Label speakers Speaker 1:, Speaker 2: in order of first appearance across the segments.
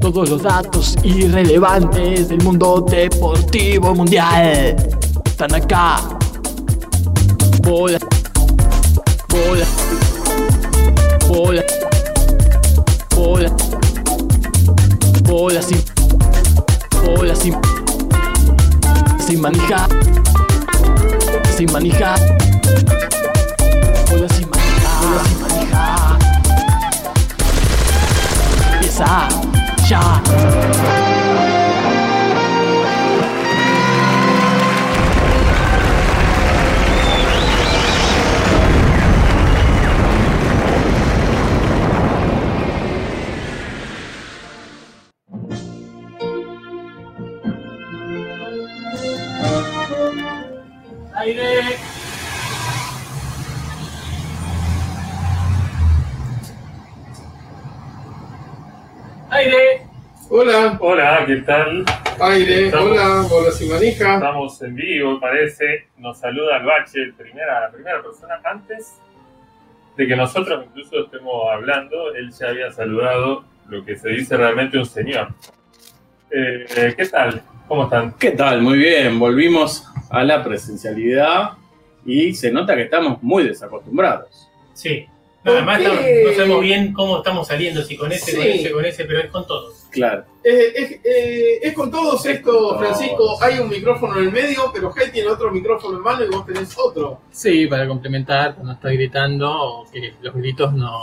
Speaker 1: todos los datos irrelevantes del mundo deportivo mundial. Están acá. Bola. Bola. Bola. Bola. Bola sin. Bola sin. Sin manija. Sin manija. Bola sin manija. Bola sin manija. Empieza ya.
Speaker 2: Aire.
Speaker 3: Hola,
Speaker 2: Hola, ¿qué tal?
Speaker 3: aire,
Speaker 2: Estamos.
Speaker 3: hola, hola sin manija.
Speaker 2: Estamos en vivo, parece. Nos saluda el bache, primera, la primera persona. Antes de que nosotros incluso estemos hablando, él ya había saludado lo que se dice realmente un señor. Eh, eh, ¿Qué tal? ¿Cómo están?
Speaker 4: ¿Qué tal? Muy bien, volvimos a la presencialidad y se nota que estamos muy desacostumbrados.
Speaker 5: Sí.
Speaker 3: ¿Por
Speaker 5: Además,
Speaker 3: qué?
Speaker 5: estamos- no sabemos bien cómo estamos saliendo, si con ese, con
Speaker 3: Sí.
Speaker 5: ese, con ese, pero es con todos.
Speaker 4: Claro.
Speaker 3: Eh, es, eh, es con todos esto,
Speaker 4: todos.
Speaker 3: Francisco. Hay un micrófono en el medio, pero Jai tiene otro micrófono en mano y vos tenés otro.
Speaker 6: Sí, para complementar, cuando estoy gritando, o que los gritos no,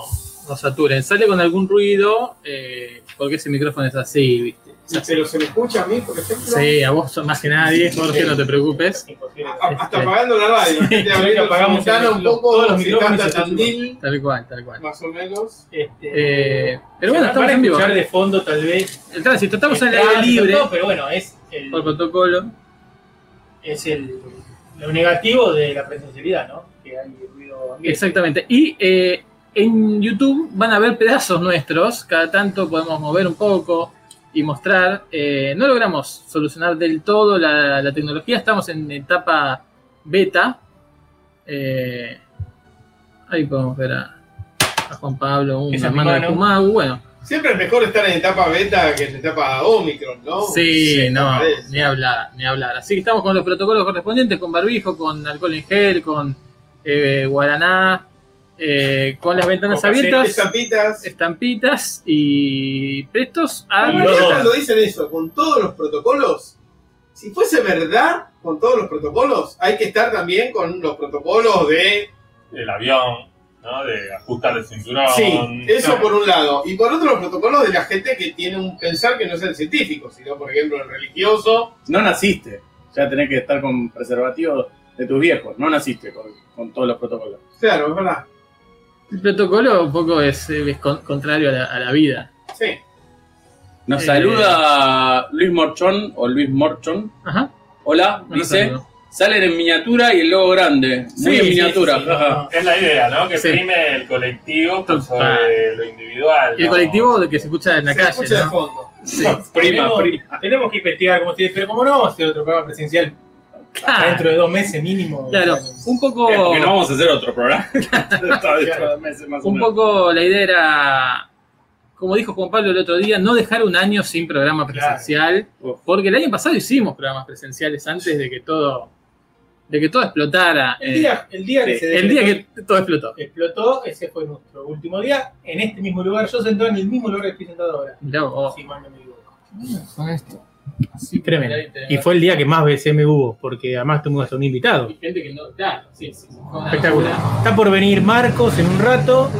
Speaker 6: no saturen. Sale con algún ruido, eh, porque ese micrófono es así, ¿viste? Es así.
Speaker 3: Pero se me escucha a mí, por ejemplo. Eh,
Speaker 6: Sí, a vos más que nadie, Jorge, no te preocupes.
Speaker 5: Imposible.
Speaker 3: A- hasta
Speaker 6: Este.
Speaker 3: apagando la radio. la gente
Speaker 5: creo
Speaker 3: abriendo
Speaker 5: que apagamos
Speaker 3: la ventana
Speaker 5: el-
Speaker 3: un
Speaker 5: los- todos
Speaker 3: poco,
Speaker 5: los
Speaker 3: si
Speaker 5: micrófonos
Speaker 3: canta
Speaker 5: se escuchan.
Speaker 3: Tandil,
Speaker 6: Tal cual, tal cual.
Speaker 3: más o menos.
Speaker 5: Este,
Speaker 6: Eh, pero bueno, estamos
Speaker 5: para
Speaker 6: en vivo.
Speaker 5: escuchar de fondo, tal vez.
Speaker 6: El tránsito, estamos en el
Speaker 5: Está-
Speaker 6: aire libre,
Speaker 5: no, pero bueno, es el,
Speaker 6: por protocolo.
Speaker 5: es el lo negativo de la presencialidad, ¿no? Que hay ruido ambiente.
Speaker 6: Exactamente. Y eh, en YouTube van a ver pedazos nuestros. Cada tanto podemos mover un poco y mostrar. Eh, no logramos solucionar del todo la, la tecnología. Estamos en etapa beta. Eh, ahí podemos ver a, a Juan Pablo, un
Speaker 5: Esa es mi
Speaker 6: hermano de
Speaker 5: mano.
Speaker 6: Pumagu. Bueno,
Speaker 3: Siempre es mejor estar en etapa beta que en etapa Omicron, ¿no?
Speaker 6: sí, no,
Speaker 3: parece.
Speaker 6: ni hablar, ni hablar. Así que estamos con los protocolos correspondientes, con barbijo, con alcohol en gel, con eh, guaraná, eh, con las ventanas
Speaker 5: Con casetes,
Speaker 6: abiertas.
Speaker 3: Estampitas.
Speaker 6: estampitas y prestos a
Speaker 5: Y
Speaker 3: Pero
Speaker 5: los
Speaker 3: ya
Speaker 5: dos.
Speaker 3: cuando dicen eso, con todos los protocolos, si fuese verdad, con todos los protocolos, hay que estar también con los protocolos de...
Speaker 2: El avión, ¿no? De ajustar el cinturón.
Speaker 3: sí, eso
Speaker 2: Claro.
Speaker 3: por un lado. Y por otro, los protocolos de la gente que tiene un pensar que no es el científico, sino, por ejemplo, el religioso.
Speaker 4: No naciste, ya tenés que estar con preservativos de tus viejos, no naciste con, con todos los protocolos.
Speaker 3: Claro, es verdad.
Speaker 6: El protocolo un poco es, eh, es con- contrario a la, a la vida.
Speaker 3: Sí.
Speaker 4: Nos
Speaker 6: Eh.
Speaker 4: saluda Luis Morchón o Luis Morchón.
Speaker 6: Ajá.
Speaker 4: Hola,
Speaker 6: no sé,
Speaker 4: dice,
Speaker 6: ¿no?
Speaker 4: salen en miniatura y el logo grande, muy
Speaker 5: Sí,
Speaker 4: en
Speaker 5: sí,
Speaker 4: miniatura.
Speaker 5: sí, no,
Speaker 4: ajá.
Speaker 5: no.
Speaker 2: Es la idea, ¿no? Que
Speaker 6: Sí.
Speaker 2: prime el colectivo por
Speaker 6: Total.
Speaker 2: sobre lo individual.
Speaker 6: El
Speaker 2: ¿no?
Speaker 6: colectivo de que se escucha en la
Speaker 3: Se
Speaker 6: calle,
Speaker 3: escucha de
Speaker 6: ¿no?
Speaker 3: fondo.
Speaker 4: Prima,
Speaker 5: tenemos,
Speaker 4: prima.
Speaker 5: tenemos que investigar, como ustedes, pero como no vamos a hacer otro programa presencial
Speaker 6: Claro,
Speaker 5: dentro de dos meses mínimo.
Speaker 6: Ah. claro. Un poco,
Speaker 4: Eh, porque no vamos a hacer otro programa. Está dentro de meses más o
Speaker 6: un
Speaker 4: menos.
Speaker 6: poco la idea era, como dijo Juan Pablo el otro día, no dejar un año sin programa
Speaker 5: Claro.
Speaker 6: presencial,
Speaker 4: Uf.
Speaker 6: porque el año pasado hicimos programas presenciales antes de que todo, de que todo explotara. eh,
Speaker 5: El día, el día que
Speaker 4: sí.
Speaker 5: se
Speaker 6: El día que todo explotó.
Speaker 5: explotó, ese fue nuestro último día, en este mismo lugar, yo sentado en el mismo lugar que estoy sentado ahora,
Speaker 6: Mirá vos.
Speaker 5: si mal no me equivoco.
Speaker 6: Con esto.
Speaker 5: Tremendo. Y fue el día que más BCM hubo, porque además tuvimos hasta un invitado.
Speaker 6: gente que no. Claro, sí, sí. fue una
Speaker 5: Espectacular.
Speaker 6: locura.
Speaker 5: Está por venir Marcos en un rato,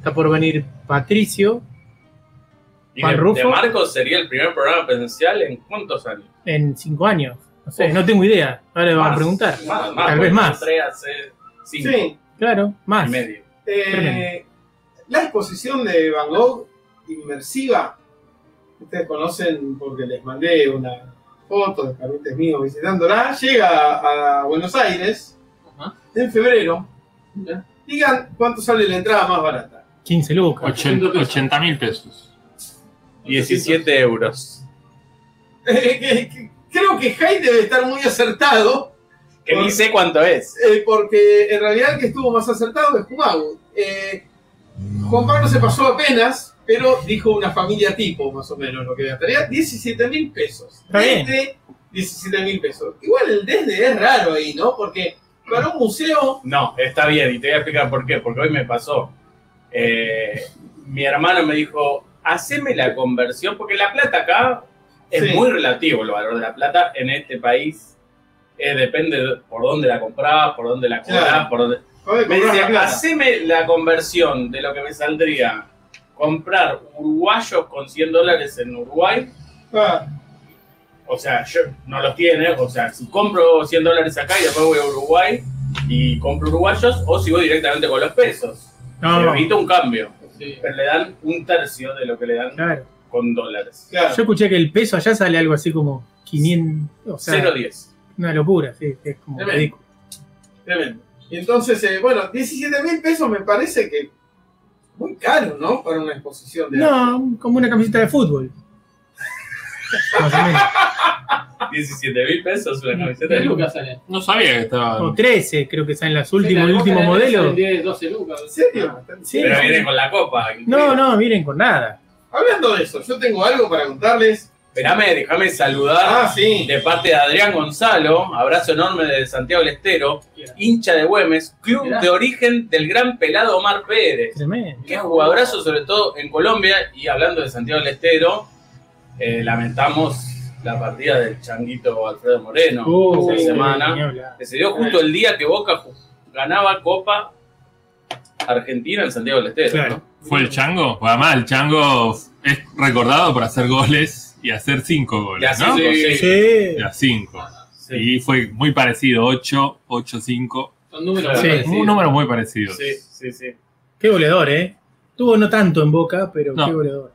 Speaker 5: está por venir Patricio
Speaker 4: Y
Speaker 5: Juan
Speaker 4: de,
Speaker 5: Rufo.
Speaker 4: de Marcos sería el primer programa presencial en cuántos años?
Speaker 5: en cinco años. No sé, no tengo idea, ahora le van a
Speaker 4: Más.
Speaker 5: preguntar.
Speaker 4: Más,
Speaker 5: Tal vez
Speaker 4: porque
Speaker 5: más.
Speaker 4: entré hace cinco
Speaker 3: Sí.
Speaker 4: y
Speaker 5: Claro, más.
Speaker 4: medio.
Speaker 3: Eh, la exposición de Van Gogh inmersiva, ustedes conocen porque les mandé una foto de parientes míos visitándola, llega a Buenos Aires
Speaker 6: Ajá.
Speaker 3: en febrero. Digan cuánto sale la entrada más barata.
Speaker 5: 15 lucas.
Speaker 7: 80 mil pesos.
Speaker 4: 17 euros.
Speaker 3: Eh, Creo que Jai debe estar muy acertado,
Speaker 4: Que ni sé cuánto es.
Speaker 3: eh, porque en realidad el que estuvo más acertado es Kumau. Juan Pablo se pasó apenas, pero dijo una familia tipo, más o menos, lo que la tarea, 17 mil pesos.
Speaker 5: Está bien.
Speaker 3: Desde 17 mil pesos. Igual el desde es raro ahí, ¿no? Porque para un museo,
Speaker 4: No, está bien, y te voy a explicar por qué, porque hoy me pasó. Eh, mi hermano me dijo, haceme la conversión, porque la plata acá es
Speaker 3: Sí.
Speaker 4: muy relativo el valor de la plata en este país. Eh, depende de por dónde la comprás, por dónde la cobrás,
Speaker 3: Claro.
Speaker 4: por dónde...
Speaker 3: ¿dónde
Speaker 4: Me
Speaker 3: compras
Speaker 4: decía,
Speaker 3: la plata?
Speaker 4: haceme la conversión de lo que me saldría comprar uruguayos con 100 dólares en Uruguay
Speaker 3: Ah,
Speaker 4: o sea, yo no los tiene, o sea, si compro 100 dólares acá y después voy a Uruguay y compro uruguayos, o si voy directamente con los pesos.
Speaker 5: No,
Speaker 4: Se evita un cambio.
Speaker 3: sí.
Speaker 4: Pero le dan un tercio de lo que le dan
Speaker 5: claro.
Speaker 4: con dólares.
Speaker 3: Claro.
Speaker 5: Yo escuché que el peso allá sale algo así como 500, o sea,
Speaker 4: 0.10.
Speaker 5: una locura, sí, es como
Speaker 3: Tremendo.
Speaker 5: ridículo.
Speaker 3: Tremendo. Y entonces, eh, bueno, 17 mil pesos me parece que muy caro, ¿no? Para una exposición de arte.
Speaker 5: No, como una camiseta de fútbol. Más o menos.
Speaker 4: 17 mil pesos
Speaker 5: Mm.
Speaker 4: una camiseta.
Speaker 6: ¿Qué lucas sale?
Speaker 7: No sabía que
Speaker 5: O
Speaker 7: estaba.
Speaker 5: 13, creo que salen las
Speaker 6: Sí,
Speaker 5: últimas,
Speaker 6: la
Speaker 5: el
Speaker 6: Boca
Speaker 5: último
Speaker 6: de
Speaker 5: modelo.
Speaker 6: Nelson, 10, 12 lucas.
Speaker 3: ¿En serio?
Speaker 5: Sí.
Speaker 4: Pero viene con la copa.
Speaker 5: No, no, miren con nada.
Speaker 3: Hablando de eso, yo tengo algo para contarles.
Speaker 4: Esperame, déjame saludar
Speaker 3: Ah, sí.
Speaker 4: de parte de Adrián Gonzalo. Abrazo enorme de Santiago del Estero,
Speaker 6: Bien.
Speaker 4: hincha de Güemes, club
Speaker 6: Mirá.
Speaker 4: de origen del gran pelado Omar Pérez.
Speaker 5: Tremendo.
Speaker 4: Qué jugadorazo, sobre todo en Colombia. Y hablando de Santiago del Estero, eh, lamentamos la partida del changuito Alfredo Moreno
Speaker 5: Oh,
Speaker 4: esta
Speaker 5: sí,
Speaker 4: semana.
Speaker 5: ni hablar.
Speaker 4: Que se dio justo el día que Boca ju- ganaba Copa Argentina en Santiago del Estero.
Speaker 5: Claro.
Speaker 4: ¿no?
Speaker 7: ¿Fue el Chango? Pues además, el Chango es recordado por hacer goles y hacer cinco
Speaker 4: Y
Speaker 7: goles,
Speaker 4: así
Speaker 7: ¿no?
Speaker 4: se-
Speaker 5: Sí.
Speaker 7: Y a cinco.
Speaker 4: sí.
Speaker 7: Y fue muy parecido, 8, 8, 5.
Speaker 6: Son números.
Speaker 4: Sí.
Speaker 6: grandes.
Speaker 7: Un número muy parecido.
Speaker 4: Sí, sí, sí.
Speaker 5: Qué goleador, ¿eh? Tuvo no tanto en Boca, pero
Speaker 7: No.
Speaker 5: qué goleador.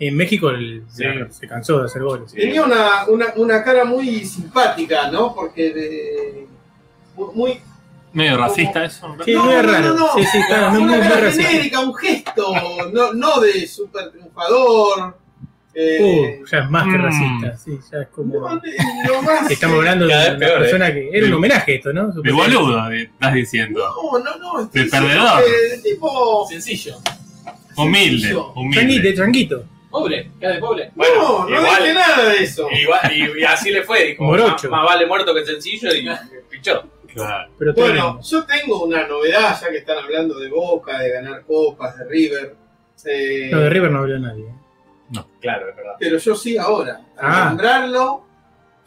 Speaker 5: En México el-
Speaker 4: Sí.
Speaker 5: claro, se cansó de hacer goles.
Speaker 3: Tenía una, una, una cara muy simpática, ¿no? Porque de- muy- muy...
Speaker 7: Medio racista eso.
Speaker 5: Sí,
Speaker 3: No,
Speaker 5: muy
Speaker 3: no, no,
Speaker 5: raro.
Speaker 3: no.
Speaker 5: Sí, sí, claro, Ah, muy,
Speaker 3: una
Speaker 5: muy, muy
Speaker 3: cara
Speaker 5: racista.
Speaker 3: genérica, un gesto, no, no de super triunfador. eh,
Speaker 5: Uh, ya es más que
Speaker 7: Mm.
Speaker 5: racista, sí, ya es como.
Speaker 3: no, de- lo más,
Speaker 5: Estamos hablando de
Speaker 4: Cada
Speaker 5: una
Speaker 4: vez peor,
Speaker 5: persona que. Era un homenaje esto, ¿no?
Speaker 7: De boludo, eh, estás diciendo.
Speaker 3: No, no, no. estoy
Speaker 7: De
Speaker 3: diciendo
Speaker 7: perdedor.
Speaker 3: que el tipo.
Speaker 6: Sencillo.
Speaker 7: Humilde,
Speaker 5: Changuito,
Speaker 7: humilde.
Speaker 5: changuito.
Speaker 6: Pobre, cara de pobre.
Speaker 4: Bueno,
Speaker 3: no, no
Speaker 4: igual- Eh,
Speaker 3: dije nada de eso.
Speaker 4: Y, va- y- y así le fue, dijo, más,
Speaker 5: Morocho.
Speaker 4: más vale muerto que sencillo y pichó.
Speaker 7: Claro.
Speaker 5: Pero
Speaker 3: Bueno,
Speaker 5: tremendo.
Speaker 3: yo tengo una novedad, ya que están hablando de Boca, de ganar copas, de River. eh,
Speaker 5: No, de River no habló nadie.
Speaker 4: Claro, es verdad.
Speaker 3: Pero yo sí ahora. Al
Speaker 5: Ah.
Speaker 3: nombrarlo,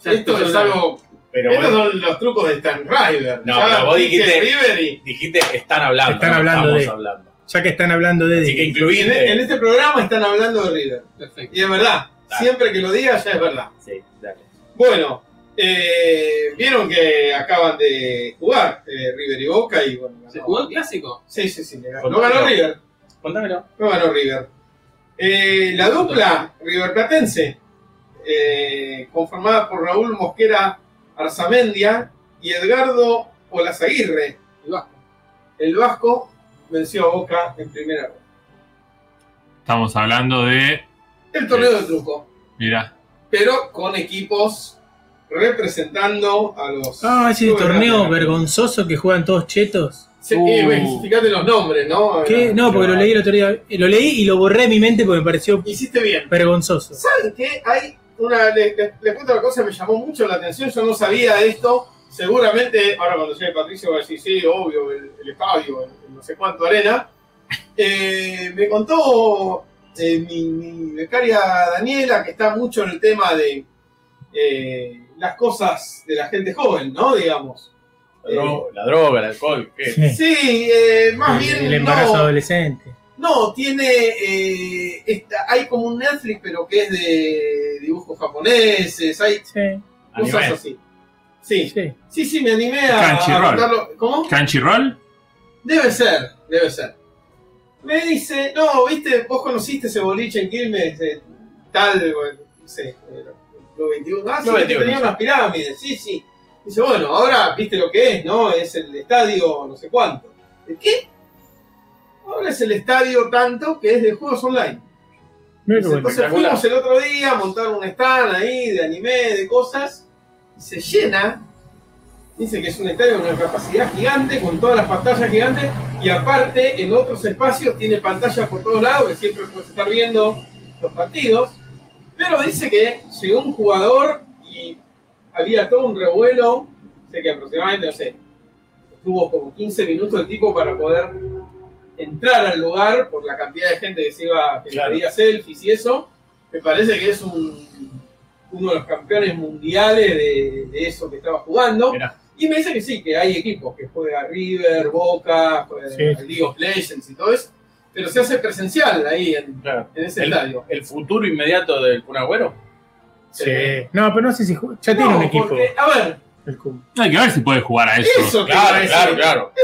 Speaker 6: Ya
Speaker 3: esto
Speaker 6: empezó
Speaker 3: es
Speaker 6: la-
Speaker 3: algo.
Speaker 4: Pero
Speaker 3: estos
Speaker 4: bueno,
Speaker 3: son los trucos de Stan River.
Speaker 4: No, pero vos dijiste-
Speaker 3: River y.
Speaker 4: dijiste, están hablando.
Speaker 5: Están
Speaker 4: no
Speaker 5: hablando
Speaker 4: estamos
Speaker 5: de-
Speaker 4: hablando.
Speaker 5: Ya que están hablando de.
Speaker 4: Así que
Speaker 3: En,
Speaker 4: incluiste.
Speaker 3: en este programa están hablando de River.
Speaker 6: Perfecto.
Speaker 3: Y es verdad.
Speaker 4: Claro.
Speaker 3: Siempre que lo diga ya es verdad.
Speaker 4: Sí, dale.
Speaker 3: Bueno, eh, vieron que acaban de jugar eh, River y Boca y bueno. ganó-
Speaker 6: ¿Se jugó el clásico?
Speaker 3: Sí, sí, sí. le ganó.
Speaker 4: Con
Speaker 3: No ganó
Speaker 4: Boca.
Speaker 3: River.
Speaker 4: Contámelo.
Speaker 3: No ganó River. Eh, la dupla River Platense, eh, conformada por Raúl Mosquera Arzamendia y Edgardo Olazaguirre,
Speaker 6: El Vasco.
Speaker 3: el vasco, venció a Boca en primera ronda.
Speaker 7: Estamos hablando de.
Speaker 3: El torneo de truco,
Speaker 7: Mirá,
Speaker 3: pero con equipos representando a los.
Speaker 5: Ah, ese
Speaker 3: clubes
Speaker 5: torneo
Speaker 3: grandes.
Speaker 5: vergonzoso que juegan todos chetos.
Speaker 3: Sí, eh, bueno, fíjate los nombres, ¿no?
Speaker 5: ¿Qué? No, porque lo leí el otro día. eh, Lo leí y lo borré de mi mente porque me pareció
Speaker 3: Hiciste bien.
Speaker 5: vergonzoso.
Speaker 3: ¿Saben qué? Hay una. Les, les- les cuento una cosa que me llamó mucho la atención. Yo no sabía de esto. Seguramente, ahora cuando llegue Patricio va a decir, sí, obvio, el, el estadio, el, el no sé cuánto arena. Eh, me contó eh, mi, mi becaria Daniela, que está mucho en el tema de eh, las cosas de la gente joven, ¿no? Digamos.
Speaker 4: La droga, la droga, el alcohol, ¿qué?
Speaker 5: Sí.
Speaker 3: Sí, eh, más bien.
Speaker 5: eh, El embarazo
Speaker 3: no.
Speaker 5: adolescente.
Speaker 3: No, tiene. eh, esta- hay como un Netflix, pero que es de dibujos japoneses, hay
Speaker 5: Sí,
Speaker 3: cosas
Speaker 4: Anime.
Speaker 3: así. Sí,
Speaker 5: sí.
Speaker 3: sí, sí, me animé a,
Speaker 7: Crunchyroll.
Speaker 3: a contarlo. ¿Cómo?
Speaker 7: Crunchyroll.
Speaker 3: Debe ser, debe ser. Me dice, no, viste, vos conociste ese boliche en Quilmes, eh, tal, bueno, no sé, era Club 21. Ah, sí,
Speaker 4: Club
Speaker 3: que
Speaker 4: 21,
Speaker 3: tenía
Speaker 4: sí.
Speaker 3: unas pirámides, sí, sí. Dice, bueno, ahora viste lo que es, ¿no? Es el estadio no sé cuánto. ¿De qué? Ahora es el estadio tanto que es de juegos online.
Speaker 5: Mira qué
Speaker 3: Dice,
Speaker 5: bueno.
Speaker 3: Entonces
Speaker 4: espectacular.
Speaker 3: fuimos el otro día a montar un stand ahí de anime, de cosas, y se llena. Dice que es un estadio con una capacidad gigante, con todas las pantallas gigantes, Y aparte, en otros espacios tiene pantalla por todos lados, que siempre puedes estar viendo los partidos. Pero dice que llegó un jugador y había todo un revuelo. Sé que aproximadamente, no sé, tuvo como 15 minutos el tipo para poder entrar al lugar por la cantidad de gente que se iba, que
Speaker 4: Claro.
Speaker 3: pedía selfies y eso. Me parece que es un, uno de los campeones mundiales de, de eso que estaba jugando.
Speaker 4: Mirá.
Speaker 3: Y me dice que sí, que hay equipos que juega River, Boca, juega
Speaker 5: Sí.
Speaker 3: League of Legends y todo eso. Pero se hace presencial ahí en,
Speaker 4: Claro.
Speaker 3: en ese
Speaker 4: El,
Speaker 3: estadio.
Speaker 4: el futuro inmediato del Kun Agüero.
Speaker 5: Sí. No, pero no sé si ju- ya tiene
Speaker 3: No,
Speaker 5: un equipo.
Speaker 3: porque, a ver,
Speaker 5: El Kun.
Speaker 7: Hay que ver si puede jugar a eso.
Speaker 3: eso te iba a decir. Eso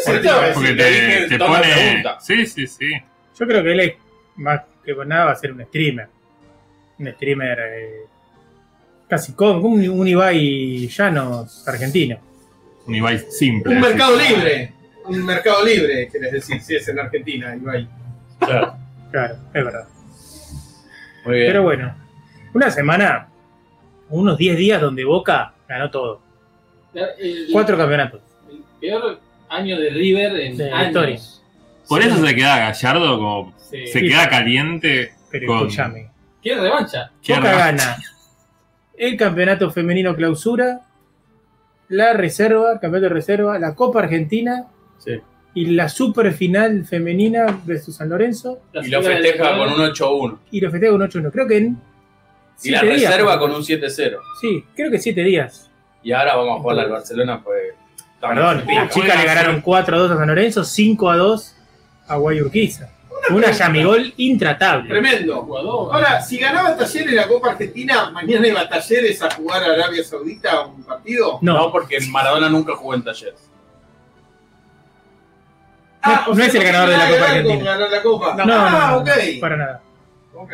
Speaker 4: Porque-
Speaker 3: te iba a decir.
Speaker 7: Porque
Speaker 4: Te dije,
Speaker 7: te, te
Speaker 4: toma la
Speaker 7: pone.
Speaker 4: pregunta.
Speaker 7: Sí, sí, sí.
Speaker 5: Yo creo que él es, más que por nada va a ser un streamer. Un streamer eh, casi con un, un Ibai Llanos argentino.
Speaker 7: Un Ibai simple.
Speaker 3: Un
Speaker 7: así.
Speaker 3: mercado libre. Un mercado libre, querés decir, si es en Argentina, Ibai.
Speaker 4: Claro.
Speaker 5: Claro, es verdad.
Speaker 4: Muy bien.
Speaker 5: Pero bueno, una semana, unos 10 días donde Boca ganó todo.
Speaker 6: El,
Speaker 5: Cuatro campeonatos.
Speaker 6: el peor año de River en
Speaker 5: Sí, la historia.
Speaker 6: años.
Speaker 7: Por eso se queda Gallardo, como
Speaker 6: Sí.
Speaker 7: se
Speaker 5: Sí.
Speaker 7: queda caliente.
Speaker 5: Pero
Speaker 7: Con-
Speaker 5: escúchame.
Speaker 6: ¿Quiere revancha?
Speaker 7: Qué
Speaker 5: Boca
Speaker 7: raro.
Speaker 5: gana el campeonato femenino clausura, la reserva, campeonato de reserva, la Copa Argentina
Speaker 4: Sí.
Speaker 5: y la superfinal femenina versus San Lorenzo
Speaker 6: La
Speaker 4: Y lo
Speaker 6: señora
Speaker 4: festeja
Speaker 6: del-
Speaker 4: con un 8-1.
Speaker 5: y lo festeja con 8-1. Creo que en.
Speaker 4: Y la
Speaker 5: siete días,
Speaker 4: reserva
Speaker 5: ¿no?
Speaker 4: con un 7-0.
Speaker 5: Sí, creo que 7 días.
Speaker 4: Y ahora vamos a jugar al Barcelona, pues. estamos
Speaker 5: Perdón,
Speaker 4: en
Speaker 5: las
Speaker 4: pico.
Speaker 5: chicas le ganaron 4-2 a San Lorenzo, 5-2 a Guayurquiza. Una Yamigol intratable.
Speaker 3: Tremendo.
Speaker 6: Jugador.
Speaker 3: Ahora, si ganaba Talleres la Copa Argentina, mañana iba a Talleres a jugar a Arabia Saudita un partido.
Speaker 5: No,
Speaker 4: No, porque Maradona nunca jugó en Talleres.
Speaker 5: no es el
Speaker 3: tiene
Speaker 5: ganador de la
Speaker 3: nada que
Speaker 5: Copa
Speaker 3: ver con
Speaker 5: Argentina.
Speaker 3: ganar Ah, la Copa.
Speaker 5: no, no,
Speaker 3: ah,
Speaker 5: no,
Speaker 3: ok.
Speaker 5: no, para nada.
Speaker 3: ok.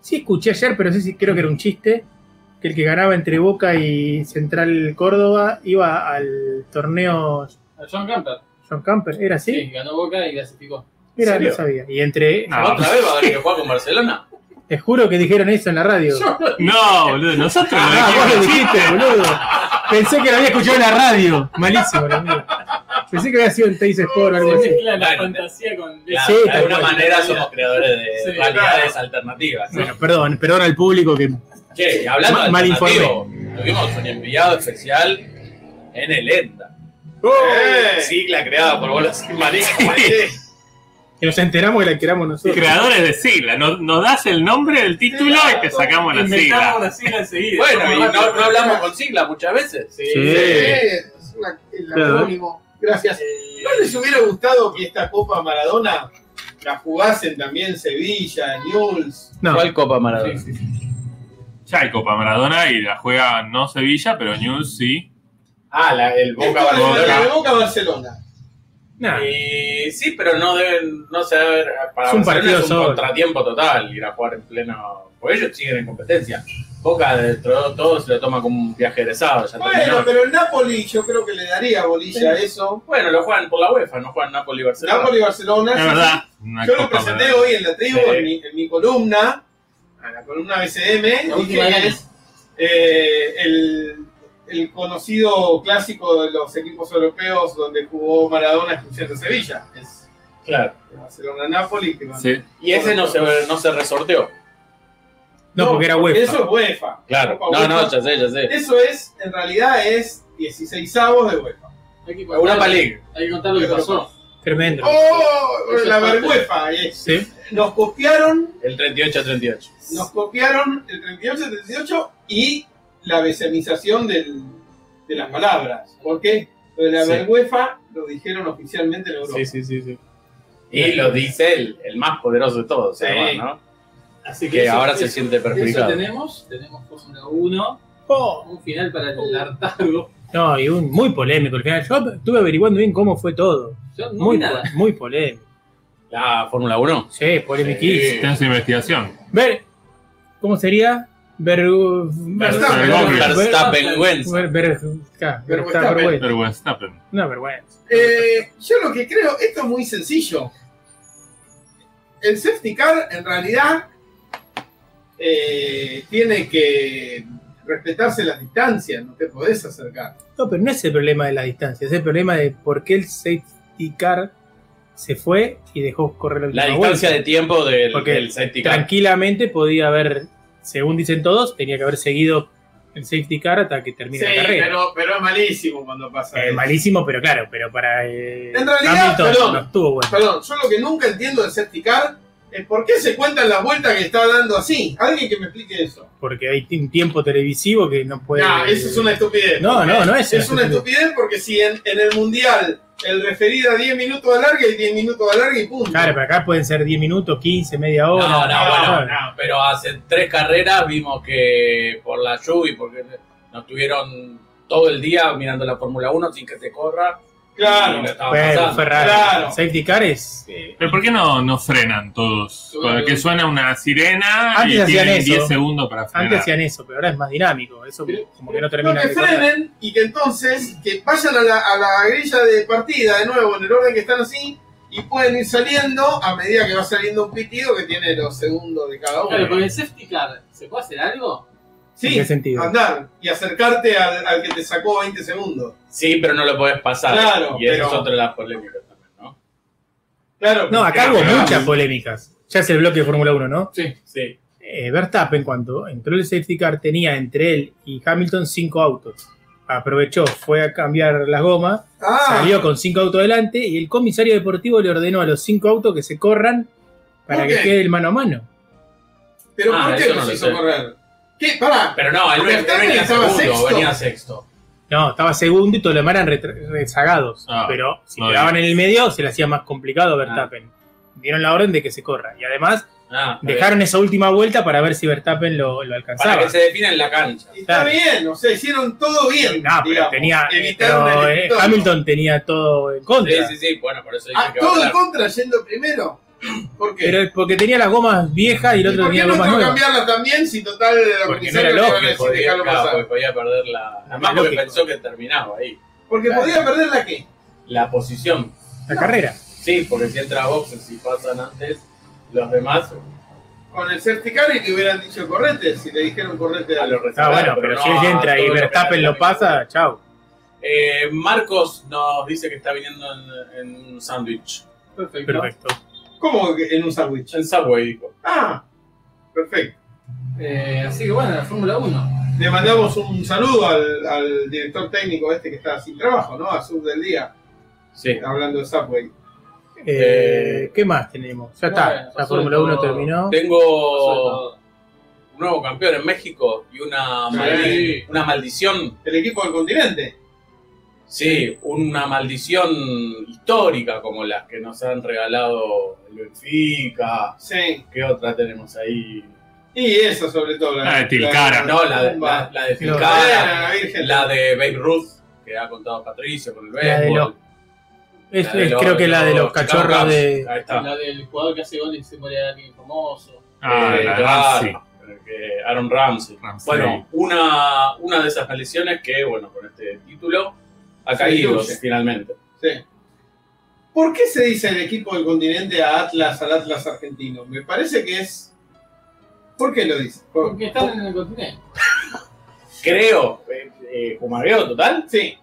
Speaker 5: Sí escuché ayer, pero sí, sí creo que era un chiste, que el que ganaba entre Boca y Central Córdoba iba al torneo
Speaker 6: A John Camper.
Speaker 5: John Camper, ¿era así?
Speaker 6: ¿Sí? ganó Boca y clasificó.
Speaker 5: Era,
Speaker 4: ¿En
Speaker 5: no
Speaker 4: serio?
Speaker 5: sabía. Y entre...
Speaker 7: Ah.
Speaker 4: ¿Otra vez va a haber que jugar con Barcelona?
Speaker 5: Te juro que dijeron eso en la radio.
Speaker 7: No, boludo, nosotros lo
Speaker 5: Ah, vos lo
Speaker 7: dijimos.
Speaker 5: dijiste, boludo. Pensé que lo había escuchado en la radio. Malísimo, lo mío. Pensé que había sido en Teis Sport o algo
Speaker 6: Se
Speaker 5: así.
Speaker 6: mezcla la
Speaker 4: Claro.
Speaker 6: fantasía con...
Speaker 4: Claro,
Speaker 5: Sí,
Speaker 4: de
Speaker 5: tal
Speaker 4: alguna
Speaker 5: cual.
Speaker 4: manera somos creadores de
Speaker 6: Sí,
Speaker 4: realidades alternativas. ¿no?
Speaker 5: Bueno, perdón, perdón al público que...
Speaker 4: Che, y hablando de
Speaker 5: Mal
Speaker 4: alternativo, tuvimos un enviado especial en el ENDA. ¡Oh!
Speaker 3: Eh.
Speaker 4: Sigla creada por bolas sin manija.
Speaker 5: Que nos enteramos que la queramos nosotros.
Speaker 7: Creadores de sigla. Nos, nos das el nombre del título y te sacamos la sigla.
Speaker 6: Inventamos la sigla enseguida.
Speaker 4: Bueno, y no, no hablamos con sigla muchas veces.
Speaker 6: Sí.
Speaker 5: Sí.
Speaker 3: Eh, es una- el
Speaker 5: Claro.
Speaker 3: acrónimo. Gracias. ¿No les hubiera gustado que esta Copa Maradona la jugasen también Sevilla, News?
Speaker 5: No,
Speaker 4: Copa Maradona?
Speaker 7: Ya hay Copa Maradona y la juega no Sevilla, pero News sí.
Speaker 4: Ah, la, el Boca Barcelona.
Speaker 3: Boca Barcelona. Ah.
Speaker 5: no.
Speaker 4: Y sí, pero no deben, no se debe- para
Speaker 5: Es un
Speaker 4: Barcelona
Speaker 5: partido
Speaker 4: es un
Speaker 5: solo.
Speaker 4: contratiempo total ir a jugar en pleno, porque ellos siguen en competencia. Boca dentro de todo se lo toma como un viaje egresado, ya
Speaker 3: Bueno,
Speaker 4: terminó.
Speaker 3: pero el Napoli yo creo que le daría bolilla a eso.
Speaker 4: Bueno, lo juegan por la UEFA, no juegan Napoli y Barcelona.
Speaker 3: Napoli Barcelona.
Speaker 7: Es
Speaker 3: sí,
Speaker 7: verdad. Una
Speaker 3: Yo lo
Speaker 7: Copa
Speaker 3: presenté
Speaker 7: Maradona.
Speaker 3: hoy en la tribu,
Speaker 4: Sí.
Speaker 3: en, mi, en mi columna, a la columna BCM,
Speaker 6: La
Speaker 3: dije
Speaker 6: última
Speaker 3: que
Speaker 6: gana.
Speaker 3: es eh, el, el conocido clásico de los equipos europeos donde jugó Maradona excluyendo Sevilla. Es
Speaker 4: Claro.
Speaker 3: Barcelona-Napoli. que van-
Speaker 7: Sí.
Speaker 4: Y ese no se, no se resorteó.
Speaker 5: No, porque era UEFA.
Speaker 3: Eso es UEFA.
Speaker 4: Claro.
Speaker 3: Copa
Speaker 4: No,
Speaker 3: UEFA.
Speaker 4: no, ya sé, ya sé.
Speaker 3: Eso es, en realidad, es 16 avos de UEFA.
Speaker 6: Hay que contar-
Speaker 4: Europa League.
Speaker 6: Hay que contar lo que pasó.
Speaker 5: Tremendo.
Speaker 3: ¡Oh!
Speaker 6: Eso
Speaker 3: La
Speaker 6: es parte.
Speaker 3: vergüenza. es.
Speaker 5: Sí.
Speaker 3: Nos copiaron
Speaker 4: El 38 a 38.
Speaker 3: Nos copiaron el 38, el 38 y la besemización del, de las palabras. ¿Por qué? Lo de la
Speaker 4: Sí.
Speaker 3: vergüenza lo dijeron oficialmente en Europa.
Speaker 4: sí, sí, sí. Y lo dice él, el más poderoso de todos,
Speaker 3: Sí.
Speaker 4: además,
Speaker 7: Eh,
Speaker 4: ¿no?
Speaker 6: Así
Speaker 4: Que
Speaker 6: eso-
Speaker 4: ahora se
Speaker 6: eso-
Speaker 4: siente
Speaker 6: Eso
Speaker 4: perjudicado.
Speaker 6: tenemos. Tenemos Fórmula 1. Un final para el hartazgo.
Speaker 5: No, y un, muy polémico el final. Yo estuve averiguando bien cómo fue todo.
Speaker 6: Yo no
Speaker 5: Muy,
Speaker 6: vi nada.
Speaker 5: po- muy polémico.
Speaker 4: La Fórmula 1.
Speaker 5: Sí, polemiquísimo.
Speaker 7: Tenés investigación.
Speaker 5: Ver, ¿cómo sería? Vergu-
Speaker 3: Verstappen.
Speaker 5: Ver-
Speaker 4: Verstappen Wentz.
Speaker 5: ver- ver- ca-
Speaker 3: Verstappen.
Speaker 5: vergüenza.
Speaker 7: Pero Verstappen.
Speaker 5: Una vergüenza.
Speaker 3: Eh, yo lo que creo, esto es muy sencillo. El safety car en realidad eh, tiene que respetarse las distancias, no te podés acercar.
Speaker 5: No, pero no es el problema de la distancia, es el problema de por qué el safe- Icar se fue y dejó correr la
Speaker 4: La
Speaker 5: última
Speaker 4: distancia
Speaker 5: vuelta.
Speaker 4: de tiempo del,
Speaker 5: Porque
Speaker 4: del safety car.
Speaker 5: Tranquilamente podía haber, según dicen todos, tenía que haber seguido el safety car hasta que
Speaker 3: Sí,
Speaker 5: termine la carrera.
Speaker 3: pero, pero es malísimo cuando pasa.
Speaker 5: Eh,
Speaker 3: eso.
Speaker 5: malísimo, pero claro, pero para eh,
Speaker 3: En realidad,
Speaker 5: Hamilton
Speaker 3: perdón.
Speaker 5: no estuvo bueno.
Speaker 3: Perdón, yo lo que nunca entiendo del safety car es por qué se cuentan las vueltas que está dando así. Alguien que me explique eso.
Speaker 5: Porque hay un tiempo televisivo que no puede.
Speaker 3: Nah, eso es una estupidez.
Speaker 5: Pues, No, no, no es
Speaker 3: Es una estupidez porque si en, en el mundial el referido a 10 minutos de larga y 10 minutos de larga y punto.
Speaker 5: Claro, pero acá pueden ser 10 minutos, 15, media hora.
Speaker 4: No, no, bueno,
Speaker 5: claro.
Speaker 4: no, pero hace tres carreras vimos que por la lluvia, y porque nos tuvieron todo el día mirando la Fórmula 1 sin que se corra. y no
Speaker 3: Claro.
Speaker 4: estaba
Speaker 5: Bueno,
Speaker 4: pasando.
Speaker 5: fue raro.
Speaker 3: Claro.
Speaker 5: Safety car es.
Speaker 7: ¿Pero por qué no, no frenan todos? Porque suena una sirena
Speaker 5: Antes
Speaker 7: y
Speaker 5: hacían
Speaker 7: tienen
Speaker 5: eso.
Speaker 7: 10 segundos para frenar.
Speaker 5: Antes hacían eso, pero ahora es más dinámico. Eso como que no
Speaker 3: No,
Speaker 5: termina.
Speaker 3: que
Speaker 5: de correr.
Speaker 3: frenen y que entonces que vayan a la, a la grilla de partida de nuevo en el orden que están así y pueden ir saliendo a medida que va saliendo un pitido que tiene los segundos de cada
Speaker 6: Claro,
Speaker 3: uno.
Speaker 6: con el safety car, ¿se puede hacer algo?
Speaker 5: ¿En
Speaker 3: Sí,
Speaker 5: qué sentido?
Speaker 3: andar y acercarte al, al que te sacó 20 segundos.
Speaker 4: Sí, pero no lo podés pasar.
Speaker 3: Claro,
Speaker 4: y esa
Speaker 3: pero-
Speaker 4: es otra de las polémicas también, ¿no?
Speaker 3: Claro.
Speaker 5: No, acá hubo
Speaker 3: porque-
Speaker 5: muchas polémicas. Ya es el bloque de Fórmula 1, ¿no?
Speaker 6: Sí.
Speaker 4: Sí.
Speaker 5: Eh, Verstappen, cuando entró el safety car, tenía entre él y Hamilton cinco autos. Aprovechó, fue a cambiar las gomas
Speaker 3: Ah,
Speaker 5: salió con cinco autos delante y el comisario deportivo le ordenó a los cinco autos que se corran para
Speaker 3: ¿Por
Speaker 5: que
Speaker 3: qué?
Speaker 5: quede el mano a mano.
Speaker 3: pero
Speaker 4: Ah,
Speaker 3: ¿por qué
Speaker 4: eso
Speaker 3: nos
Speaker 4: no lo
Speaker 3: hizo
Speaker 4: sé.
Speaker 3: correr? ¿Qué? Pará.
Speaker 4: Pero no, él
Speaker 3: Porque
Speaker 4: venía,
Speaker 3: Verstappen
Speaker 4: venía
Speaker 3: estaba
Speaker 4: segundo,
Speaker 3: sexto.
Speaker 4: venía sexto.
Speaker 5: No, estaba segundo y todos los demás eran retra- rezagados.
Speaker 7: Ah,
Speaker 5: pero si
Speaker 7: no
Speaker 5: quedaban en el medio, se le hacía más complicado a Verstappen. Dieron la orden de que se corra. Y además,
Speaker 4: Ah, está
Speaker 5: dejaron esa última vuelta para ver si Verstappen lo, lo
Speaker 4: bien. Para
Speaker 5: alcanzaba.
Speaker 4: que se defina en la cancha.
Speaker 3: Está
Speaker 5: Claro.
Speaker 3: bien, o sea, hicieron todo bien.
Speaker 5: No, pero
Speaker 3: digamos.
Speaker 5: tenía.
Speaker 3: Evitaron
Speaker 5: pero,
Speaker 3: el
Speaker 5: eh,
Speaker 3: entorno.
Speaker 5: Hamilton tenía todo en contra.
Speaker 4: Sí, sí, sí, bueno, por eso dije
Speaker 3: Ah,
Speaker 4: que va a
Speaker 3: todo en
Speaker 4: hablar.
Speaker 3: contra yendo primero. ¿Por qué?
Speaker 5: Pero es porque tenía las gomas viejas y el
Speaker 3: ¿Y
Speaker 5: otro
Speaker 3: por qué
Speaker 5: tenía
Speaker 3: no
Speaker 5: gomas
Speaker 3: tengo que
Speaker 5: nuevas.
Speaker 3: cambiarla también si total la
Speaker 5: Porque no
Speaker 3: comisaria
Speaker 5: era
Speaker 3: le van a
Speaker 5: lógico, eh, pues.
Speaker 3: decir
Speaker 4: Podía,
Speaker 3: dejarlo
Speaker 4: claro, porque
Speaker 3: pasar?
Speaker 4: podía perder la... Además
Speaker 5: Lógico.
Speaker 4: porque pensó que terminaba ahí.
Speaker 3: Porque
Speaker 4: Claro.
Speaker 3: podía perder la qué.
Speaker 4: La posición.
Speaker 5: La carrera. Ah,
Speaker 4: Sí, porque si entra a boxes y pasan antes los demás
Speaker 3: Con el certicar y que hubieran dicho correte, si le dijeron correte
Speaker 4: a
Speaker 3: a
Speaker 4: los
Speaker 5: Ah,
Speaker 4: rezagados.
Speaker 5: bueno, pero, si él entra y Verstappen lo pasa, chao.
Speaker 4: Eh, Marcos nos dice que está viniendo en, en un sándwich.
Speaker 6: Perfecto.
Speaker 5: Perfecto.
Speaker 3: ¿Cómo que en un sándwich?
Speaker 4: En Subway, dijo.
Speaker 3: Ah, perfecto.
Speaker 6: Eh, así que bueno, la Fórmula 1.
Speaker 3: Le mandamos un saludo al, al director técnico este que está sin trabajo, ¿no? A Sub del Día,
Speaker 4: Sí.
Speaker 3: hablando de Subway.
Speaker 5: Eh, ¿Qué más tenemos? Ya
Speaker 6: Bueno,
Speaker 5: está, la
Speaker 6: pasó
Speaker 5: Fórmula
Speaker 6: de
Speaker 5: 1
Speaker 6: todo.
Speaker 5: terminó.
Speaker 4: Tengo un nuevo campeón en México y una,
Speaker 3: Sí.
Speaker 4: maldi- una maldición.
Speaker 3: El equipo del continente.
Speaker 4: Sí, una maldición histórica como las que nos han regalado el Benfica.
Speaker 3: Sí.
Speaker 4: ¿Qué otra tenemos ahí?
Speaker 3: Y esa sobre todo.
Speaker 7: La de Tilcara.
Speaker 4: Ah, No, la de, la, la de
Speaker 5: Claro.
Speaker 4: Tilcara,
Speaker 3: la Virgen.
Speaker 4: la de Babe Ruth, que ha contado Patricio con el
Speaker 5: La de
Speaker 4: béisbol.
Speaker 5: Es,
Speaker 4: La de
Speaker 5: es
Speaker 4: los-
Speaker 5: creo que la de los
Speaker 4: Chicago
Speaker 5: cachorros
Speaker 4: Cubs.
Speaker 5: de.
Speaker 4: Ahí está.
Speaker 6: La del jugador que hace goles y se muere alguien famoso.
Speaker 7: Ah,
Speaker 4: Eh,
Speaker 7: la
Speaker 4: claro, eh,
Speaker 7: Ramsey.
Speaker 4: que Aaron Ramsey.
Speaker 7: Ramsey.
Speaker 4: Bueno, una, una de esas maldiciones que, bueno, con este título ha
Speaker 3: Se
Speaker 4: caído
Speaker 3: diluye.
Speaker 4: finalmente.
Speaker 3: Sí. ¿Por qué se dice el equipo del continente a Atlas, al Atlas argentino? Me parece que es. ¿Por qué lo dice? Por-
Speaker 6: Porque están en el continente.
Speaker 4: Creo, eh, eh, Fumagreo total,
Speaker 3: Sí,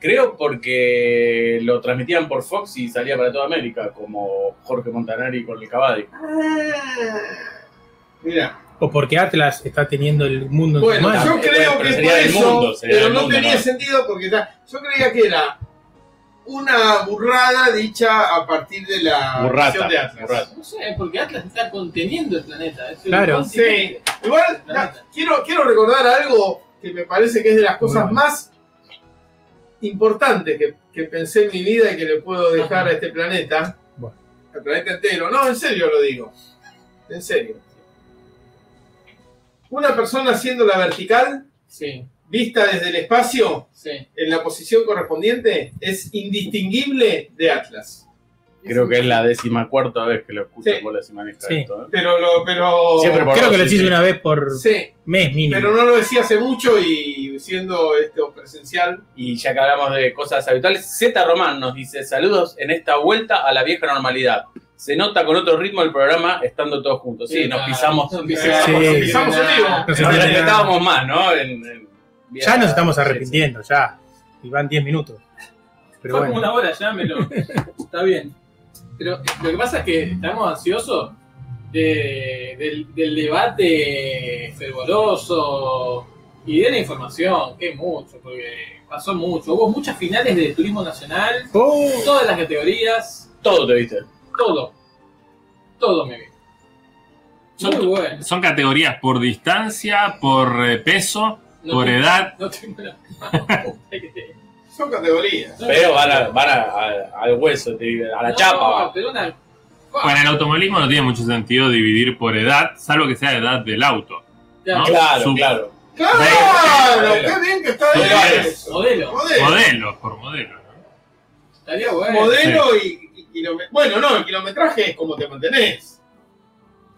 Speaker 4: creo porque lo transmitían por Fox y salía para toda América, como Jorge Montanari con el Cavadi.
Speaker 3: mira.
Speaker 5: O porque Atlas está teniendo el mundo en
Speaker 3: Bueno,
Speaker 5: sus manos.
Speaker 3: yo creo que
Speaker 4: bueno, pero
Speaker 3: es
Speaker 4: sería
Speaker 3: por
Speaker 4: del
Speaker 3: eso,
Speaker 4: mundo, sería
Speaker 3: pero
Speaker 4: del
Speaker 3: no
Speaker 4: mundo,
Speaker 3: tenía
Speaker 4: ¿no?
Speaker 3: sentido porque está- yo creía que era una burrada dicha a partir de
Speaker 5: Ah,
Speaker 3: la
Speaker 4: Burrata,
Speaker 3: visión de Atlas.
Speaker 4: burrata.
Speaker 6: No sé, porque Atlas está conteniendo el planeta. Es el
Speaker 5: Claro.
Speaker 6: continente.
Speaker 3: Igual, na- quiero, quiero recordar algo que me parece que es de las cosas
Speaker 5: bueno.
Speaker 3: más importantes que, que pensé en mi vida y que le puedo dejar a este planeta.
Speaker 5: Bueno.
Speaker 3: Al planeta entero. No, en serio lo digo. En serio. Una persona haciendo la vertical,
Speaker 6: Sí,
Speaker 3: vista desde el espacio,
Speaker 6: sí.
Speaker 3: en la posición correspondiente, es indistinguible de Atlas.
Speaker 4: Creo que es la décima cuarta vez que lo escuchan
Speaker 3: Sí.
Speaker 4: por la semanista
Speaker 5: Sí.
Speaker 4: esto, ¿eh?
Speaker 3: Pero lo, pero.
Speaker 4: Siempre por-
Speaker 5: Creo que lo
Speaker 4: sí, sí.
Speaker 5: hice una vez por
Speaker 3: Sí,
Speaker 5: mes mínimo.
Speaker 3: pero no lo decía hace mucho y siendo esto presencial,
Speaker 4: Y ya que hablamos de cosas habituales, Z Román nos dice saludos en esta vuelta a la vieja normalidad. Se nota con otro ritmo el programa estando todos juntos. Sí, nos pisamos.
Speaker 6: Nos
Speaker 3: pisamos,
Speaker 5: nos
Speaker 3: pisamos en vivo.
Speaker 6: Ah,
Speaker 5: No se
Speaker 4: Nos
Speaker 5: entiende nada.
Speaker 4: respetábamos más, ¿no? En- en-
Speaker 5: ya nos estamos
Speaker 4: Sí, sí.
Speaker 5: arrepintiendo, ya. Y van 10 minutos. pero
Speaker 6: Fue
Speaker 5: bueno.
Speaker 6: como una hora, llámelo. Está bien. Pero eh, lo que pasa es que estamos ansiosos de- del, del debate fervoroso y de la información, que mucho, porque pasó mucho. Hubo muchas finales de turismo nacional,
Speaker 5: ¡Oh!
Speaker 6: todas las categorías,
Speaker 4: Todo te viste.
Speaker 6: todo. Todo me vi.
Speaker 7: Son-
Speaker 6: Muy bueno.
Speaker 7: Son categorías por distancia, por eh, peso,
Speaker 6: No
Speaker 7: por
Speaker 6: tengo-
Speaker 7: edad.
Speaker 6: No tengo la No,
Speaker 3: Son categorías.
Speaker 4: Pero van, a- van a- a- al hueso, te vive, a la
Speaker 6: no,
Speaker 4: chapa. va.
Speaker 6: pero una-
Speaker 7: Para el automovilismo no tiene mucho sentido dividir por edad, salvo que sea edad del auto.
Speaker 6: ya,
Speaker 4: Claro,
Speaker 7: Sub-
Speaker 4: claro.
Speaker 3: ¡Claro!
Speaker 4: Modelo.
Speaker 3: ¡Qué bien que está
Speaker 7: Sí,
Speaker 3: eso!
Speaker 6: Modelo.
Speaker 3: Modelo.
Speaker 7: Modelos, por modelos. ¿no?
Speaker 6: Estaría bueno.
Speaker 3: Modelo y, y kilome- Bueno, no, el kilometraje es como te mantenés.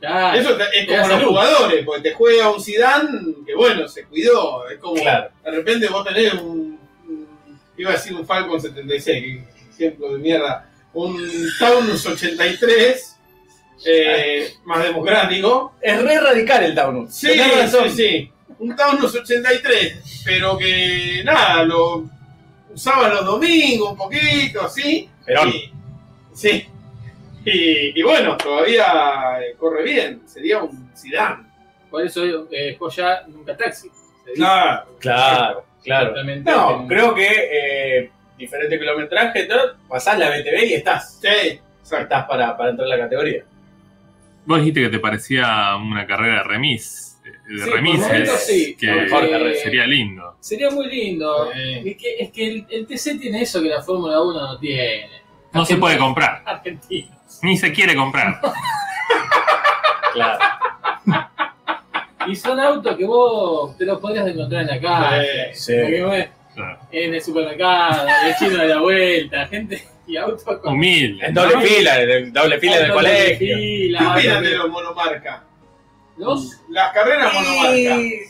Speaker 6: Ya,
Speaker 3: Eso te- es
Speaker 6: te da
Speaker 3: como los
Speaker 6: salud.
Speaker 3: jugadores, porque te juega un Zidane que bueno, se cuidó. Es como
Speaker 4: Claro.
Speaker 3: de repente vos tenés un, un- iba a decir un Falcon 76, ejemplo de mierda, un Taunus 83, eh, más democrático.
Speaker 4: Es re radical el Taunus.
Speaker 3: Sí,
Speaker 4: Tenés razón.
Speaker 3: sí, sí. Un Taunus 83, pero que nada, lo usaba los domingos un poquito, así.
Speaker 4: Perón.
Speaker 3: Y- sí. Y, y bueno, todavía eh, corre bien. Sería un Zidane.
Speaker 6: Por eso eh, joya nunca taxi. Se dice
Speaker 3: Claro.
Speaker 4: Claro, claro.
Speaker 6: totalmente
Speaker 4: No,
Speaker 6: en-
Speaker 4: creo que eh, diferente kilometraje, tal, pasás la BTV y estás.
Speaker 3: Sí, exacto.
Speaker 4: Estás para, para entrar en la categoría.
Speaker 7: Vos dijiste que te parecía una carrera de remis. eh, De
Speaker 6: Sí, por
Speaker 7: remises,
Speaker 6: momentos sí.
Speaker 7: que
Speaker 4: Lo mejor que re-
Speaker 7: sería lindo.
Speaker 6: Sería muy lindo.
Speaker 3: Sí.
Speaker 6: Es que, es que el, el TC tiene eso que la Fórmula 1 no tiene.
Speaker 7: No se puede comprar,
Speaker 6: Argentina.
Speaker 7: ni se quiere comprar.
Speaker 4: Claro.
Speaker 6: Y son autos que vos te los podrías encontrar en la calle.
Speaker 4: Sí.
Speaker 6: Porque, bueno,
Speaker 7: Claro.
Speaker 6: En el supermercado, en el chino de la vuelta, gente y autos con
Speaker 7: Humilde.
Speaker 4: En
Speaker 7: ¿no?
Speaker 4: doble fila, en doble fila del
Speaker 6: autos doble
Speaker 4: colegio.
Speaker 6: fila,
Speaker 3: ¿Qué opinan
Speaker 6: autos
Speaker 3: de
Speaker 6: que-
Speaker 3: los monomarca?
Speaker 6: ¿Los?
Speaker 3: Las carreras monomarca.
Speaker 4: Y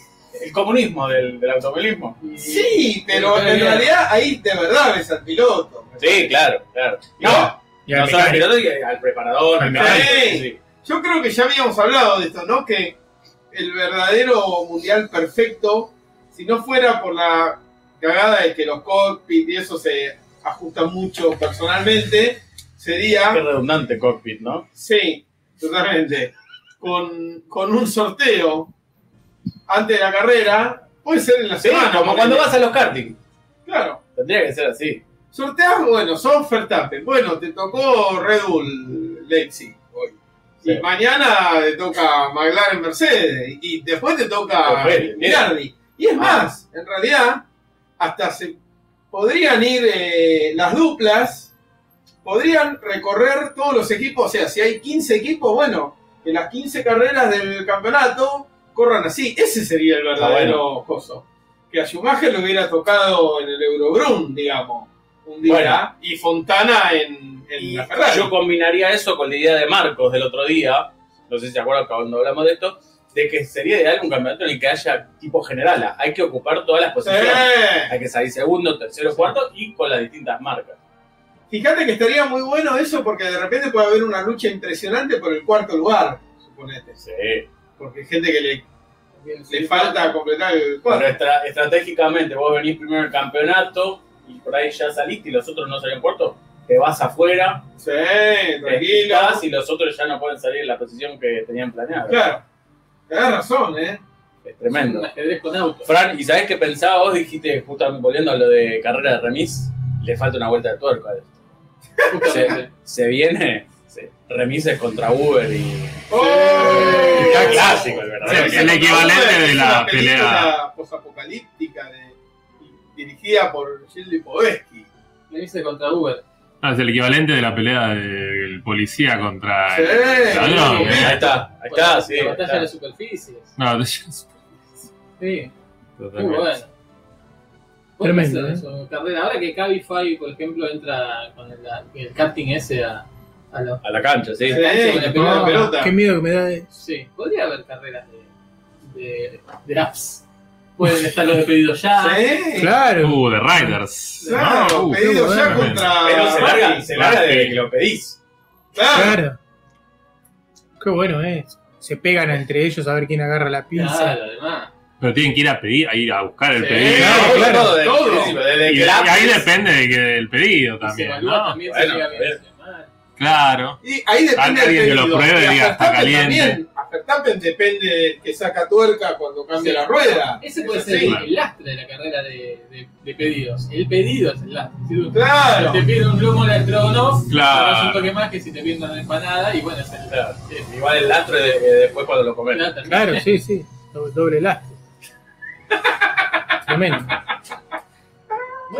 Speaker 4: El comunismo del, del automovilismo.
Speaker 6: Y-
Speaker 3: Sí, pero
Speaker 6: Pero
Speaker 3: en
Speaker 6: bien.
Speaker 3: realidad ahí de verdad ves al piloto.
Speaker 4: Sí, claro, claro. No,
Speaker 3: No.
Speaker 5: Y al
Speaker 4: no solo al
Speaker 5: mecánico.
Speaker 4: piloto, y al preparador, al
Speaker 5: Sí.
Speaker 4: mecánico. sí.
Speaker 3: Yo creo que ya habíamos hablado de esto, ¿no? Que el verdadero mundial perfecto, si no fuera por la cagada de que los cockpits y eso se ajustan mucho personalmente, sería.
Speaker 4: Qué redundante cockpit, ¿no?
Speaker 3: Sí, totalmente. Con, con un sorteo antes de la carrera, puede ser en la
Speaker 4: Sí,
Speaker 3: semana.
Speaker 4: como
Speaker 3: ponele.
Speaker 4: cuando vas a los karting.
Speaker 3: Claro.
Speaker 4: Tendría que ser así.
Speaker 3: Sorteas, bueno, son Verstappen. Bueno, te tocó Red Bull Leipzig hoy.
Speaker 4: Sí.
Speaker 3: Y mañana te toca McLaren Mercedes. Y después te toca
Speaker 4: Ojalá,
Speaker 3: Minardi. Y es más, en realidad, hasta se podrían ir eh, las duplas, podrían recorrer todos los equipos. O sea, si hay 15 equipos, bueno, que las 15 carreras del campeonato corran así. Ese sería el verdadero coso. Que a Schumacher le hubiera tocado en el Eurobrum, digamos, un día.
Speaker 4: Bueno.
Speaker 3: Y Fontana en, en
Speaker 4: Y
Speaker 3: la Ferrari.
Speaker 4: yo combinaría eso con la idea de Marcos del otro día, no sé si se acuerdan cuando hablamos de esto, de que sería ideal un campeonato en el que haya tipo general, hay que ocupar todas las
Speaker 3: Sí.
Speaker 4: posiciones, hay que salir segundo, tercero, cuarto y con las distintas marcas.
Speaker 3: Fíjate que estaría muy bueno eso porque de repente puede haber una lucha impresionante por el cuarto lugar, suponete.
Speaker 4: Sí.
Speaker 3: Porque hay gente que le,
Speaker 6: Bien, sí.
Speaker 3: le falta completar el
Speaker 4: Pero
Speaker 3: cuadro.
Speaker 4: estra- estratégicamente vos venís primero en el campeonato y por ahí ya saliste y los otros no salen cuarto, te vas afuera,
Speaker 3: Sí,
Speaker 4: te
Speaker 3: tranquilo.
Speaker 4: quitás y los otros ya no pueden salir en la posición que tenían planeada.
Speaker 3: Claro. Tenés razón, ¿eh?
Speaker 4: Es
Speaker 6: Un
Speaker 4: tremendo.
Speaker 6: ajedrez con autos.
Speaker 4: Fran, ¿y sabés qué pensaba? Vos dijiste, justamente volviendo a lo de carrera de remis, le falta una vuelta de tuerca.
Speaker 6: Justamente.
Speaker 4: Se viene se- remises contra Uber y.
Speaker 6: ¡Eh!
Speaker 3: ¡Oh!
Speaker 4: Ya clásico, el verdadero.
Speaker 7: Sí, el equivalente de la
Speaker 3: Una película
Speaker 7: pelea.
Speaker 3: posapocalíptica de- dirigida por Gilles Povesky.
Speaker 6: Me dice contra Uber.
Speaker 7: Ah, es el equivalente de la pelea del policía contra.
Speaker 3: Sí.
Speaker 7: el ladrón,
Speaker 6: Sí.
Speaker 7: ¿eh?
Speaker 4: Ahí está, ahí está, sí.
Speaker 6: La
Speaker 4: ahí
Speaker 6: batalla
Speaker 4: está.
Speaker 6: de las superficies.
Speaker 7: No, es-
Speaker 6: Sí, muy
Speaker 7: totalmente.
Speaker 6: bueno. ¿Vos
Speaker 5: Tremendo,
Speaker 6: pensás de su carrera? Ahora que Cabify, por ejemplo, entra con el, el karting ese a, a los.
Speaker 4: A la cancha, sí.
Speaker 3: Sí,
Speaker 6: Sí,
Speaker 3: que pegó
Speaker 6: no,
Speaker 3: la pelota.
Speaker 5: Ah, Qué miedo que me da. eh.
Speaker 6: Sí, podría haber carreras de, de, de apps. Pueden estar los de pedido ya.
Speaker 3: Sí,
Speaker 5: Claro.
Speaker 7: Uh, The Riders.
Speaker 3: claro,
Speaker 7: Uh,
Speaker 3: pedido
Speaker 5: qué
Speaker 3: ya
Speaker 5: bueno.
Speaker 3: contra.
Speaker 4: Pero
Speaker 6: Ah,
Speaker 4: se larga,
Speaker 3: Barry.
Speaker 4: se larga desde que lo pedís.
Speaker 3: Claro.
Speaker 5: Claro. Qué bueno, eh. Se pegan entre ellos a ver quién agarra la pinza.
Speaker 6: Claro, además.
Speaker 7: Pero tienen que ir a pedir, a ir a buscar el
Speaker 4: Sí,
Speaker 7: pedido.
Speaker 5: claro, claro,
Speaker 4: todo, desde el
Speaker 3: todo.
Speaker 4: principio, desde
Speaker 7: Y,
Speaker 4: que
Speaker 7: de-
Speaker 4: la-
Speaker 7: y ahí depende de que- del pedido
Speaker 6: se
Speaker 7: también,
Speaker 6: evalúa
Speaker 7: ¿no?
Speaker 6: también si
Speaker 4: Bueno,
Speaker 6: llega bien
Speaker 4: pero-
Speaker 6: mal.
Speaker 7: Claro.
Speaker 3: Y ahí depende
Speaker 7: Alguien
Speaker 3: del
Speaker 7: que lo
Speaker 3: pedido.
Speaker 7: pruebe,
Speaker 3: Y a
Speaker 7: diga, está
Speaker 3: Verstappen
Speaker 7: caliente.
Speaker 3: También, a Verstappen depende del que saca tuerca cuando cambia
Speaker 6: Sí.
Speaker 3: la rueda.
Speaker 6: Ese puede
Speaker 3: Eso
Speaker 6: ser
Speaker 3: sí.
Speaker 6: el- el lastre de la carrera de, de- de pedidos. El pedido es el lastre. sin duda.
Speaker 3: Claro.
Speaker 6: Si te piden un lomo la Trogonoff,
Speaker 7: Claro.
Speaker 6: es un toque más que si te piden una empanada y bueno, es el
Speaker 4: Claro, sí, Igual el lastre de- de después cuando lo comen.
Speaker 6: lastre.
Speaker 5: Claro, sí, sí. Do- Doble lastre. Tremendo.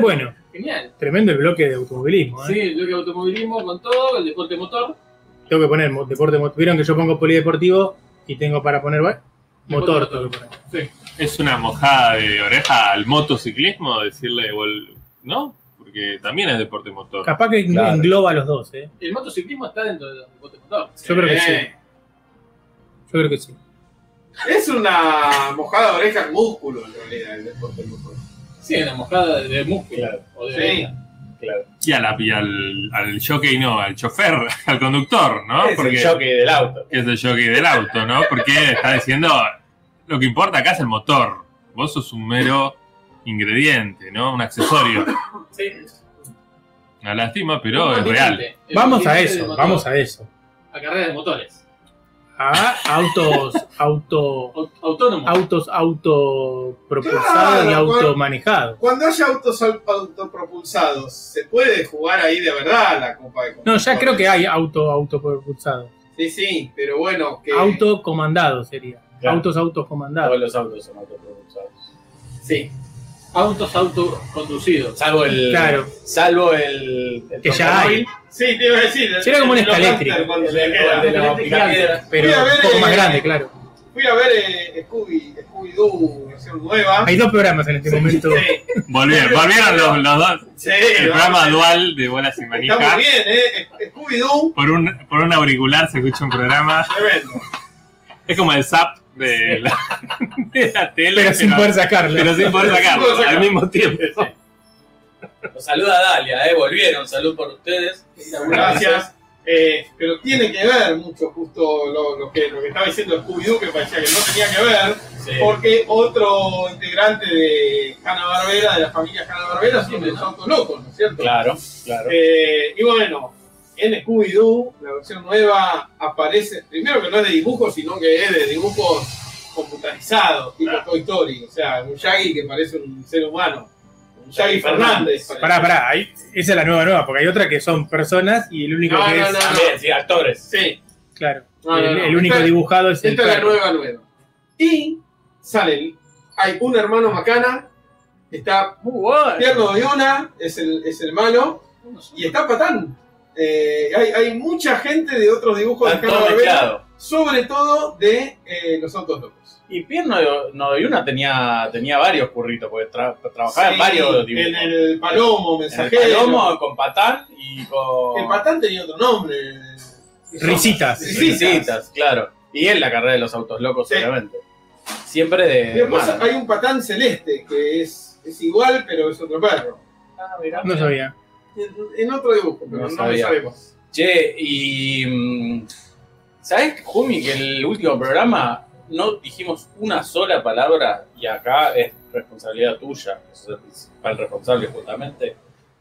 Speaker 5: Bueno,
Speaker 6: Genial.
Speaker 5: tremendo el bloque de automovilismo. ¿eh?
Speaker 6: Sí, lo que automovilismo con todo, el deporte motor.
Speaker 5: Tengo que poner mo- deporte motor. Vieron que yo pongo polideportivo y tengo para poner ba- motor.
Speaker 6: Deporte
Speaker 5: tengo que poner.
Speaker 7: Es una mojada de oreja al motociclismo decirle, vol- ¿no? Porque también es deporte motor.
Speaker 5: Capaz que
Speaker 4: Claro.
Speaker 5: engloba los dos, ¿eh?
Speaker 6: El motociclismo está dentro del deporte motor.
Speaker 5: Yo creo que sí.
Speaker 3: Eh,
Speaker 5: Yo creo que sí.
Speaker 3: Es una mojada de oreja en músculo, en realidad, el deporte motor.
Speaker 6: Sí, una mojada de, de músculo.
Speaker 4: Claro.
Speaker 6: O de
Speaker 3: Sí.
Speaker 6: vena.
Speaker 7: Y, a la- y al, al jockey no, al chofer, al conductor, ¿no?
Speaker 4: Es el choque del auto.
Speaker 7: que es el jockey del auto, ¿no? Porque está diciendo, lo que importa acá es el motor. Vos sos un mero ingrediente, ¿no? Un accesorio.
Speaker 6: Sí.
Speaker 7: Una lástima, pero
Speaker 6: Un
Speaker 7: es real.
Speaker 6: continente, el
Speaker 5: Vamos a
Speaker 6: continente del
Speaker 5: eso,
Speaker 6: motor,
Speaker 5: vamos a eso.
Speaker 6: A carreras de motores.
Speaker 5: A autos, auto,
Speaker 6: Au- Autónomo.
Speaker 5: autos autopropulsados y
Speaker 3: Claro,
Speaker 5: automanejados.
Speaker 3: Cuando haya autos al- autopropulsados, ¿se puede jugar ahí de verdad la Copa de
Speaker 5: No, ya
Speaker 3: Constructores?
Speaker 5: creo que hay auto autopropulsados.
Speaker 3: Sí, sí, pero bueno, que.
Speaker 5: Autocomandados sería.
Speaker 4: Claro.
Speaker 5: Autos autocomandados.
Speaker 4: Todos los autos son autoproducidos.
Speaker 3: Sí.
Speaker 6: Autos autoconducidos.
Speaker 4: Salvo el.
Speaker 5: Claro.
Speaker 4: Salvo el. el
Speaker 5: Que ya hay.
Speaker 4: automóvil,
Speaker 3: Sí, te iba a decir.
Speaker 5: Sería como un
Speaker 3: el- el-
Speaker 5: eléctrico.
Speaker 3: el- cuando
Speaker 4: el
Speaker 3: se
Speaker 4: de-
Speaker 3: queda.
Speaker 4: el de la picapiedra.
Speaker 5: Pero
Speaker 3: Voy a
Speaker 5: un
Speaker 3: ver,
Speaker 5: poco
Speaker 3: eh,
Speaker 5: más grande, claro.
Speaker 3: Fui a ver eh, Scooby, Scooby-Doo, versión nueva.
Speaker 5: Hay dos programas en este momento.
Speaker 3: Sí,
Speaker 7: Volvieron, volvieron los, los dos.
Speaker 3: sí,
Speaker 7: El
Speaker 3: va.
Speaker 7: programa dual de Bolas y
Speaker 3: Está muy
Speaker 7: Manijas.
Speaker 3: bien, ¿eh? Scooby-Doo,
Speaker 7: Por un, por un auricular se escucha un programa.
Speaker 3: tremendo.
Speaker 7: Es como el zap de la, de la tele.
Speaker 5: Pero sin poder sacarlo.
Speaker 7: pero sin poder sacarlo
Speaker 3: Sin poder
Speaker 7: al
Speaker 3: sacarlo.
Speaker 7: mismo tiempo.
Speaker 4: Los saluda Dalia, eh. Volvieron. Salud por ustedes.
Speaker 3: Gracias. Eh, pero tiene que ver mucho justo lo, lo que, lo que estaba diciendo Scooby-Doo, que parecía que no tenía que ver,
Speaker 4: Sí.
Speaker 3: porque otro integrante de Hanna-Barbera, de la familia Hanna-Barbera, son los autos locos, ¿no es cierto?
Speaker 4: Claro, claro.
Speaker 3: Eh, y bueno, en Scooby-Doo, la versión nueva, aparece, primero que no es de dibujos, sino que es de dibujos computarizados, tipo Toy Story, o sea, un Shaggy que parece un ser humano, un Shaggy Fernández. parece.
Speaker 5: Pará, pará. ahí- esa es la nueva nueva, porque hay otra que son personas y el único
Speaker 3: No,
Speaker 5: que
Speaker 3: no,
Speaker 5: es.
Speaker 3: no.
Speaker 4: También, sí, actores.
Speaker 3: Sí,
Speaker 5: Claro.
Speaker 3: No,
Speaker 5: el,
Speaker 3: no, no.
Speaker 5: el único
Speaker 3: Esta-
Speaker 5: dibujado es el.
Speaker 3: esta es la
Speaker 5: perro.
Speaker 3: nueva, nueva. Y salen, hay un hermano Macana, está
Speaker 5: Uh,
Speaker 6: Muy bueno.
Speaker 3: Pierno Viola, es el, es el malo, y está Patán. Eh, hay, hay mucha gente de otros dibujos
Speaker 4: Están
Speaker 3: de Hanna
Speaker 4: todos
Speaker 3: Barbera
Speaker 4: mezclados.
Speaker 3: sobre todo de eh, los autos locos.
Speaker 4: Y Pierno Nodoyuna tenía, tenía varios curritos, porque tra- trabajaba en
Speaker 3: Sí,
Speaker 4: varios dibujos.
Speaker 3: En el Palomo,
Speaker 4: En el
Speaker 3: Mensajero.
Speaker 4: Palomo, con Patán y con.
Speaker 3: El Patán tenía otro nombre.
Speaker 5: Risitas.
Speaker 4: Sí,
Speaker 3: Risitas.
Speaker 4: citas, claro. Y en la carrera de los autos locos,
Speaker 3: Sí.
Speaker 4: seguramente. Siempre de.
Speaker 3: Después
Speaker 4: mano.
Speaker 3: hay un Patán Celeste que es, es igual, pero es otro perro.
Speaker 5: No sabía.
Speaker 3: En, en otro dibujo, pero
Speaker 4: No
Speaker 3: no, lo
Speaker 4: sabía.
Speaker 3: sabemos.
Speaker 4: Che, y. ¿Sabes, Jumi, que en el último programa no dijimos una sola palabra? Y acá es responsabilidad tuya, que sos el principal responsable justamente,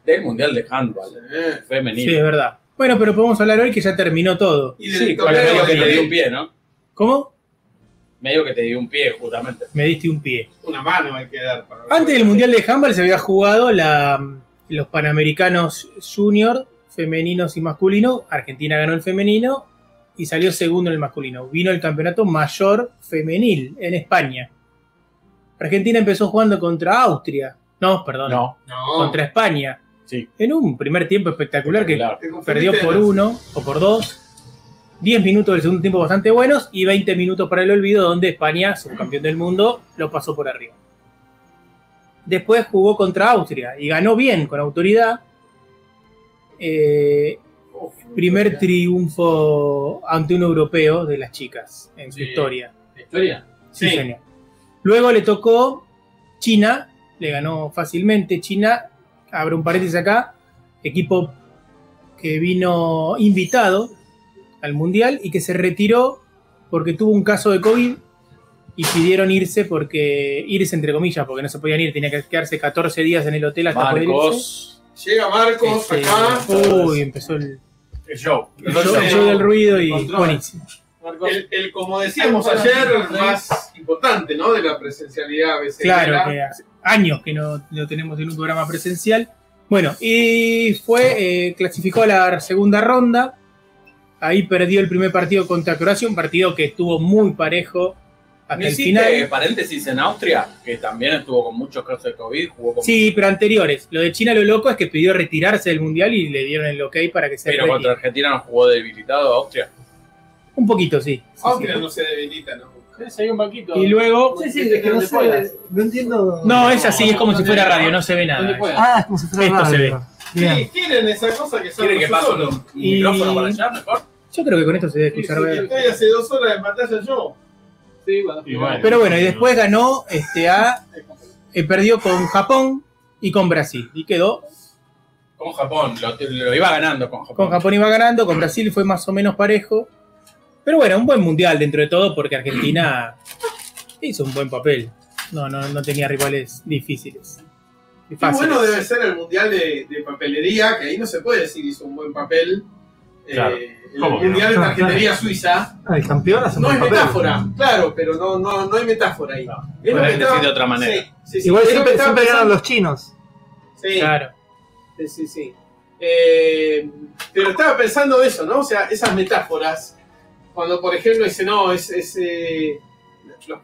Speaker 4: del Mundial de Handball
Speaker 3: Eh,
Speaker 5: Sí,
Speaker 4: femenino.
Speaker 5: es verdad. Bueno, pero podemos hablar hoy que ya terminó todo.
Speaker 3: Y del
Speaker 4: Sí, con
Speaker 3: torneo
Speaker 5: cuando
Speaker 4: medio
Speaker 5: digo
Speaker 4: que
Speaker 3: de
Speaker 4: te di
Speaker 3: Berlín,
Speaker 4: un pie, ¿no?
Speaker 5: ¿Cómo?
Speaker 4: Medio que te di un pie, justamente.
Speaker 5: Me diste un pie.
Speaker 3: una mano hay que dar. para-
Speaker 5: Antes del Mundial de Handball se había jugado la, los Panamericanos Junior, femeninos y masculinos. Argentina ganó el femenino y salió segundo en el masculino. Vino el campeonato mayor femenil en España. Argentina empezó jugando contra Austria. No, perdón,
Speaker 4: No,
Speaker 3: No,
Speaker 5: contra España.
Speaker 4: Sí.
Speaker 5: En un primer tiempo espectacular que
Speaker 4: claro.
Speaker 3: te confundiste
Speaker 5: perdió por
Speaker 3: de-
Speaker 5: uno o por dos. 10 minutos del segundo tiempo bastante buenos y 20 minutos para el olvido, donde España, subcampeón del mundo, lo pasó por arriba. Después jugó contra Austria y ganó bien, con autoridad. Eh, primer triunfo ante un europeo de las chicas en su
Speaker 6: Sí.
Speaker 5: historia.
Speaker 6: ¿La historia?
Speaker 5: Sí,
Speaker 3: Sí.
Speaker 5: señor. Luego le tocó China, le ganó fácilmente. China, abro un paréntesis acá, equipo que vino invitado al Mundial y que se retiró porque tuvo un caso de COVID y pidieron irse porque, irse entre comillas, porque no se podían ir, tenía que quedarse 14 días en el hotel hasta poder irse.
Speaker 4: Marcos.
Speaker 3: Llega Marcos
Speaker 5: Este,
Speaker 3: acá.
Speaker 5: uy, empezó el,
Speaker 2: El show.
Speaker 5: el show- el show del ruido y
Speaker 4: Control.
Speaker 5: buenísimo.
Speaker 4: Marcos.
Speaker 3: El, el, como decíamos ayer, el más importante, ¿no? De la presencialidad a veces.
Speaker 5: Claro, que hace años que no, no tenemos en un programa presencial. Bueno, y fue, eh, clasificó a la segunda ronda. Ahí perdió el primer partido contra Croacia, un partido que estuvo muy parejo hasta
Speaker 4: ¿No
Speaker 5: el
Speaker 4: hiciste
Speaker 5: final.
Speaker 4: paréntesis en Austria? Que también estuvo con muchos casos de COVID, jugó con...
Speaker 5: Sí, pero anteriores. Lo de China lo loco es que pidió retirarse del mundial y le dieron el ok para que se
Speaker 4: pero
Speaker 5: retire.
Speaker 4: contra Argentina no jugó debilitado Austria.
Speaker 5: Un poquito, sí. Sí,
Speaker 3: Austria no se debilita, ¿no?
Speaker 6: Hay un banquito.
Speaker 5: sí. Y luego.
Speaker 8: Sí, sí, es que no sé, no entiendo.
Speaker 5: No, es así, es como si
Speaker 6: ¿Dónde
Speaker 5: fuera
Speaker 6: juega?
Speaker 5: radio, no se ve
Speaker 6: ¿Dónde
Speaker 5: nada.
Speaker 6: juega?
Speaker 8: Ah, es como si fuera
Speaker 5: Esto
Speaker 8: radio.
Speaker 5: se ve.
Speaker 8: Bien.
Speaker 3: Sí, quieren esa cosa que son
Speaker 4: ¿Quiere que pase
Speaker 3: nosotros.
Speaker 4: un micrófono para allá mejor?
Speaker 5: Yo creo que con esto se debe
Speaker 3: Sí, sí,
Speaker 5: escuchar
Speaker 3: que
Speaker 5: bien.
Speaker 3: estoy hace dos horas de pantalla yo.
Speaker 6: Sí, bueno,
Speaker 7: Y bueno.
Speaker 5: Pero bueno, y después ganó este, a. eh, perdió con Japón y con Brasil. Y quedó.
Speaker 4: Con Japón, lo, lo iba ganando con Japón.
Speaker 5: Con Japón iba ganando, con Brasil fue más o menos parejo. Pero bueno, un buen mundial dentro de todo, porque Argentina hizo un buen papel. No, no, no tenía rivales difíciles. Y
Speaker 3: Qué
Speaker 5: fáciles.
Speaker 3: bueno debe ser el mundial de, de papelería, que ahí no se puede decir hizo un buen papel. Eh,
Speaker 7: Claro.
Speaker 3: el
Speaker 7: ¿Cómo que
Speaker 3: mundial de
Speaker 8: no?
Speaker 3: tarjetería suiza
Speaker 8: Ah, el campeón hace
Speaker 3: no
Speaker 8: un
Speaker 3: es
Speaker 8: papel.
Speaker 3: metáfora, claro, pero no, no, no hay metáfora ahí. Es lo
Speaker 4: Podés
Speaker 3: que estaba-
Speaker 4: decir de otra manera.
Speaker 3: Sí, sí, sí,
Speaker 8: Igual
Speaker 3: es lo que
Speaker 8: siempre,
Speaker 3: estaba
Speaker 8: siempre ganan
Speaker 3: pensando-
Speaker 8: los chinos.
Speaker 3: Sí,
Speaker 5: Claro.
Speaker 3: Sí, sí, sí. Eh, pero estaba pensando eso, ¿no? O sea, esas metáforas. Cuando, por ejemplo, dice, no, es, es, eh, los,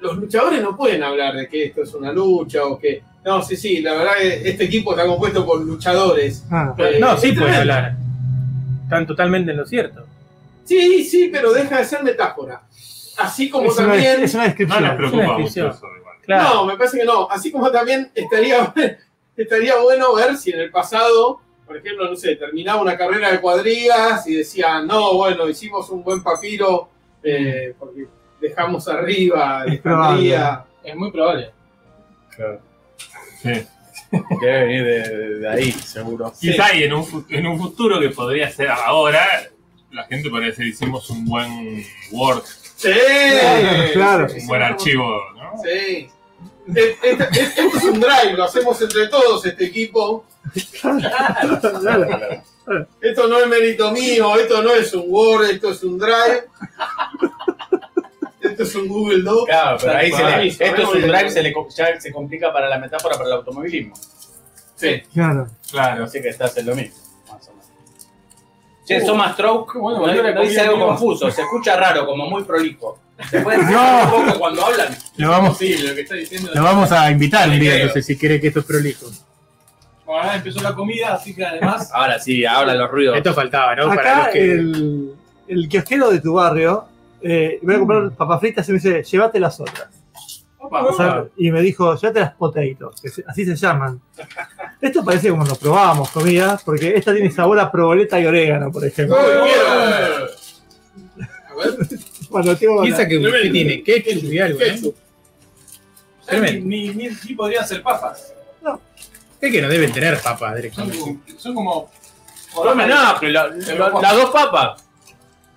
Speaker 3: los luchadores no pueden hablar de que esto es una lucha o que. No, sí, sí, la verdad que este equipo está compuesto por luchadores.
Speaker 8: Ah,
Speaker 3: Eh,
Speaker 5: No, sí
Speaker 3: es
Speaker 5: pueden
Speaker 3: tremendo.
Speaker 5: hablar. Están totalmente en lo cierto.
Speaker 3: Sí, sí, pero deja de ser metáfora. Así como
Speaker 8: es, una,
Speaker 3: también.
Speaker 8: es una
Speaker 7: No
Speaker 8: descripción.
Speaker 7: les preocupa mucho
Speaker 5: descripción.
Speaker 7: eso, igual.
Speaker 5: Claro.
Speaker 3: No, me parece que no. Así como también estaría, estaría bueno ver si en el pasado, por ejemplo, no sé, terminaba una carrera de cuadrigas y decían, no, bueno, hicimos un buen papiro eh, porque dejamos arriba a
Speaker 8: Es
Speaker 3: Alejandría.
Speaker 6: Es muy probable.
Speaker 7: Sí.
Speaker 4: Debe venir de, de ahí, seguro.
Speaker 7: Quizá y en un, fu- en un futuro que podría ser ahora, la gente podría decir, hicimos un buen Word,
Speaker 3: Sí,
Speaker 8: Claro, claro.
Speaker 3: Sí,
Speaker 7: un buen archivo, ¿no?
Speaker 3: Sí. Es- es- es- Esto es un drive, lo hacemos entre todos este equipo.
Speaker 4: Claro.
Speaker 3: Esto no es mérito mío, esto no es un Word, esto es un drive. Esto es un Google Doc.
Speaker 4: Claro, pero ahí se le,
Speaker 3: Claro.
Speaker 4: esto es un drive, se le, co- ya se complica para la metáfora para el automovilismo.
Speaker 3: Sí.
Speaker 8: Claro.
Speaker 7: Claro.
Speaker 4: Así que estás en lo mismo, más o menos. Che, Thomas Trouk, Uh. bueno,
Speaker 6: volvió la
Speaker 4: dice
Speaker 6: comida
Speaker 4: algo
Speaker 6: viva.
Speaker 4: confuso, se escucha raro, como muy prolijo. ¿Se puede decir un poco cuando hablan?
Speaker 8: Lo vamos,
Speaker 4: Sí, lo que está diciendo.
Speaker 8: lo vamos a invitar un día,
Speaker 4: Creo.
Speaker 8: entonces, si quiere que esto es prolijo.
Speaker 6: Ahora empezó la comida, así que además.
Speaker 4: Ahora sí, habla los ruidos.
Speaker 5: Esto faltaba, ¿no? Para
Speaker 8: Acá
Speaker 5: los
Speaker 3: eh,
Speaker 5: que-
Speaker 8: el, el kiosquero de tu barrio, eh, voy a comprar papas fritas y me dice, llévate las otras.
Speaker 4: Opa,
Speaker 8: O sea, y me dijo, llévate las potatoes, que se- así se llaman. Esto parece como nos probábamos comida, porque esta tiene sabor a proboleta y orégano, por ejemplo.
Speaker 3: A ver.
Speaker 8: Bueno, tengo
Speaker 5: Piensa que usted tiene ketchup y algo, ¿eh?
Speaker 3: Ketchup.
Speaker 5: Tremendo.
Speaker 6: Ni, ni, ni podrían ser papas.
Speaker 5: Es que no deben tener papas directamente.
Speaker 6: son como.
Speaker 4: Tome, no, pero la- la- las dos papas.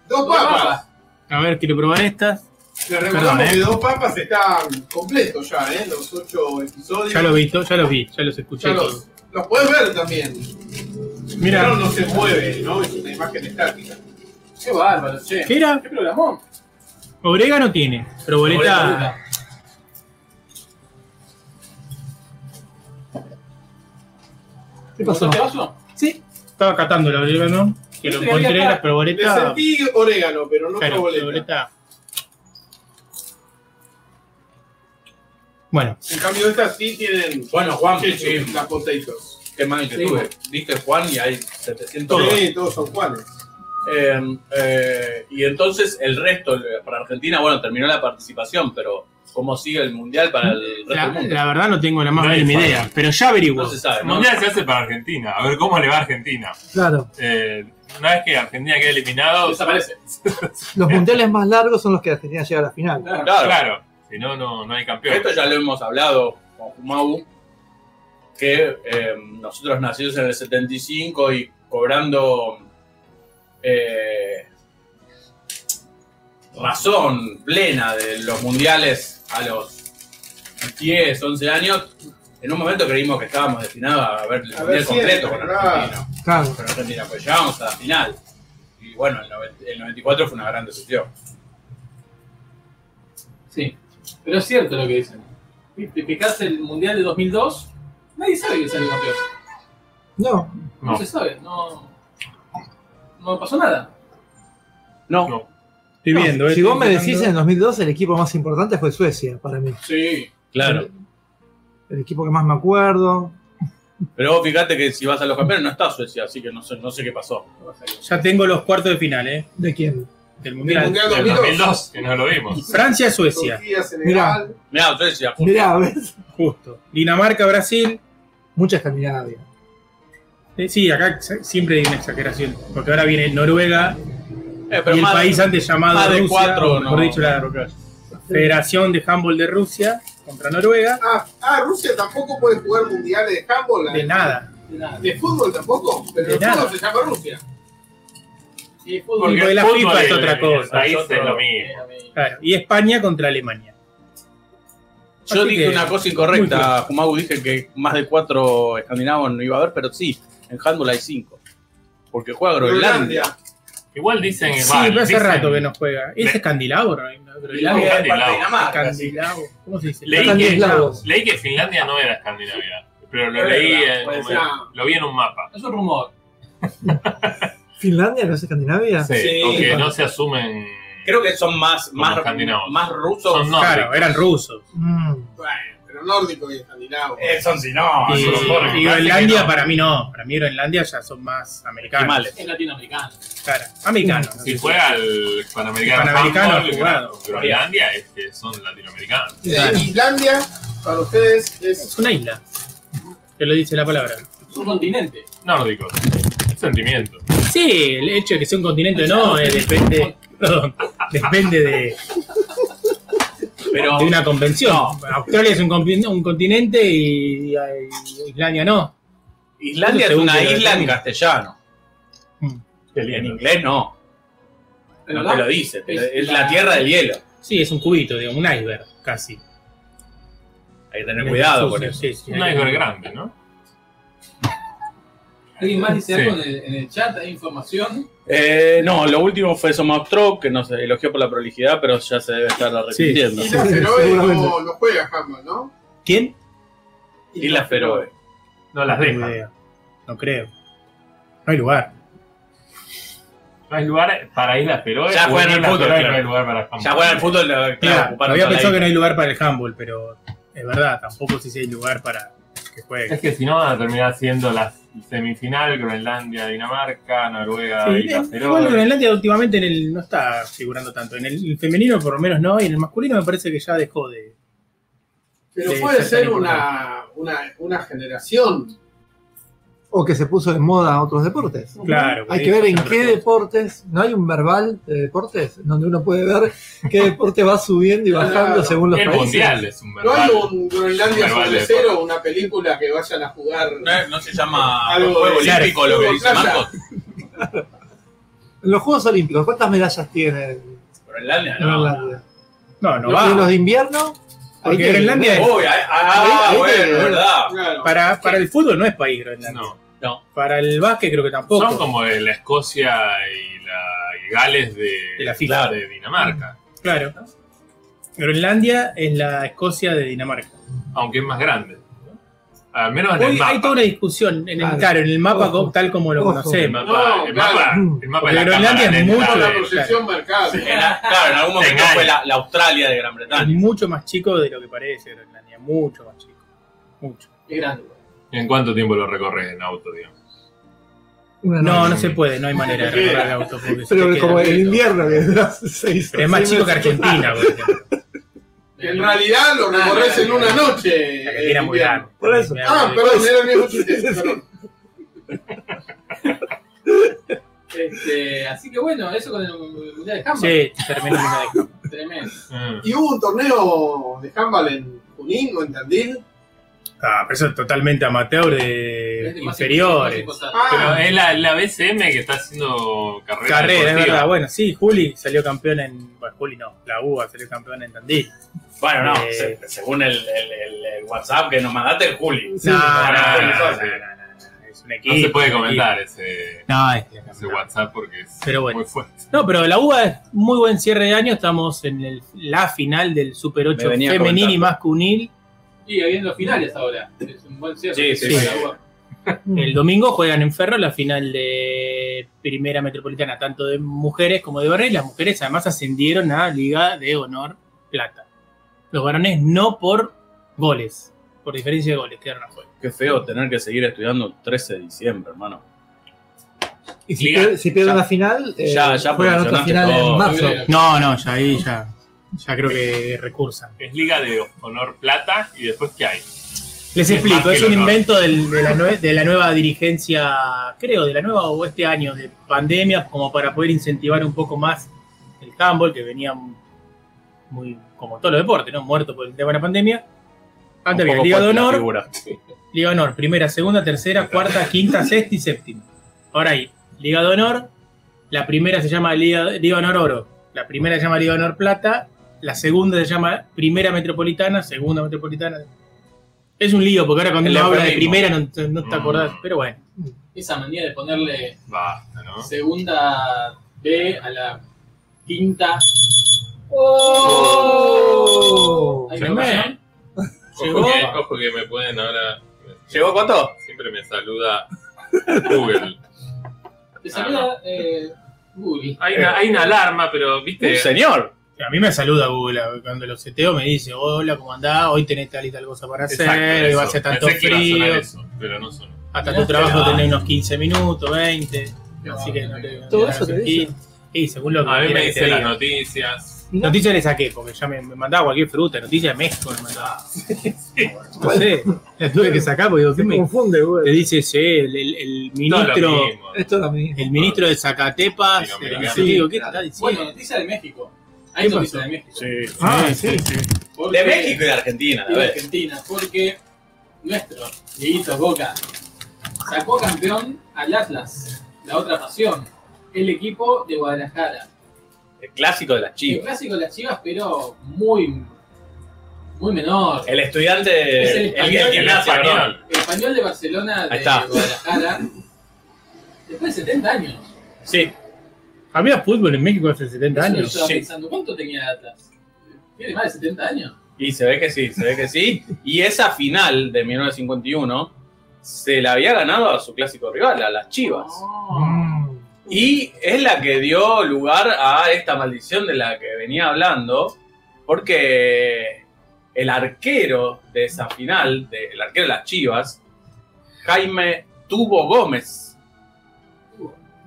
Speaker 3: Dos papas.
Speaker 5: A ver, quiero probar estas.
Speaker 3: Les recordamos
Speaker 5: Perdón, ¿eh?
Speaker 3: que dos papas está completo ya, ¿eh? Los ocho episodios.
Speaker 5: Ya los vi, to- ya los vi, ya los escuché.
Speaker 3: Ya
Speaker 5: todos.
Speaker 3: los, los puedes ver también.
Speaker 5: Mira.
Speaker 3: Pero no se mueve, ¿no? Es una imagen estática.
Speaker 6: Qué bárbaro, che.
Speaker 5: ¿Qué era?
Speaker 6: ¿Qué programó?
Speaker 5: Orégano tiene, pero boleta.
Speaker 8: ¿Qué pasó?
Speaker 6: ¿Te pasó?
Speaker 5: Sí, estaba catando la orégano, que lo
Speaker 6: Viste que había
Speaker 5: encontré,
Speaker 6: acá.
Speaker 5: las
Speaker 3: Le
Speaker 5: proboleta.
Speaker 3: sentí orégano, pero no
Speaker 5: Claro,
Speaker 3: proboleta.
Speaker 5: proboleta. Bueno,
Speaker 3: En cambio, estas sí tienen
Speaker 4: Bueno, Juan, sí,
Speaker 3: ketchup, las potatoes.
Speaker 4: qué mal que
Speaker 6: Sí.
Speaker 4: tuve. Dije Juan y hay 700
Speaker 3: Sí, todos son Juanes.
Speaker 4: Eh, eh, y entonces el resto, eh, para Argentina, bueno, terminó la participación, pero ¿cómo sigue el mundial para el resto
Speaker 5: la,
Speaker 4: del mundo?
Speaker 5: la verdad no tengo la más
Speaker 7: No hay
Speaker 5: mínima
Speaker 7: falla.
Speaker 5: idea, pero ya averiguo.
Speaker 4: no se sabe,
Speaker 7: El
Speaker 4: ¿no?
Speaker 7: mundial se hace para Argentina, a ver cómo le va a Argentina.
Speaker 8: Claro.
Speaker 7: Eh, una vez que Argentina quede eliminado,
Speaker 6: Desaparece.
Speaker 8: Los mundiales más largos son los que Argentina llega a la final.
Speaker 4: Claro,
Speaker 7: claro, si no, no, no hay campeón.
Speaker 4: esto ya lo hemos hablado con Jumau, que eh, nosotros nacidos en el 75 y cobrando eh, razón plena de los mundiales a los 10, 11 años, en un momento creímos que estábamos destinados a ver el
Speaker 3: A ver
Speaker 4: mundial completo
Speaker 3: siempre,
Speaker 4: con
Speaker 3: claro.
Speaker 4: Argentina.
Speaker 8: Claro.
Speaker 4: Con Argentina, pues llegábamos a la final. Y bueno, el, noven- el 94 fue una gran decepción.
Speaker 6: Sí, pero es cierto lo que dicen. Te fijas el Mundial de 2002, nadie sabe que salió campeón.
Speaker 8: No,
Speaker 6: No,
Speaker 7: No.
Speaker 6: se sabe, no, no pasó nada.
Speaker 7: No.
Speaker 5: Estoy
Speaker 8: No,
Speaker 5: viendo. eh,
Speaker 8: si
Speaker 5: estoy
Speaker 8: vos me decís
Speaker 5: intentando-
Speaker 8: en 2012 el equipo más importante fue Suecia para mí.
Speaker 4: Sí.
Speaker 7: Claro.
Speaker 8: El equipo que más me acuerdo.
Speaker 4: Pero vos fíjate que si vas a los campeones no está Suecia, así que no sé, no sé qué pasó.
Speaker 5: Ya tengo los cuartos de final, ¿eh?
Speaker 8: ¿De quién?
Speaker 5: Del
Speaker 3: El
Speaker 5: Mundial.
Speaker 3: Mundial
Speaker 7: En
Speaker 3: 2002.
Speaker 7: 2002, que no lo vimos.
Speaker 5: Francia-Suecia,
Speaker 3: Turquía, Senegal.
Speaker 4: Mirá, Suecia. fue-
Speaker 8: Mirá, ¿ves?
Speaker 5: justo. Dinamarca-Brasil.
Speaker 8: Mucha Escandinavia.
Speaker 5: Eh, sí, acá se- siempre hay una exageración. Porque ahora viene Noruega
Speaker 4: Eh, pero
Speaker 5: y el
Speaker 4: más-
Speaker 5: país antes llamado
Speaker 4: más de
Speaker 5: Rusia,
Speaker 4: cuatro,
Speaker 5: o mejor
Speaker 4: no.
Speaker 5: dicho, la Federación de Handball de Rusia contra Noruega.
Speaker 3: Ah, ah, Rusia tampoco puede jugar mundiales de handball. eh.
Speaker 5: De nada.
Speaker 6: De nada.
Speaker 3: De fútbol tampoco. Pero
Speaker 5: De
Speaker 3: el fútbol
Speaker 5: nada.
Speaker 3: se llama Rusia.
Speaker 6: Y
Speaker 5: Porque
Speaker 6: fútbol. eh,
Speaker 5: la
Speaker 7: el
Speaker 5: FIFA
Speaker 7: fútbol
Speaker 5: es
Speaker 7: en-
Speaker 5: otra
Speaker 7: en
Speaker 5: cosa,
Speaker 7: País
Speaker 5: es
Speaker 7: es
Speaker 5: otro-
Speaker 7: lo mismo.
Speaker 5: Claro. Y España contra Alemania.
Speaker 4: Yo
Speaker 5: Así
Speaker 4: dije
Speaker 5: que-
Speaker 4: una cosa
Speaker 5: muy
Speaker 4: incorrecta, Jumagu, dije que más de cuatro escandinavos no iba a haber, pero sí, en handball hay cinco. Porque juega Groenlandia.
Speaker 3: Groenlandia.
Speaker 7: Igual dicen
Speaker 4: Eh,
Speaker 7: que
Speaker 5: Sí, pero hace rato que no juega. Es escandilabro. ¿eh? No, pero
Speaker 7: Groenlandia es parte de
Speaker 4: Dinamarca, así que-
Speaker 5: Escandilabo. ¿Cómo se dice?
Speaker 7: Leí que,
Speaker 8: Escandinavos.
Speaker 7: leí que Finlandia no era Escandinavia, pero lo
Speaker 4: Es
Speaker 7: leí
Speaker 4: verdad,
Speaker 7: en-
Speaker 4: puede
Speaker 3: ser.
Speaker 7: lo vi en un mapa.
Speaker 6: Es un rumor.
Speaker 8: ¿Finlandia no es Escandinavia?
Speaker 7: Sí,
Speaker 4: Sí.
Speaker 7: o que no se asumen.
Speaker 4: Creo que son más,
Speaker 7: Como
Speaker 4: más,
Speaker 7: escandinavos.
Speaker 4: más rusos.
Speaker 7: son
Speaker 5: claro,
Speaker 7: nórdicos.
Speaker 5: eran rusos.
Speaker 8: Mm.
Speaker 3: Bueno, pero nórdico y escandinavo.
Speaker 4: Eh, son sinónimos.
Speaker 5: y,
Speaker 7: son jóvenes,
Speaker 5: y
Speaker 7: parece
Speaker 5: Groenlandia
Speaker 7: que no.
Speaker 5: para mí no. Para mí Groenlandia ya son más americanos.
Speaker 4: Animales.
Speaker 6: Es latinoamericano.
Speaker 5: Claro, americanos.
Speaker 7: Si juega al Panamericano,
Speaker 5: Panamericano
Speaker 7: Handball,
Speaker 5: jugado.
Speaker 7: Groenlandia es que son latinoamericanos.
Speaker 3: Eh, Islandia, para ustedes, es
Speaker 5: Es una isla. Que lo dice la palabra.
Speaker 6: Es un continente.
Speaker 7: Nórdicos. Un sentimiento.
Speaker 5: Sí, el hecho de que sea un continente o no eh, depende. Perdón. Depende de,
Speaker 4: Pero
Speaker 5: de una convención. Australia es un, compi- un continente y, y Islandia no.
Speaker 4: Islandia es
Speaker 5: Según
Speaker 4: una
Speaker 5: que lo
Speaker 4: isla en
Speaker 5: determina.
Speaker 4: castellano.
Speaker 7: Qué
Speaker 4: En
Speaker 7: lindo.
Speaker 4: inglés no. No
Speaker 6: ¿Verdad?
Speaker 4: te lo dice. te lo-
Speaker 6: Es
Speaker 4: Es la
Speaker 6: la-
Speaker 4: tierra del hielo.
Speaker 5: Sí, es un cubito, digamos, un iceberg casi.
Speaker 4: Hay que tener cuidado con
Speaker 5: Sí,
Speaker 4: eso.
Speaker 5: sí, sí,
Speaker 7: Un
Speaker 5: hay que-
Speaker 7: iceberg grande, ¿no?
Speaker 6: ¿Alguien más dice
Speaker 7: Sí.
Speaker 6: algo en el, en el chat? ¿Hay información?
Speaker 4: Eh, no, lo último fue Somostrop, que nos elogió por la prolijidad, pero ya se debe estar arrepintiendo.
Speaker 3: Isla
Speaker 8: Sí,
Speaker 3: Feroe
Speaker 8: seguramente.
Speaker 3: no, no juega handball, ¿no?
Speaker 5: ¿Quién?
Speaker 4: Isla Feroe.
Speaker 7: No las
Speaker 5: No
Speaker 7: deja.
Speaker 5: idea. No creo. No hay lugar.
Speaker 7: No hay lugar para Islas Feroe.
Speaker 4: Ya
Speaker 7: o
Speaker 4: juegan
Speaker 7: en
Speaker 4: al
Speaker 7: Islas
Speaker 4: fútbol,
Speaker 7: Feroe
Speaker 4: claro.
Speaker 7: No hay lugar para Handball.
Speaker 4: Ya juega el fútbol, eh, claro,
Speaker 5: Mira,
Speaker 4: ocuparon
Speaker 5: había
Speaker 4: toda la
Speaker 5: pensado que
Speaker 4: isla.
Speaker 5: no hay lugar para el handball, pero es verdad, tampoco sé si hay lugar para que juegue.
Speaker 7: Es que si no van a terminar siendo la semifinal, Groenlandia, Dinamarca, Noruega,
Speaker 5: Sí,
Speaker 7: Islas
Speaker 5: eh, igual
Speaker 7: Feroe.
Speaker 5: Groenlandia últimamente en el, no está figurando tanto. En el femenino por lo menos no, y en el masculino me parece que ya dejó de...
Speaker 3: Pero
Speaker 5: Sí,
Speaker 3: puede
Speaker 5: ya
Speaker 3: ser
Speaker 5: está
Speaker 3: una, una, una generación.
Speaker 8: O que se puso de moda otros deportes.
Speaker 5: Claro.
Speaker 8: Hay
Speaker 5: sí,
Speaker 8: que ver en
Speaker 5: ya no
Speaker 8: qué
Speaker 5: recuerdo.
Speaker 8: deportes, no hay un verbal de deportes donde uno puede ver qué deporte va subiendo y bajando
Speaker 3: Claro.
Speaker 8: según los
Speaker 7: El
Speaker 8: países.
Speaker 7: mundial es un
Speaker 3: ¿No hay
Speaker 7: verdadero.
Speaker 3: un Groenlandia
Speaker 7: Verbal
Speaker 3: sobre
Speaker 7: de
Speaker 3: cero, una película que vayan a jugar?
Speaker 4: No, no se llama
Speaker 3: Algo
Speaker 4: Juego
Speaker 3: de-
Speaker 4: Olímpico lo que
Speaker 3: Juego
Speaker 4: dice
Speaker 3: Playa.
Speaker 4: Marcos.
Speaker 8: En los Juegos Olímpicos, ¿cuántas medallas tiene
Speaker 4: Groenlandia, no.
Speaker 8: Groenlandia?
Speaker 5: No, no
Speaker 8: ¿Y los
Speaker 5: va.
Speaker 8: de invierno?
Speaker 5: Porque
Speaker 8: Ahí tiene-
Speaker 5: Groenlandia es-
Speaker 4: Uy, ah, ah,
Speaker 8: Ahí- ahí
Speaker 4: bueno,
Speaker 8: tiene-
Speaker 4: es verdad.
Speaker 3: Claro.
Speaker 5: Para, para el fútbol no es país Groenlandia.
Speaker 7: No.
Speaker 5: Para el básquet creo que tampoco.
Speaker 7: Son como de la Escocia y la y Gales de,
Speaker 5: De la FIFA.
Speaker 7: de Dinamarca.
Speaker 5: Claro. Groenlandia es la Escocia de Dinamarca.
Speaker 7: Aunque es más grande. Al menos Ah, en el
Speaker 5: Hoy
Speaker 7: mapa.
Speaker 5: hay toda una discusión en el,
Speaker 8: Claro.
Speaker 5: claro, en el mapa
Speaker 8: Ojo.
Speaker 5: co- tal como lo
Speaker 8: Ojo.
Speaker 7: El
Speaker 5: conocemos.
Speaker 7: mapa,
Speaker 3: No,
Speaker 7: el
Speaker 3: claro.
Speaker 7: mapa, el mapa de la
Speaker 5: Porque Groenlandia
Speaker 7: cámara
Speaker 5: es
Speaker 7: lenta
Speaker 5: mucho-
Speaker 3: una
Speaker 7: de-
Speaker 3: proyección marcada.
Speaker 4: En la- claro, en algún momento
Speaker 7: Engaño.
Speaker 4: fue la, la Australia de Gran
Speaker 5: Es
Speaker 4: Bretaña.
Speaker 5: mucho más chico de lo que parece Groenlandia. Mucho más chico. Mucho.
Speaker 6: Es grande.
Speaker 7: ¿En cuánto tiempo lo recorres en auto, digamos?
Speaker 8: Una
Speaker 5: No,
Speaker 8: noche.
Speaker 5: no se puede. No hay manera de recorrer el auto. porque se te
Speaker 8: Pero
Speaker 5: queda
Speaker 8: como el
Speaker 5: quieto.
Speaker 8: invierno que dura seis
Speaker 5: Pero es más
Speaker 8: seis
Speaker 5: chico que
Speaker 8: meses.
Speaker 5: Argentina, por ejemplo.
Speaker 3: Que en realidad lo
Speaker 6: Ah,
Speaker 3: recorres en
Speaker 6: no,
Speaker 3: una
Speaker 6: no, no.
Speaker 3: noche.
Speaker 5: La Argentina
Speaker 3: eh,
Speaker 5: es muy
Speaker 3: invierno.
Speaker 5: grande.
Speaker 8: Por eso.
Speaker 3: Ah, perdón, era el mismo chiste, perdón.
Speaker 6: Este, así que bueno, eso con el Mundial de Handball.
Speaker 5: Sí, terminó una de-
Speaker 6: Tremendo.
Speaker 7: Mm.
Speaker 3: ¿Y hubo un torneo de handball en Junín o en Tandil?
Speaker 5: Ah, pero eso es totalmente amateur de inferiores.
Speaker 7: Pero
Speaker 9: Ah,
Speaker 7: es la, la BCM que está haciendo carrera.
Speaker 5: Carrera, es
Speaker 7: deportiva.
Speaker 5: verdad. Bueno, sí, Juli salió campeón en. Bueno, Juli no, la UBA salió campeón en Tandil.
Speaker 4: Bueno, no,
Speaker 5: Eh.
Speaker 4: se- según el, el- el- el WhatsApp que nos mandaste, el Juli.
Speaker 5: No,
Speaker 7: no,
Speaker 5: no,
Speaker 7: no,
Speaker 5: no,
Speaker 7: no,
Speaker 5: no, no, es un
Speaker 7: No
Speaker 5: equipo,
Speaker 7: se puede
Speaker 5: es un
Speaker 7: comentar ese,
Speaker 5: equipo. No, es que-
Speaker 7: ese WhatsApp porque es
Speaker 5: Pero bueno.
Speaker 7: muy fuerte.
Speaker 5: No, pero la UBA es muy buen cierre de año. Estamos en el- la final del Super 8
Speaker 4: Me venía
Speaker 5: femenil y
Speaker 4: comentando.
Speaker 5: masculil.
Speaker 3: Y habiendo finales ahora. Es un buen cierre.
Speaker 4: Sí, sí,
Speaker 5: Sí.
Speaker 4: sí.
Speaker 5: El domingo juegan en Ferro la final de Primera Metropolitana, tanto de mujeres como de varones. Las mujeres además ascendieron a Liga de Honor Plata. Los varones no por goles, por diferencia de goles, quedaron afuera.
Speaker 4: Qué feo tener que seguir estudiando el 13 de diciembre, hermano.
Speaker 8: Y si,
Speaker 7: Liga,
Speaker 8: pierde- si pierde
Speaker 4: ya.
Speaker 8: una final, eh,
Speaker 4: Ya- ya
Speaker 8: juegan otra
Speaker 4: promocionaste
Speaker 8: final
Speaker 4: todo.
Speaker 8: en marzo.
Speaker 5: No, no, ya ahí ya, ya creo que recursan.
Speaker 7: Es Liga de Honor Plata y después ¿qué hay? Es
Speaker 5: Les
Speaker 7: más
Speaker 5: explico,
Speaker 7: que
Speaker 5: es
Speaker 7: el
Speaker 5: un
Speaker 7: honor.
Speaker 5: invento del- de, la nue- de la nueva dirigencia, creo, de la nueva o este año de pandemia, como para poder incentivar un poco más el handball, que venía muy, como todos los deportes, ¿no? Muerto por el tema de la pandemia. Antes
Speaker 4: Un
Speaker 5: había
Speaker 4: poco
Speaker 5: Liga de
Speaker 4: fuerte la
Speaker 5: Honor,
Speaker 4: figura.
Speaker 5: Liga de Honor, primera, segunda, tercera, cuarta, quinta, sexta y séptima. Ahora hay Liga de Honor, la primera se llama Liga, Liga de Honor Oro, la primera se llama Liga de Honor Plata, la segunda se llama Primera Metropolitana, Segunda Metropolitana. Es un lío, porque ahora cuando
Speaker 4: El
Speaker 5: uno habla de
Speaker 4: eufemismo.
Speaker 5: primera no, te- no te acordás,
Speaker 7: Mm.
Speaker 5: pero bueno.
Speaker 3: Esa manía de ponerle
Speaker 7: Basta, ¿no?
Speaker 3: segunda B a la quinta.
Speaker 8: Oh.
Speaker 3: Ahí
Speaker 7: Se
Speaker 3: lo
Speaker 7: me-
Speaker 3: pasaron.
Speaker 7: Ojo que, ojo que me pueden ahora.
Speaker 4: ¿Llegó cuánto?
Speaker 7: Siempre me saluda Google.
Speaker 3: Te saluda eh, Google.
Speaker 7: Hay una, hay una alarma, pero
Speaker 4: Un
Speaker 7: viste.
Speaker 4: señor.
Speaker 5: A mí me saluda Google cuando lo seteo, me dice, hola, ¿cómo andás? Hoy tenés tal y tal cosa para hacer, hoy
Speaker 7: eso.
Speaker 5: va a ser tanto
Speaker 7: Pensé que iba a sonar
Speaker 5: frío,
Speaker 7: eso, pero no sonó.
Speaker 5: hasta tu trabajo tenés unos 15 minutos, 20, así que no te...
Speaker 8: Todo eso te
Speaker 5: y-
Speaker 8: dice.
Speaker 5: Y según lo que
Speaker 7: A mí
Speaker 5: quiera
Speaker 7: me
Speaker 5: que te
Speaker 7: dicen las
Speaker 5: diga.
Speaker 7: noticias.
Speaker 5: Noticias le saqué, porque ya me, me mandaba cualquier fruta, noticias de México me mandaba. No sé, la tuve que sacar porque digo, ¿qué
Speaker 8: Se
Speaker 5: me-
Speaker 8: confunde,
Speaker 5: Te
Speaker 8: güey.
Speaker 5: dice, sí, el, el- el
Speaker 7: Todo lo
Speaker 5: ministro,
Speaker 7: mismo.
Speaker 8: Esto también.
Speaker 5: el ministro de Zacatepas,
Speaker 7: Sí,
Speaker 5: eh,
Speaker 7: americano.
Speaker 5: sí, digo, ¿qué está
Speaker 3: Bueno,
Speaker 5: diciendo?
Speaker 3: noticia de México. Hay
Speaker 5: ¿Qué
Speaker 3: noticia
Speaker 5: pasó?
Speaker 3: de México.
Speaker 8: Ah, sí.
Speaker 3: Porque-
Speaker 4: De México y de Argentina,
Speaker 3: y
Speaker 4: a
Speaker 3: de
Speaker 4: ver.
Speaker 3: Argentina, porque nuestro Dieguito Boca sacó campeón al Atlas, la otra pasión, el equipo de Guadalajara.
Speaker 4: El clásico de las
Speaker 3: El
Speaker 4: chivas.
Speaker 3: clásico de las Chivas, pero muy, muy menor.
Speaker 4: El estudiante.
Speaker 3: Es el español y
Speaker 4: que
Speaker 3: el
Speaker 4: nace,
Speaker 7: español.
Speaker 4: perdón.
Speaker 3: El español de Barcelona
Speaker 4: Ahí
Speaker 3: de
Speaker 4: está.
Speaker 3: Guadalajara, después de 70 años.
Speaker 4: Sí,
Speaker 5: Había fútbol en México hace 70
Speaker 3: Eso yo
Speaker 5: años.
Speaker 3: estaba
Speaker 4: sí.
Speaker 3: pensando, ¿cuánto tenía el Atlas? Tiene más de 70 años.
Speaker 4: y se ve que sí, se ve que sí. Y esa final de 1951 se la había ganado a su clásico rival, a las chivas.
Speaker 6: Oh.
Speaker 8: Mm.
Speaker 4: Y es la que dio lugar a esta maldición de la que venía hablando, porque el arquero de esa final, de- el arquero de las Chivas, Jaime Tubo Gómez.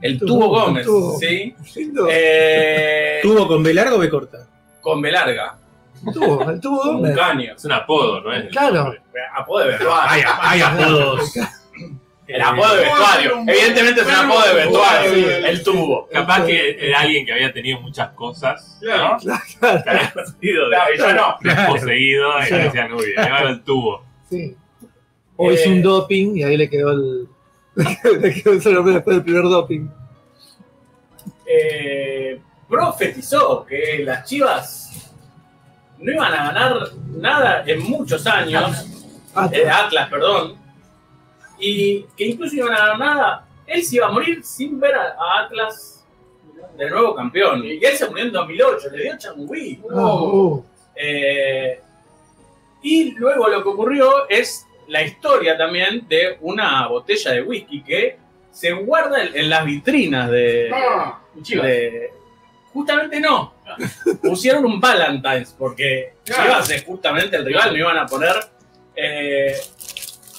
Speaker 4: El
Speaker 8: Tubo,
Speaker 4: Tubo Gómez,
Speaker 8: Tubo.
Speaker 4: ¿sí?
Speaker 8: Lindo.
Speaker 4: Eh,
Speaker 5: ¿Tuvo con B largo o B corta? Oh,
Speaker 4: con B larga,
Speaker 8: El tubo, el tubo
Speaker 4: un
Speaker 8: Gómez.
Speaker 4: caño.
Speaker 7: Es un apodo, ¿no es? el
Speaker 8: Claro.
Speaker 7: nombre.
Speaker 4: Apodo de vestuario.
Speaker 5: Hay apodos.
Speaker 4: El apodo de
Speaker 9: ¿Cómo va a ser
Speaker 4: vestuario.
Speaker 9: un-
Speaker 4: Evidentemente es un apodo de vestuario.
Speaker 9: Sí.
Speaker 4: El Tubo.
Speaker 7: Capaz que era alguien que había tenido muchas cosas.
Speaker 9: Claro.
Speaker 7: ¿no? Había sido de-
Speaker 4: Claro, y yo no.
Speaker 7: desposeído y
Speaker 8: Claro.
Speaker 7: le decían, uy, ahí va el tubo.
Speaker 8: Sí. O
Speaker 4: Eh,
Speaker 8: hizo un doping y ahí le quedó el. Le quedó el nombre después del primer doping.
Speaker 4: eh, profetizó que las Chivas no iban a ganar nada en muchos años,
Speaker 8: Ah,
Speaker 4: eh, Atlas, perdón, y que incluso iban a ganar nada, él se iba a morir sin ver a, a Atlas de nuevo campeón. Y él se murió en 2008, le dio changüí.
Speaker 8: ah,
Speaker 3: Oh.
Speaker 4: oh.
Speaker 8: uh.
Speaker 4: Eh, y luego lo que ocurrió es la historia también de una botella de whisky que se guarda en, en las vitrinas de,
Speaker 9: Ah,
Speaker 3: Chivas.
Speaker 4: de- Justamente no. Pusieron un Valentine's porque
Speaker 9: Claro.
Speaker 4: Chivas es justamente el rival. No iban a poner eh,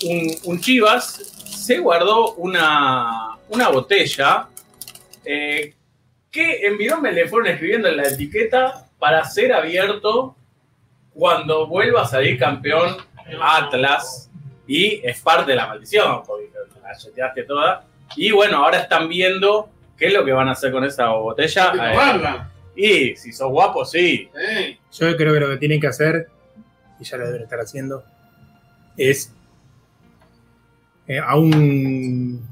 Speaker 4: un, un Chivas. Se guardó una, una botella eh, que en Virome le fueron escribiendo en la etiqueta para ser abierto cuando vuelva a salir campeón Atlas. Y es parte de la maldición, porque la cheteaste toda. Y bueno, ahora están viendo qué es lo que van a hacer con esa
Speaker 9: hay
Speaker 4: botella.
Speaker 9: que
Speaker 4: Eh,
Speaker 9: tomarla,
Speaker 4: y si sos guapo, sí.
Speaker 9: eh.
Speaker 5: Yo creo que lo que tienen que hacer, y ya lo deben estar haciendo, es eh, a un...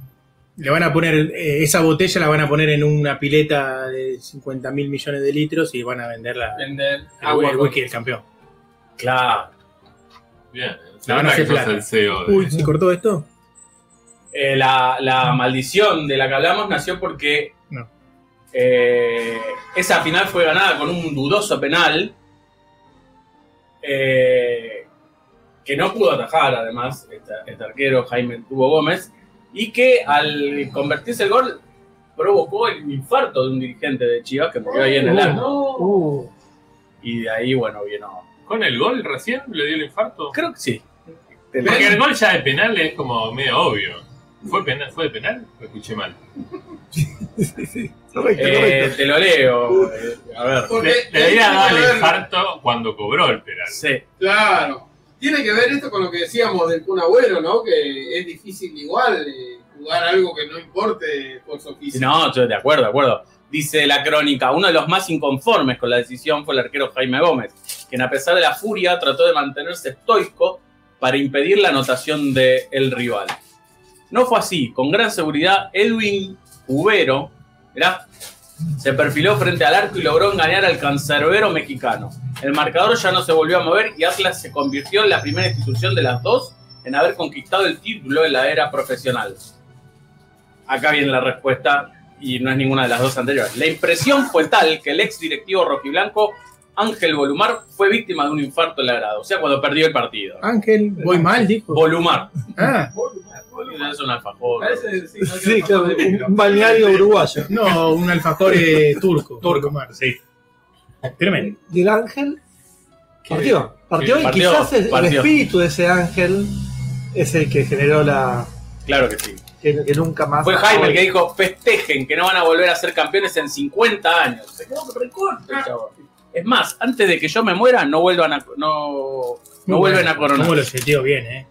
Speaker 5: Le van a poner, eh, esa botella la van a poner en una pileta de 50 mil millones de litros y van a venderla. El,
Speaker 4: Vender
Speaker 5: el,
Speaker 4: agua. con-
Speaker 5: whisky del campeón.
Speaker 4: Claro.
Speaker 7: Bien. Se
Speaker 5: No,
Speaker 7: nota
Speaker 5: no
Speaker 7: que
Speaker 5: sé
Speaker 7: sos
Speaker 5: plata.
Speaker 7: el CEO. de-
Speaker 5: Uy, ¿se cortó esto?
Speaker 4: Eh, la, la maldición de la que hablamos nació porque
Speaker 5: No.
Speaker 4: eh, esa final fue ganada con un dudoso penal eh, que no pudo atajar además este, este arquero Jaime Tubo Gómez y que al convertirse el gol provocó el infarto de un dirigente de Chivas que murió ahí en el acto
Speaker 5: Uh,
Speaker 4: y de ahí bueno vino
Speaker 7: ¿Con el gol recién le dio el infarto?
Speaker 4: creo que sí
Speaker 7: Porque el gol ya de penal es como medio obvio. ¿Fue, penal, fue de penal? Lo escuché mal.
Speaker 8: Correcto,
Speaker 4: Eh,
Speaker 8: correcto.
Speaker 4: te lo leo eh, a ver
Speaker 7: Le,
Speaker 3: Porque
Speaker 7: le debería dar
Speaker 3: tiene que
Speaker 7: el
Speaker 3: ver-
Speaker 7: infarto cuando cobró el penal.
Speaker 4: sí
Speaker 3: Claro. Tiene que ver esto con lo que decíamos del Kun Agüero, ¿no? Que es difícil igual eh, jugar algo que no importe por su físico.
Speaker 4: No, yo de acuerdo, de acuerdo. Dice la crónica, uno de los más inconformes con la decisión fue el arquero Jaime Gómez, quien a pesar de la furia trató de mantenerse estoico para impedir la anotación del rival. No fue así, con gran seguridad Edwin Cubero mirá, se perfiló frente al arco y logró engañar al cancerbero mexicano. El marcador ya no se volvió a mover y Atlas se convirtió en la primera institución de las dos en haber conquistado el título en la era profesional. Acá viene la respuesta y no es ninguna de las dos anteriores. La impresión fue tal que el ex directivo rojiblanco Ángel Volumar fue víctima de un infarto en la grada, o sea, cuando perdió el partido.
Speaker 5: Ángel, voy mal, dijo.
Speaker 4: Volumar.
Speaker 5: Ah,
Speaker 4: Es un alfajor.
Speaker 3: Parece, sí, no
Speaker 8: Sí,
Speaker 3: tiene
Speaker 8: claro,
Speaker 3: razón.
Speaker 8: un un balneario uruguayo.
Speaker 5: no, un alfajor eh, turco. Turco, sí. Tremendo.
Speaker 8: Del ángel partió. Partió y
Speaker 4: Partió,
Speaker 8: quizás el- el
Speaker 4: partió.
Speaker 8: espíritu de ese ángel es el que generó la.
Speaker 4: Claro que sí.
Speaker 8: que, que nunca más.
Speaker 4: Fue Jaime el que dijo, festejen que no van a volver a ser campeones en 50 años. Se quedó recorte, chabón. Es más, antes de que yo me muera, no vuelvan a, no, no vuelven a coronar.
Speaker 5: Cómo lo sentido bien, eh.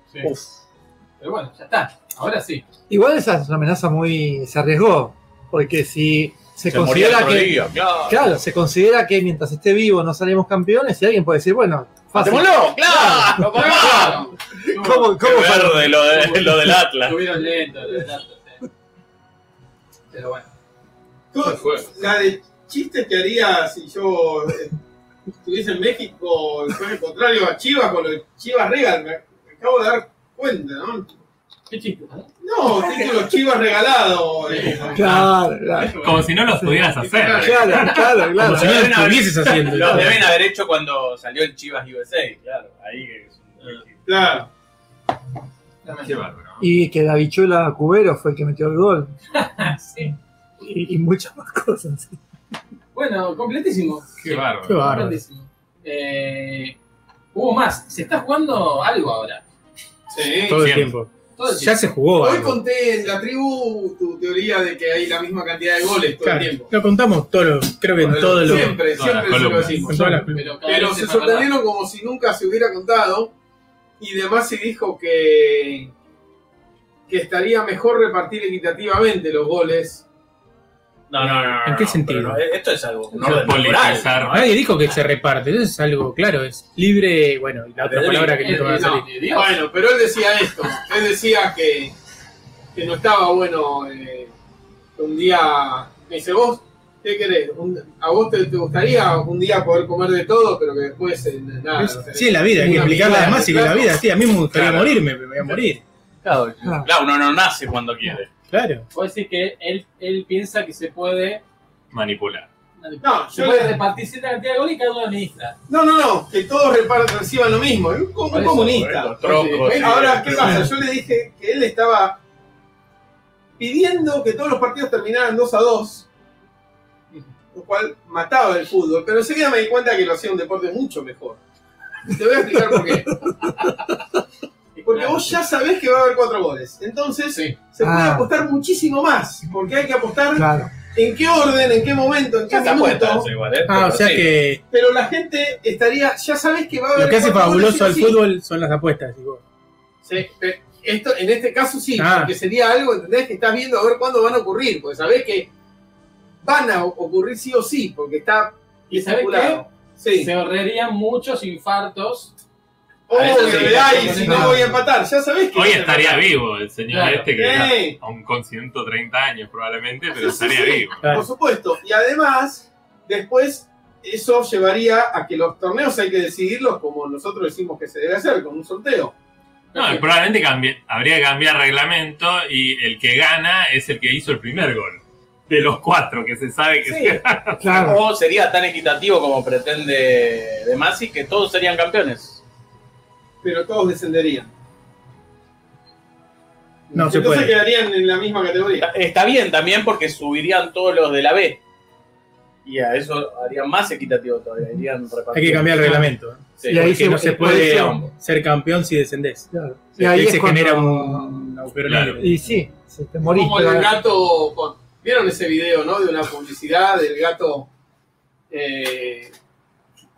Speaker 6: Pero bueno, ya está. Ahora sí.
Speaker 8: Igual esa es una amenaza muy. se arriesgó. Porque si se,
Speaker 4: Se moría el
Speaker 8: considera
Speaker 4: otro
Speaker 8: que.
Speaker 4: día, claro.
Speaker 8: Claro, se considera que mientras esté vivo no salimos campeones y alguien puede decir, bueno, fácil.
Speaker 4: ¡Hacémoslo! ¡Claro!
Speaker 3: Claro.
Speaker 8: ¿Cómo, cómo
Speaker 4: Qué
Speaker 8: fal-
Speaker 4: verde lo, de- lo del Atlas.
Speaker 6: Estuvieron lentos, lentos, eh. Pero bueno.
Speaker 3: Tú- La de chiste que haría si yo eh, estuviese en México, fue el contrario a Chivas con lo de Chivas Regal, me, me acabo de dar cuenta, ¿no?
Speaker 6: Qué chiste, ¿no?
Speaker 3: No, título Chivas regalado. eh.
Speaker 8: Claro, claro,
Speaker 7: Como si no los pudieras hacer.
Speaker 8: claro, claro, claro.
Speaker 5: Como si no lo
Speaker 4: deben haber-
Speaker 5: estuvieses haciendo.
Speaker 4: Lo deben haber hecho cuando salió el Chivas USA, claro. Ahí es un...
Speaker 3: Claro.
Speaker 7: Qué bárbaro.
Speaker 8: Y que la bichuela Cubero fue el que metió el gol. Y, y muchas más cosas.
Speaker 6: Bueno, completísimo.
Speaker 7: Qué
Speaker 5: Qué
Speaker 7: bárbaro.
Speaker 5: bárbaro.
Speaker 6: Completísimo. Eh, hubo más. Se está jugando algo ahora.
Speaker 3: Sí.
Speaker 5: Todo el
Speaker 7: Siempre.
Speaker 5: tiempo.
Speaker 6: Todo el
Speaker 5: Ya se jugó.
Speaker 3: Hoy
Speaker 5: algo.
Speaker 3: conté en la tribu tu teoría de que hay la misma cantidad de goles todo
Speaker 5: Claro,
Speaker 3: el tiempo.
Speaker 5: Lo contamos todo, lo- creo que en todo lo.
Speaker 3: siempre,
Speaker 7: todas
Speaker 3: siempre
Speaker 7: las
Speaker 3: se lo
Speaker 7: columnas.
Speaker 3: decimos.
Speaker 5: en todas las-
Speaker 6: Pero, cada
Speaker 3: Pero
Speaker 6: vez
Speaker 3: se
Speaker 6: es más verdad.
Speaker 3: sorprendieron como si nunca se hubiera contado. Y demás se dijo que, que estaría mejor repartir equitativamente los goles.
Speaker 4: No, no, no. no,
Speaker 5: ¿En qué
Speaker 4: no,
Speaker 5: sentido?
Speaker 4: pero no, esto es algo... un
Speaker 7: No
Speaker 4: orden moral,
Speaker 7: politizar.
Speaker 4: ¿no?
Speaker 5: Nadie dijo que se reparte, eso es algo claro, es libre, bueno, y la otra
Speaker 4: Libre,
Speaker 5: palabra que nunca va a
Speaker 6: Eh,
Speaker 5: salir.
Speaker 6: no, de Dios.
Speaker 3: Bueno, pero él decía esto. Él decía que, que no estaba bueno. eh, un día me dice, vos, ¿qué querés? Un- ¿A vos te, te gustaría un día poder comer de todo, pero que después eh, nada? no sé,
Speaker 5: Sí, es la vida, hay que
Speaker 3: una
Speaker 5: explicarla
Speaker 3: mierda,
Speaker 5: además y que la
Speaker 3: claro.
Speaker 5: vida, sí, a mí me gustaría
Speaker 4: Claro.
Speaker 5: morirme, me voy a morir.
Speaker 4: Claro,
Speaker 8: Claro.
Speaker 4: claro, uno no nace cuando quiere.
Speaker 5: Claro.
Speaker 6: Puede decir que él, él piensa que se puede,
Speaker 7: Manipular.
Speaker 3: No,
Speaker 6: se
Speaker 3: yo
Speaker 6: puede
Speaker 3: le-
Speaker 6: repartir cierta cantidad de goles y cada uno administra.
Speaker 3: No, no, no, que todos repartan, reciban lo mismo. Un, co- un
Speaker 6: Por eso,
Speaker 3: comunista.
Speaker 4: los trocos,
Speaker 3: ¿Ves?
Speaker 4: sí,
Speaker 3: Ahora, ¿qué
Speaker 4: pero-
Speaker 3: pasa? Yo le dije que él estaba pidiendo que todos los partidos terminaran 2 a 2, lo cual mataba el fútbol, pero enseguida me di cuenta que lo hacía un deporte mucho mejor. Y Te voy a explicar por qué. Porque vos ya sabés que va a haber cuatro goles. Entonces, se puede
Speaker 8: Ah.
Speaker 3: apostar muchísimo más. Porque hay que apostar
Speaker 8: Claro.
Speaker 3: en qué orden, en qué momento, en qué
Speaker 4: Ya se
Speaker 3: minuto.
Speaker 4: apuesta eso igual, ¿eh?
Speaker 5: Ah, o
Speaker 4: Pero
Speaker 5: sea
Speaker 4: sí.
Speaker 5: que
Speaker 3: Pero la gente estaría, ya sabes que va a haber.
Speaker 5: lo que hace
Speaker 3: cuatro goles sí
Speaker 5: fabuloso
Speaker 3: o
Speaker 5: al
Speaker 3: sí.
Speaker 5: fútbol son las apuestas, digo.
Speaker 3: Sí, pe- esto, en este caso sí,
Speaker 5: Ah.
Speaker 3: porque sería algo, ¿entendés? Que estás viendo a ver cuándo van a ocurrir, porque sabés que van a o- ocurrir sí o sí, porque está
Speaker 6: ¿Y sabés qué?
Speaker 3: estipulado. Sí.
Speaker 6: Se ahorrarían muchos infartos
Speaker 3: Oh,
Speaker 4: Parece que-
Speaker 3: ay, si no voy a empatar, ya sabés que.
Speaker 7: Hoy
Speaker 3: voy a
Speaker 7: estaría
Speaker 3: empatar.
Speaker 7: vivo el señor
Speaker 4: Claro.
Speaker 7: este que
Speaker 3: Ey.
Speaker 7: era aún con 130 años probablemente, pero estaría vivo.
Speaker 3: Por supuesto. Y además, después, eso llevaría a que los torneos hay que decidirlos como nosotros decimos que se debe hacer, con un sorteo.
Speaker 7: No, y probablemente cambie- habría que cambiar reglamento y el que gana es el que hizo el primer gol. De los cuatro que se sabe que se
Speaker 3: Oh.
Speaker 8: Claro.
Speaker 4: O sería tan equitativo como pretende De Masi que todos serían campeones.
Speaker 3: Pero todos descenderían.
Speaker 5: No se
Speaker 3: Entonces
Speaker 5: puede.
Speaker 3: quedarían en la misma categoría.
Speaker 4: Está bien también porque subirían todos los de la B. Y a eso harían más equitativo todavía. Irían
Speaker 5: Hay que cambiar el reglamento. ¿eh?
Speaker 4: Sí,
Speaker 8: Y ahí
Speaker 5: Porque
Speaker 8: se-
Speaker 5: no se
Speaker 8: eh,
Speaker 5: puede
Speaker 8: puede ser.
Speaker 5: ser campeón si descendés.
Speaker 8: claro.
Speaker 5: Y
Speaker 8: Y ahí es
Speaker 5: se
Speaker 8: cuando-
Speaker 5: genera un, un agujero
Speaker 7: Claro.
Speaker 5: negro.
Speaker 8: Y sí, se te morís.
Speaker 3: Como el gato. con- ¿Vieron ese video, no? De una publicidad del gato eh,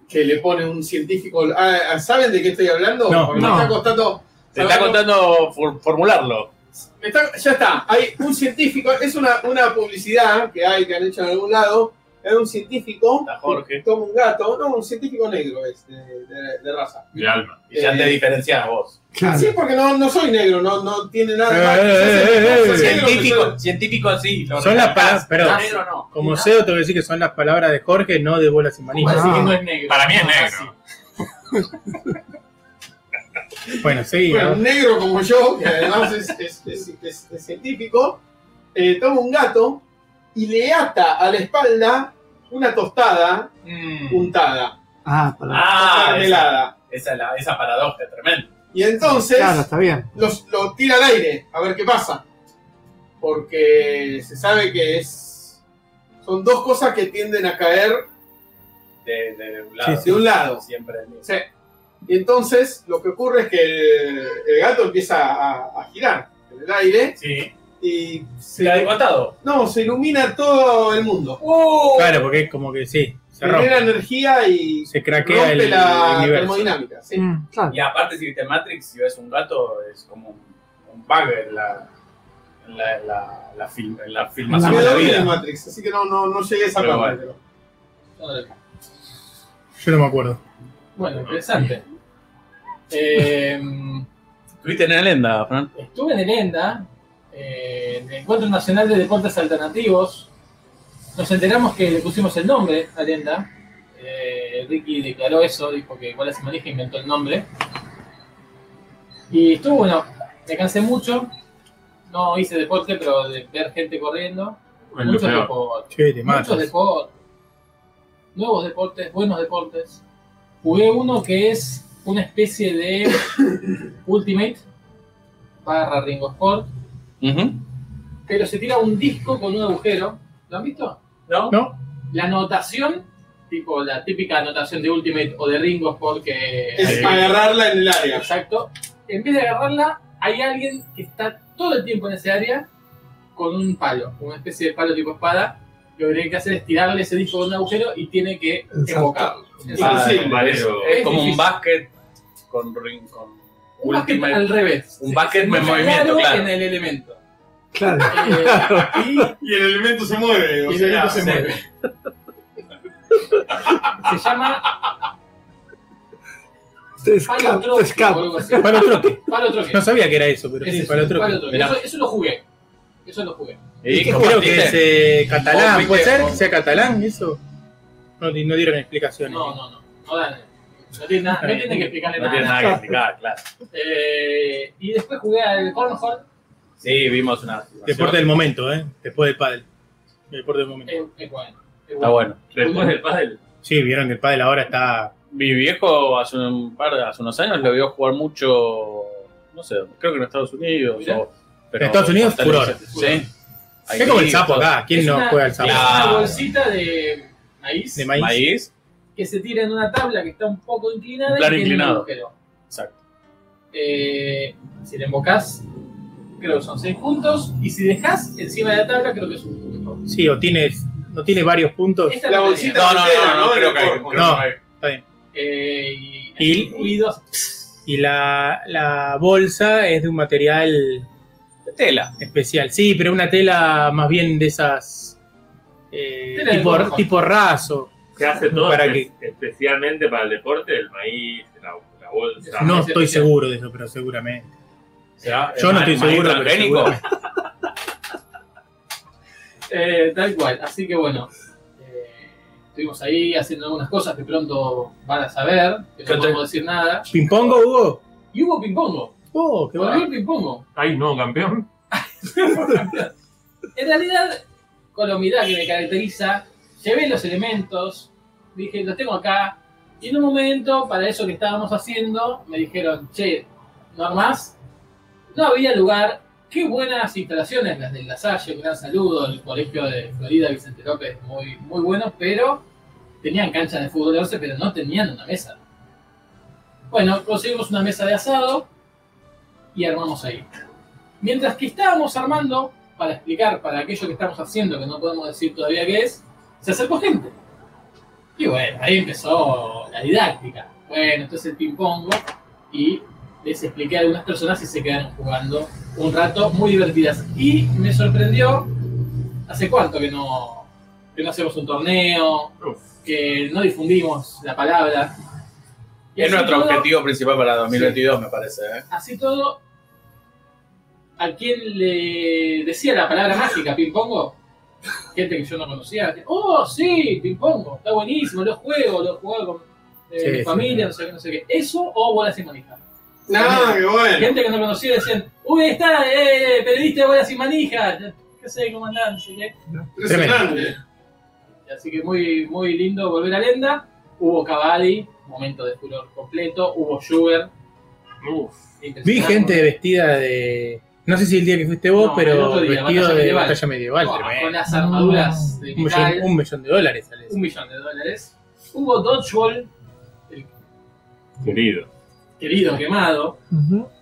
Speaker 3: que le pone un científico. Ah, ¿Saben de qué estoy hablando?
Speaker 5: No,
Speaker 3: Porque
Speaker 8: no.
Speaker 3: Me está costando.
Speaker 4: Te está contando for- formularlo.
Speaker 3: me está- ya está. Hay un científico. Es una, una publicidad que hay que han hecho en algún lado. Es un científico.
Speaker 4: Está Jorge.
Speaker 3: Toma un gato. No, un científico negro es de, de- de raza.
Speaker 7: de alma.
Speaker 4: Y ya
Speaker 3: Eh,
Speaker 4: te diferenciás vos.
Speaker 8: Claro.
Speaker 3: Sí, porque no, no soy negro. No, no tiene nada.
Speaker 5: Eh,
Speaker 3: más.
Speaker 5: eh,
Speaker 3: Yo
Speaker 5: eh,
Speaker 3: soy negro,
Speaker 4: Científico,
Speaker 3: pero soy-
Speaker 4: científico sí. lo
Speaker 5: Son las
Speaker 4: recalcás.
Speaker 5: palabras- perdón.
Speaker 4: Negro no.
Speaker 5: Como CEO, tengo que decir que son las palabras de Jorge, no de bolas y manijas.
Speaker 8: Ah.
Speaker 7: Para mí es negro.
Speaker 5: Bueno, sí.
Speaker 3: Bueno,
Speaker 5: ¿no?
Speaker 3: un negro como yo, que además es, es- es- es- es científico, eh, toma un gato y le ata a la espalda una tostada
Speaker 7: Mm.
Speaker 3: puntada,
Speaker 8: Ah, para-
Speaker 4: Ah, esa,
Speaker 3: mermelada.
Speaker 4: esa, es la- esa paradoja es tremenda.
Speaker 3: Y entonces
Speaker 8: claro, está bien.
Speaker 3: los, lo tira al aire, a ver qué pasa. Porque se sabe que es son dos cosas que tienden a caer
Speaker 4: De, de, de un lado.
Speaker 3: de un lado.
Speaker 4: Siempre. el mismo.
Speaker 3: Sí. Y entonces lo que ocurre es que el, el gato empieza a, a girar en el aire
Speaker 4: Sí.
Speaker 3: y se,
Speaker 4: ¿Te ha contado?
Speaker 3: No, se ilumina todo el mundo.
Speaker 4: Uh.
Speaker 5: Claro, porque es como que sí, se
Speaker 3: Genera
Speaker 5: rompe.
Speaker 3: energía y
Speaker 5: Se craquea el,
Speaker 3: rompe la
Speaker 5: el universo.
Speaker 3: termodinámica. sí.
Speaker 8: Mm, claro.
Speaker 4: Y aparte, si viste Matrix, si ves un gato, es como un, un bug en la, en la, en la, la film- en la
Speaker 3: Se
Speaker 4: filmación
Speaker 3: me
Speaker 4: de la
Speaker 3: dormí en el
Speaker 4: vida.
Speaker 3: Matrix, así que no, no, no llegué a esa
Speaker 4: Pero
Speaker 3: parte.
Speaker 5: Yo no me acuerdo.
Speaker 6: Bueno, interesante. Eh,
Speaker 4: ¿Estuviste en Elenda, Fran?
Speaker 6: estuve en el ENDA, eh, en el Encuentro Nacional de Deportes Alternativos. Nos enteramos que le pusimos el nombre al ENDA. Eh, Ricky declaró eso, dijo que igual se maneja inventó el nombre. Y estuvo bueno, me cansé mucho. No hice deporte, pero de ver gente corriendo.
Speaker 7: Es lo
Speaker 6: Muchos
Speaker 7: peor.
Speaker 6: deportes.
Speaker 5: Che, te matas.
Speaker 6: Muchos deportes. Nuevos deportes, buenos deportes. Jugué uno que es una especie de Ultimate barra Ringo Sport, pero se tira un disco con un agujero. ¿Lo han visto?
Speaker 4: ¿No?
Speaker 5: No,
Speaker 6: La anotación, tipo la típica anotación de Ultimate o de Ringo Sport que...
Speaker 3: Es
Speaker 7: Sí.
Speaker 3: agarrarla en el área.
Speaker 6: Exacto. En vez de agarrarla, hay alguien que está todo el tiempo en ese área con un palo, con una especie de palo tipo espada. Lo que tiene que hacer es tirarle ese disco con un agujero y tiene que
Speaker 8: Exacto.
Speaker 6: evocarlo.
Speaker 3: Ah, sí.
Speaker 7: Valero.
Speaker 4: Es como un
Speaker 6: difícil.
Speaker 4: básquet con, ring- con
Speaker 6: Un básquet
Speaker 4: ultimate.
Speaker 6: al revés.
Speaker 4: Un básquet en
Speaker 6: mueve
Speaker 4: movimiento, claro.
Speaker 6: en el elemento.
Speaker 8: Claro.
Speaker 6: Eh,
Speaker 3: Y el elemento se mueve.
Speaker 6: y el elemento se mueve. Se llama
Speaker 8: Te esca-
Speaker 6: palo
Speaker 8: te
Speaker 6: troque
Speaker 8: escapa.
Speaker 6: o algo así.
Speaker 5: para otro que-
Speaker 6: Palo troque.
Speaker 5: No sabía que era eso, pero
Speaker 6: Ese
Speaker 5: sí,
Speaker 6: es
Speaker 5: para
Speaker 6: un
Speaker 5: otro.
Speaker 6: palo
Speaker 5: que-
Speaker 6: troque.
Speaker 4: Mirá.
Speaker 6: Eso, eso lo jugué. Eso lo jugué.
Speaker 4: ¿Y
Speaker 5: Que
Speaker 4: cómo
Speaker 5: creo que
Speaker 4: viste?
Speaker 5: es eh, catalán,
Speaker 4: ¿Vos
Speaker 5: ¿puede
Speaker 4: viste?
Speaker 5: ser que sea catalán eso? No, di- no dieron explicaciones.
Speaker 6: No, no, no. No, dan- no tiene, nada, no tiene que explicarle
Speaker 4: No
Speaker 6: nada.
Speaker 4: tiene nada que explicar, claro.
Speaker 6: Eh, y después jugué al Cornhole.
Speaker 4: Sí, vimos una.
Speaker 5: Deporte del momento, ¿eh? Después del pádel. Deporte del momento.
Speaker 6: Eh, eh, bueno, eh,
Speaker 4: Está bueno.
Speaker 7: Después del pádel.
Speaker 5: Sí, vieron que el pádel ahora está...
Speaker 4: Mi viejo hace un par, hace unos años lo vio jugar mucho, no sé, creo que en Estados Unidos.
Speaker 6: Mirá.
Speaker 4: o-
Speaker 5: En Estados Unidos,
Speaker 4: hasta la-
Speaker 5: furor.
Speaker 4: Sí.
Speaker 5: Es como el
Speaker 4: Haití,
Speaker 5: sapo
Speaker 4: todo.
Speaker 5: acá. ¿Quién
Speaker 6: Es
Speaker 5: no
Speaker 6: una-
Speaker 5: juega al sapo?
Speaker 6: Es
Speaker 4: Claro.
Speaker 6: una bolsita de maíz
Speaker 5: De maíz.
Speaker 4: Maíz.
Speaker 6: que se tira en una tabla que está un poco inclinada
Speaker 4: Un plano
Speaker 6: y tiene
Speaker 4: inclinado.
Speaker 6: un agujero.
Speaker 4: Exacto.
Speaker 6: Eh, si le embocás, creo que son 6 puntos. Y si dejás encima de la tabla, creo que es un punto.
Speaker 5: Sí, o tienes, no tiene varios puntos.
Speaker 6: Esta
Speaker 3: La
Speaker 6: no
Speaker 3: bolsita.
Speaker 4: No,
Speaker 6: tenía.
Speaker 4: no, no, no,
Speaker 3: ¿no?
Speaker 4: creo que hay.
Speaker 3: No.
Speaker 4: creo que no hay.
Speaker 6: Eh, y,
Speaker 5: Y-
Speaker 6: y dos.
Speaker 5: Y la, la bolsa es de un material
Speaker 4: Tela.
Speaker 5: especial. Sí, pero una tela más bien de esas... eh,
Speaker 6: Tela de
Speaker 5: tipo,
Speaker 6: forja.
Speaker 5: tipo raso.
Speaker 7: Se hace todo
Speaker 5: Para
Speaker 7: espe- especialmente para el deporte, el maíz, la, la
Speaker 2: la
Speaker 6: Ah,
Speaker 2: bolsa.
Speaker 5: No
Speaker 4: Ese-
Speaker 5: estoy
Speaker 4: ese-
Speaker 5: seguro de eso, pero seguramente.
Speaker 4: ¿Será
Speaker 5: Yo
Speaker 4: el
Speaker 5: no
Speaker 4: ma-
Speaker 5: estoy
Speaker 4: maíz
Speaker 5: seguro, pero
Speaker 4: transgénico?
Speaker 6: Eh, tal cual, así que bueno, eh, estuvimos ahí haciendo algunas cosas que pronto van a saber, que
Speaker 4: ¿Qué
Speaker 6: no
Speaker 4: te-
Speaker 6: podemos decir nada.
Speaker 5: ¿Pimpongo, Hugo?
Speaker 6: Y hubo ping-pongo,
Speaker 5: Oh, qué bueno.
Speaker 6: volvió el ping-pongo.
Speaker 7: Ay, no, campeón.
Speaker 6: En realidad, con la humildad que me caracteriza, llevé los elementos, dije, los tengo acá, y en un momento, para eso que estábamos haciendo, me dijeron, che, no armás, no había lugar, qué buenas instalaciones las del La Salle, un gran saludo, el colegio de Florida, Vicente López, muy, muy bueno, pero tenían canchas de fútbol 11, pero no tenían una mesa. Bueno, conseguimos una mesa de asado y armamos ahí. Mientras que estábamos armando, para explicar para aquello que estamos haciendo, que no podemos decir todavía qué es, se acercó gente. Y bueno, ahí empezó la didáctica. Bueno, entonces el ping-pongo y les expliqué a algunas personas y se quedaron jugando un rato muy divertidas. Y me sorprendió, hace cuánto que no, que no hacemos un torneo, que no difundimos la palabra. Y
Speaker 4: Es
Speaker 6: así
Speaker 4: nuestro
Speaker 6: todo-
Speaker 4: objetivo principal para 2022, me parece. ¿eh?
Speaker 6: así todo, a quien le decía la palabra mágica, pimpongo, gente que yo no conocía, que, oh, sí, pimpongo, está buenísimo, lo juego, lo juego con eh,
Speaker 5: Sí,
Speaker 6: mi
Speaker 5: sí.
Speaker 6: familia, no sé qué, no sé qué. Eso o bolas sin manija.
Speaker 3: Nada, qué bueno.
Speaker 6: Gente que no conocía decían, uy, ahí está, eh, periodista de bolas sin manija, qué sé, cómo andás, no sé qué.
Speaker 3: Impresionante.
Speaker 6: Así que muy, muy lindo volver a Lenda. Hubo Cavalli, momento de furor completo, hubo Sugar.
Speaker 5: Vi gente vestida de. No sé si el día que fuiste vos,
Speaker 6: No, el
Speaker 5: pero
Speaker 6: otro día,
Speaker 5: vestido
Speaker 6: batalla
Speaker 5: de
Speaker 6: medieval.
Speaker 5: batalla medieval.
Speaker 6: No,
Speaker 5: tremendo.
Speaker 6: con las armaduras de
Speaker 5: un, millón,
Speaker 6: metal,
Speaker 5: un millón de dólares sale eso.
Speaker 6: un millón de dólares. Hubo Dodgeball,
Speaker 7: Querido.
Speaker 6: querido quemado,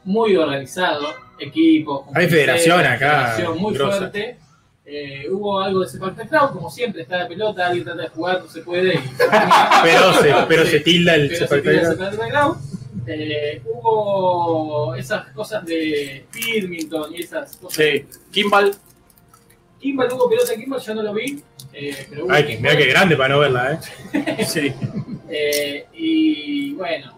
Speaker 6: muy organizado, equipo. con
Speaker 5: Hay federación
Speaker 6: camisetas,
Speaker 5: acá,
Speaker 6: federación muy
Speaker 5: grosa.
Speaker 6: fuerte. Eh, hubo algo de Separta Cloud, como siempre, está la pelota, alguien trata de jugar, no se puede. y-
Speaker 5: Pero se, pero
Speaker 6: Sí.
Speaker 5: se tilda el
Speaker 6: Pero se
Speaker 5: Sepak
Speaker 6: tira
Speaker 5: Takraw.
Speaker 6: ese background. Eh, hubo esas cosas de Firmington y esas cosas.
Speaker 4: Sí. Kimball.
Speaker 6: Kimball, hubo pelota de Kimball, yo no lo vi. eh, pero hubo
Speaker 5: Ay, que, mira que grande para no verla, ¿eh?
Speaker 4: Sí.
Speaker 6: Eh, y bueno,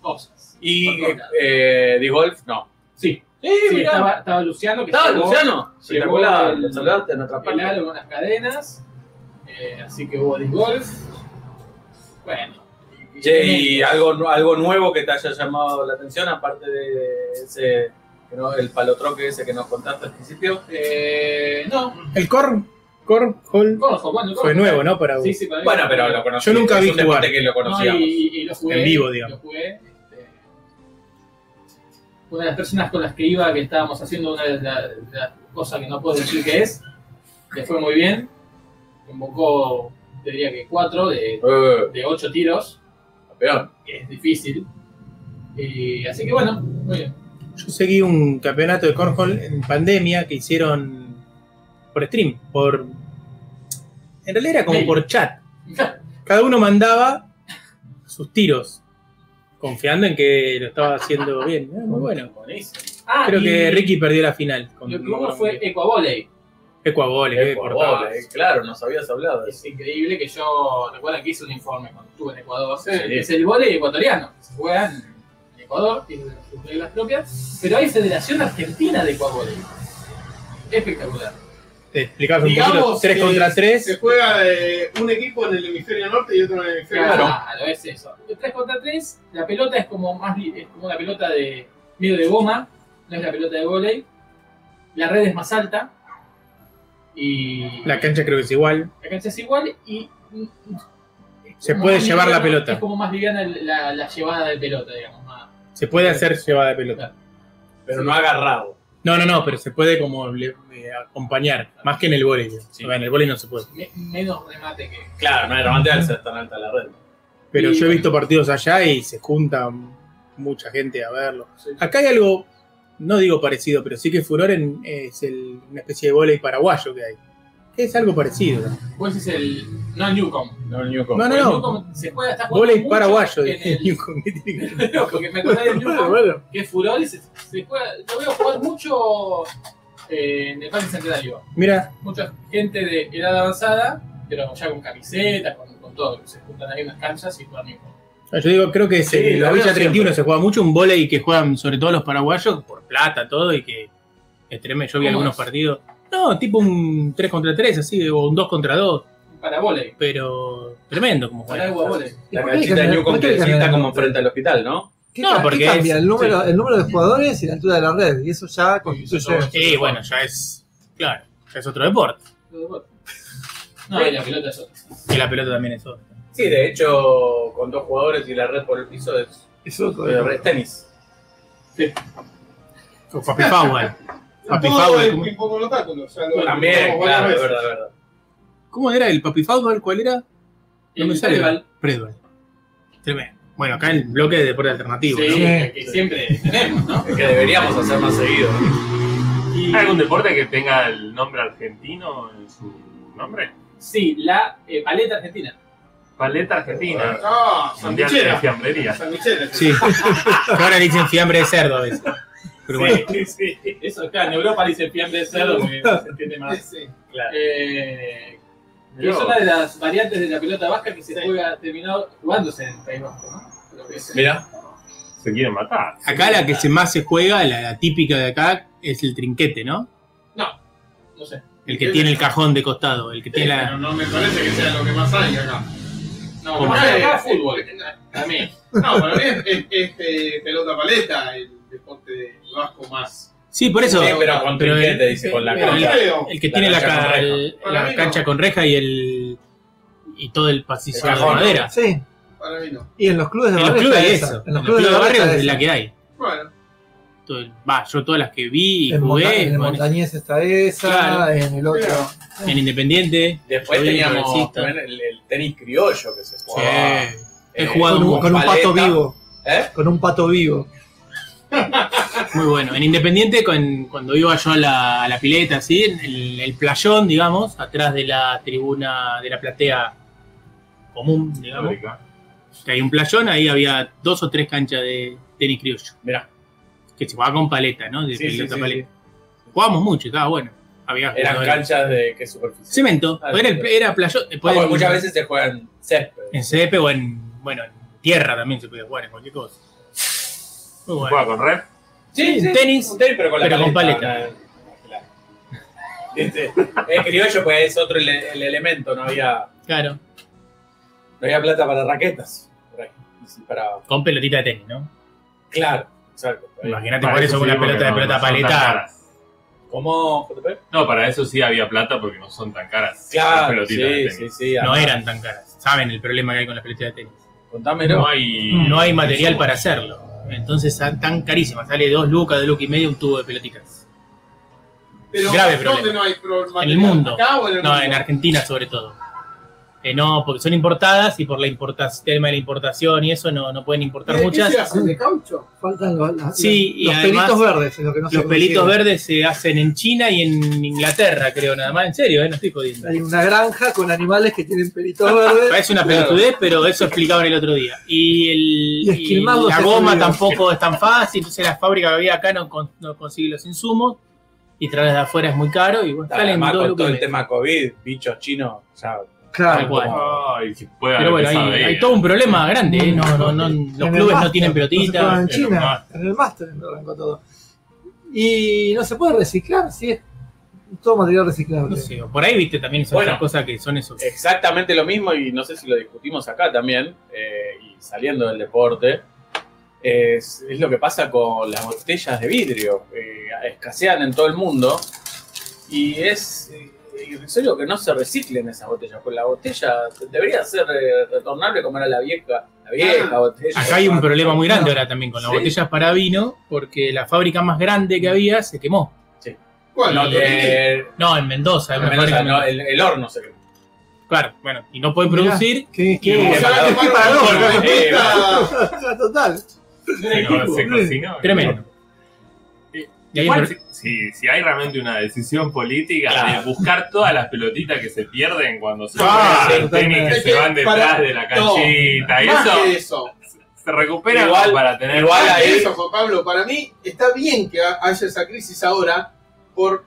Speaker 6: cosas.
Speaker 4: Y
Speaker 6: Por todos lados.
Speaker 4: eh, de golf, no.
Speaker 6: sí, sí,
Speaker 4: mirá.
Speaker 6: estaba, estaba Luciano que
Speaker 4: Estaba
Speaker 6: llegó
Speaker 4: Luciano.
Speaker 6: llegó
Speaker 4: Espectacular,
Speaker 6: el-
Speaker 4: lo saludaste en otra
Speaker 6: el
Speaker 4: parte.
Speaker 6: aro con las cadenas, eh, así que hubo disc golf. Bueno. y-
Speaker 4: Che, y algo, nu- algo nuevo que te haya llamado la atención, aparte de ese, que no- el palotroque ese que nos contaste al principio.
Speaker 6: Eh, no,
Speaker 5: El Korn, Korn Hall
Speaker 6: Corjo, bueno, Corjo.
Speaker 5: fue nuevo, ¿no? Para vos.
Speaker 6: Sí, sí, para mí
Speaker 4: Bueno,
Speaker 6: fue
Speaker 4: pero
Speaker 6: nuevo.
Speaker 4: lo conocí.
Speaker 5: Yo nunca
Speaker 4: es
Speaker 5: vi
Speaker 4: un deporte
Speaker 5: jugar.
Speaker 4: que lo
Speaker 6: No,
Speaker 4: conocíamos.
Speaker 6: y, y- y lo jugué.
Speaker 5: En vivo, digamos.
Speaker 6: Lo jugué. este, una de las personas con las que iba, que estábamos haciendo una de la- de las cosas que no puedo decir que es, le fue muy bien. Convocó, te diría que cuatro de,
Speaker 4: Eh,
Speaker 6: de ocho tiros,
Speaker 4: campeón.
Speaker 6: que es difícil. Y, así que bueno, muy bien.
Speaker 5: Yo seguí un campeonato de cornhole en pandemia que hicieron por stream, por en realidad era como
Speaker 6: Mail.
Speaker 5: por chat. Cada uno mandaba sus tiros, confiando en que lo estaba haciendo bien. Eh, Muy bueno.
Speaker 6: Buenísimo. Ah,
Speaker 5: Creo
Speaker 6: y
Speaker 5: que Ricky perdió la final con
Speaker 6: Lo que hubo fue Equavolley.
Speaker 5: Ecuabole,
Speaker 4: Eh,
Speaker 5: qué
Speaker 4: por
Speaker 5: cortado.
Speaker 4: favor, eh, claro, nos habías hablado de eso.
Speaker 6: Es increíble que yo, recuerdan que hice un informe cuando estuve en Ecuador, es el volei ecuatoriano, que se juega en Ecuador, tiene sus reglas propias, pero hay Federación Argentina de Ecuavolei. Espectacular.
Speaker 5: Te explicabas un
Speaker 3: Digamos
Speaker 5: poquito, 3
Speaker 3: que
Speaker 5: contra 3.
Speaker 3: Se juega eh, un equipo en el hemisferio norte y otro en el hemisferio
Speaker 6: Claro,
Speaker 3: sur.
Speaker 6: es eso. 3 contra 3, la pelota es como más li- es como una pelota de medio de goma, no es la pelota de volei. La red es más alta y
Speaker 5: La cancha creo que es igual.
Speaker 6: La cancha es igual y. y- y-
Speaker 5: Se
Speaker 6: como
Speaker 5: puede
Speaker 6: más
Speaker 5: llevar la
Speaker 6: liviana-
Speaker 5: pelota.
Speaker 6: Es como más liviana el- la, la llevada de pelota, digamos. más-
Speaker 5: Se puede hacer llevada de pelota.
Speaker 4: Pero no agarrado.
Speaker 5: No, no, no, pero se puede como le- eh, acompañar, más que en el volei.
Speaker 4: Sí.
Speaker 5: Bueno, en el volei no se puede.
Speaker 6: me- menos remate que.
Speaker 4: Claro, no era más de alza tan alta la red.
Speaker 5: Pero
Speaker 6: Y-
Speaker 5: yo he visto partidos allá y se junta mucha gente a verlo. Acá hay algo, no digo parecido, pero sí que furor en- es el- una especie de volei paraguayo que hay. Es algo parecido.
Speaker 6: Pues es el. No el Newcom.
Speaker 4: No, el Newcomb.
Speaker 5: No, no,
Speaker 6: El
Speaker 5: no.
Speaker 6: Newcom se juega, está jugando.
Speaker 5: Volei
Speaker 6: mucho
Speaker 5: paraguayo.
Speaker 6: En
Speaker 5: dije,
Speaker 6: el,
Speaker 5: ¿qué tiene que ver? Ah,
Speaker 6: porque me acordé del Newcom,
Speaker 5: Bueno,
Speaker 6: que es furor y se, se juega. Lo veo jugar mucho eh, en el Parque Centenario.
Speaker 5: Mira,
Speaker 6: Mucha gente de edad avanzada, pero ya con camisetas, con, con todo. Se juntan ahí en las canchas y juegan Newcom.
Speaker 5: No, Yo digo, creo que se-
Speaker 4: Sí,
Speaker 5: en
Speaker 4: lo
Speaker 5: la
Speaker 4: veo
Speaker 5: Villa 31
Speaker 4: siempre.
Speaker 5: se juega mucho un volei que juegan sobre todo los paraguayos por plata, todo, y que es tremendo. Yo vi
Speaker 6: ¿Cómo
Speaker 5: algunos
Speaker 6: es?
Speaker 5: partidos. No, tipo un 3 contra 3, así, o un 2 contra 2,
Speaker 6: Para volei.
Speaker 5: pero tremendo como
Speaker 6: Para
Speaker 5: juegan.
Speaker 6: agua volei.
Speaker 4: La canchita New con piedrecita como frente al hospital, ¿no?
Speaker 5: No, porque
Speaker 8: cambia
Speaker 5: es-
Speaker 8: el, número,
Speaker 5: sí.
Speaker 8: el número de jugadores y la altura de la red. Y eso ya constituye.
Speaker 5: Sí, bueno, ya es. Claro, ya es otro deporte.
Speaker 6: No, y la pelota es otra.
Speaker 5: Y la pelota también es otra.
Speaker 4: Sí, de hecho, con dos jugadores y la red por el piso es,
Speaker 8: Es otro
Speaker 4: pero es tenis.
Speaker 5: O Papi Powell. Papi
Speaker 3: Todo
Speaker 5: Powell.
Speaker 3: es
Speaker 5: ¿cómo,
Speaker 3: un poco los táculos, ya lo-
Speaker 4: También,
Speaker 3: lo- varias
Speaker 4: claro, es
Speaker 3: veces.
Speaker 4: verdad, es verdad.
Speaker 5: cómo era el Papi Powell? ¿Cuál era? No me
Speaker 6: El
Speaker 5: sale.
Speaker 6: Preval.
Speaker 5: Predval. Tremendo. Bueno, acá el bloque de deporte alternativo.
Speaker 6: Sí,
Speaker 5: ¿no?
Speaker 6: que- que Eh, siempre tenemos, ¿no?
Speaker 4: Es que deberíamos hacer más seguido.
Speaker 7: ¿Hay algún deporte que tenga el nombre argentino en su nombre?
Speaker 6: Sí, la eh, paleta argentina.
Speaker 7: Paleta Argentina.
Speaker 3: Ah,
Speaker 7: Mundial de
Speaker 3: sanguchera.
Speaker 7: fiambrería.
Speaker 3: Sanguchera.
Speaker 5: Sí. Ahora le dicen fiambre de cerdo a veces. Pero bueno,
Speaker 6: Eso acá en Europa dice fiambre de cerdo, que se entiende más.
Speaker 3: Sí.
Speaker 6: Eh, que es
Speaker 7: Mirá
Speaker 6: una
Speaker 7: vos.
Speaker 6: de las variantes de la pelota vasca que se
Speaker 3: Sí.
Speaker 6: juega, terminó jugándose en el País Vasco, ¿no? Lo que es-
Speaker 4: Mira,
Speaker 7: Se quieren matar.
Speaker 4: Ah.
Speaker 5: acá la que se más se juega, la, la típica de acá, es el trinquete, ¿no?
Speaker 6: No sé.
Speaker 5: El que tiene el cajón de costado, el que tiene la.
Speaker 3: no me parece que sea lo que más hay acá.
Speaker 6: No,
Speaker 5: ¿Cómo?
Speaker 6: no, acá
Speaker 3: Eh,
Speaker 6: fútbol. A mí.
Speaker 3: No, para mí es, es- es, eh, pelota paleta el deporte vasco más.
Speaker 5: Sí, por eso.
Speaker 4: Sí, pero con
Speaker 5: pero
Speaker 4: trinquete,
Speaker 5: el-
Speaker 4: dice, con la
Speaker 5: pero
Speaker 3: No
Speaker 5: el-
Speaker 4: cancha.
Speaker 3: creo.
Speaker 5: El que
Speaker 4: La
Speaker 5: tiene la,
Speaker 4: cancha con
Speaker 5: ca-
Speaker 4: reja.
Speaker 5: el-
Speaker 3: Para
Speaker 5: la
Speaker 3: mí no.
Speaker 5: cancha con reja y el y todo el pasillo
Speaker 4: El
Speaker 5: de
Speaker 4: cajón.
Speaker 5: madera.
Speaker 8: Sí.
Speaker 3: Para mí no.
Speaker 8: Y en los clubes de
Speaker 5: En los
Speaker 8: barrio.
Speaker 5: clubes
Speaker 8: está
Speaker 5: hay
Speaker 8: esa.
Speaker 5: eso.
Speaker 8: En los clubes de barrio.
Speaker 5: barrio
Speaker 8: está
Speaker 5: es la
Speaker 8: esa.
Speaker 5: que hay.
Speaker 3: Bueno,
Speaker 5: Todo el- Va, yo todas las que vi y
Speaker 8: En, Monta- en
Speaker 5: jugué,
Speaker 8: el
Speaker 5: bueno,
Speaker 8: Montañés está esa.
Speaker 5: Claro.
Speaker 8: En el otro.
Speaker 3: Claro.
Speaker 5: en Independiente.
Speaker 4: después
Speaker 5: Soy
Speaker 4: teníamos
Speaker 5: progresista.
Speaker 4: también el, el tenis criollo que se
Speaker 5: Sí.
Speaker 4: jugaba.
Speaker 5: He
Speaker 4: Eh,
Speaker 5: jugado
Speaker 8: Con un,
Speaker 5: mucho,
Speaker 8: con un pato
Speaker 4: Paleta.
Speaker 8: vivo.
Speaker 4: ¿Eh?
Speaker 8: Con un pato vivo.
Speaker 5: muy bueno. En Independiente, con- cuando iba yo a la, a la pileta, así, en el, el playón, digamos, atrás de la tribuna, de la platea común, digamos,
Speaker 7: Fábrica.
Speaker 5: que hay un playón, ahí había dos o tres canchas de tenis criollo.
Speaker 4: Mirá.
Speaker 5: Que se jugaba con paleta, ¿no? De
Speaker 4: Sí, sí,
Speaker 5: pelota
Speaker 4: sí,
Speaker 5: paleta. Jugábamos mucho, estaba bueno. Había
Speaker 4: Eran
Speaker 5: jugadores.
Speaker 4: canchas de qué superficie.
Speaker 5: Cemento, pues
Speaker 4: Ah,
Speaker 5: era, el-
Speaker 4: cemento.
Speaker 5: era playón.
Speaker 4: Ah,
Speaker 5: después
Speaker 4: porque
Speaker 5: en-
Speaker 4: muchas veces se juegan césped.
Speaker 5: En CDP o en, bueno, en tierra también se podía jugar, en cualquier cosa. Muy bueno.
Speaker 7: ¿Juega con red?
Speaker 5: Sí, sí, tenis,
Speaker 4: un tenis, pero con la
Speaker 5: pero con
Speaker 4: Una- Este, el criollo, pues es otro el, el elemento, no había,
Speaker 5: Claro,
Speaker 4: no había plata para raquetas. Por ahí, y se paraba.
Speaker 5: con pelotita de tenis, ¿no?
Speaker 4: Claro, exacto.
Speaker 5: Imagínate por eso con una
Speaker 7: sí, porque
Speaker 5: pelota de
Speaker 7: no-
Speaker 5: pelota
Speaker 7: no son tan
Speaker 5: paleta.
Speaker 7: caras.
Speaker 4: ¿Cómo, JP?
Speaker 7: No, para eso sí había plata porque no son tan caras. las
Speaker 4: Claro,
Speaker 7: pelotitas de
Speaker 4: sí,
Speaker 7: tenis.
Speaker 4: sí, sí.
Speaker 5: No
Speaker 4: ah,
Speaker 5: eran tan caras. Saben el problema que hay con las pelotitas de tenis.
Speaker 4: Contámelo.
Speaker 7: No hay,
Speaker 5: No hay material para hacerlo. Entonces tan- tan carísima. Sale dos lucas, dos lucas y medio un tubo de pelotitas.
Speaker 3: pero
Speaker 5: Grave
Speaker 3: ¿dónde
Speaker 5: problema.
Speaker 3: no hay problema?
Speaker 5: En el mundo.
Speaker 3: ¿Acá o en el
Speaker 5: No,
Speaker 3: mundo?
Speaker 5: en Argentina sobre todo. Eh, no, porque son importadas y por la importa- tema de la importación y eso no, no pueden importar
Speaker 3: ¿Qué- qué
Speaker 5: muchas.
Speaker 3: se hacen, de caucho?
Speaker 8: Faltan los, las-
Speaker 5: Sí,
Speaker 8: los-
Speaker 5: y
Speaker 8: los
Speaker 5: además-
Speaker 8: pelitos verdes. Es lo que no se
Speaker 5: Los pelitos
Speaker 8: consigue.
Speaker 5: verdes se hacen en China y en Inglaterra, creo, nada más. En serio, ¿eh? no estoy jodiendo.
Speaker 8: Hay una granja con animales que tienen pelitos verdes.
Speaker 5: Parece una pelotudez, pero eso explicaban el otro día. Y, el-
Speaker 8: Y esquilmarlos
Speaker 5: y la
Speaker 8: es
Speaker 5: goma
Speaker 8: jodido.
Speaker 5: tampoco es tan fácil, entonces la fábrica que había acá no, con- no consigue los insumos y traerlos de afuera es muy caro y bueno, salen
Speaker 4: Además,
Speaker 5: todo
Speaker 4: con
Speaker 5: lo
Speaker 4: todo el
Speaker 5: que
Speaker 4: tema COVID, bichos chinos, ya.
Speaker 5: Tal
Speaker 8: Claro.
Speaker 5: cual.
Speaker 7: Ay, si puede
Speaker 5: Pero
Speaker 7: haber
Speaker 5: bueno, hay,
Speaker 7: empezado ahí,
Speaker 5: hay
Speaker 7: eh.
Speaker 5: todo un problema grande, ¿eh? no, no, no, los
Speaker 8: En el
Speaker 5: clubes no
Speaker 8: máster,
Speaker 5: tienen
Speaker 8: se juegan
Speaker 5: pelotitas.
Speaker 8: en
Speaker 7: en el
Speaker 8: China,
Speaker 7: máster.
Speaker 8: en el máster en arrancó todo. Y no se puede reciclar, sí. es Todo material reciclable.
Speaker 5: No sé, por ahí viste también son
Speaker 4: Bueno. Eh,
Speaker 5: esas cosas que son esos.
Speaker 4: Exactamente lo mismo, y no sé si lo discutimos acá también, eh, y saliendo del deporte, es, es lo que pasa con las botellas de vidrio. eh, escasean en todo el mundo, y es eh, irrisorio que no se reciclen esas botellas, porque la botella debería ser eh, retornable como era la vieja, la vieja
Speaker 3: Ah,
Speaker 4: botella. Eh,
Speaker 5: Acá hay un problema muy grande ahora también con las
Speaker 4: Sí.
Speaker 5: botellas para vino, porque la fábrica más grande que había se quemó.
Speaker 3: ¿Cuál?
Speaker 4: No, eh,
Speaker 5: No, en Mendoza. en una
Speaker 4: Mendoza,
Speaker 5: fábrica-
Speaker 4: no, eh. el, el horno se quemó.
Speaker 5: Claro, bueno, y no pueden
Speaker 8: Mirá.
Speaker 5: producir.
Speaker 8: ¿Qué, qué-
Speaker 4: Y-
Speaker 3: O sea, la
Speaker 8: qué
Speaker 3: quemaron
Speaker 8: paradoja,
Speaker 3: con la
Speaker 8: ¿no?
Speaker 4: Eh,
Speaker 3: pista.
Speaker 8: Total.
Speaker 7: Se- se cocinó.
Speaker 5: Tremendo. Y ahí
Speaker 7: Igual,
Speaker 5: en-
Speaker 7: si, si hay realmente una decisión política
Speaker 4: Claro.
Speaker 7: de buscar todas las pelotitas que se pierden cuando se
Speaker 8: Ah,
Speaker 7: juegan al
Speaker 8: totalmente.
Speaker 7: tenis que
Speaker 3: Es
Speaker 7: se
Speaker 3: que
Speaker 7: van detrás
Speaker 3: para-
Speaker 7: de la
Speaker 3: no,
Speaker 7: canchita
Speaker 5: Eh,
Speaker 7: y
Speaker 3: Más que
Speaker 7: eso
Speaker 3: eso.
Speaker 7: se recupera
Speaker 4: Igual-
Speaker 7: para tener
Speaker 4: igual
Speaker 3: Más que
Speaker 4: ahí-
Speaker 3: eso, Juan Pablo, para mí está bien que ha- haya esa crisis ahora por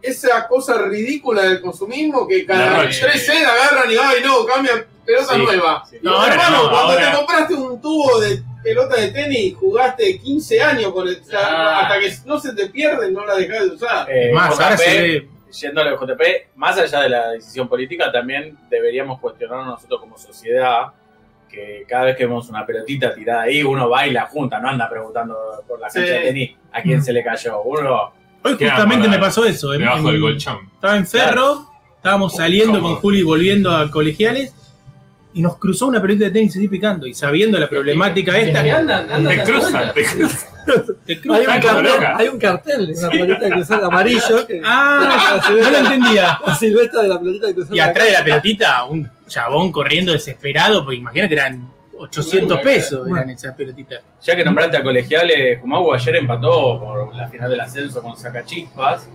Speaker 3: esa cosa ridícula del consumismo que
Speaker 10: La
Speaker 3: cada
Speaker 10: roche.
Speaker 3: tres cenas agarran y ay no, cambian pelota
Speaker 4: Sí,
Speaker 3: nueva.
Speaker 4: sí.
Speaker 3: No,
Speaker 7: No, ahora
Speaker 3: hermano,
Speaker 7: no,
Speaker 3: cuando
Speaker 7: ahora-
Speaker 3: te compraste un tubo de pelota de tenis y jugaste 15 años con el- o sea,
Speaker 4: Ah.
Speaker 3: hasta que no se te pierden, no la dejas de usar.
Speaker 4: Eh,
Speaker 5: Más, ahora
Speaker 4: JP,
Speaker 5: se ve.
Speaker 4: yendo a lo de JP, más allá de la decisión política, también deberíamos cuestionarnos nosotros como sociedad que cada vez que vemos una pelotita tirada ahí, uno baila junta, no anda preguntando por la
Speaker 3: Sí.
Speaker 4: cancha de tenis a quién se le cayó. Uno,
Speaker 5: Hoy
Speaker 7: Queda
Speaker 5: justamente
Speaker 7: para-
Speaker 5: me pasó eso. ¿eh? en-
Speaker 7: Debajo del
Speaker 5: en-
Speaker 7: colchón.
Speaker 5: Estaba en Ferro, estábamos saliendo
Speaker 7: ¿Cómo?
Speaker 5: con Juli volviendo a colegiales y nos cruzó una pelota de tenis así picando. Y sabiendo la problemática esta,
Speaker 6: andan,
Speaker 7: Te cruzan, te cruzan.
Speaker 5: te cruzó.
Speaker 8: Hay un,
Speaker 7: Está
Speaker 8: cartel,
Speaker 7: loca.
Speaker 8: hay un cartel de una pelotita de cruzar amarillo. Que
Speaker 5: Ah,
Speaker 8: la
Speaker 5: no lo
Speaker 8: silueta,
Speaker 5: entendía.
Speaker 8: la silueta de la pelotita de cruzar.
Speaker 5: Y atrás de la pelotita, un chabón corriendo desesperado, porque imagínate, eran 800 pesos eran esas pelotitas.
Speaker 4: ya que nombraste a colegiales, Jumagu ayer empató por la final del ascenso con Sacachispas.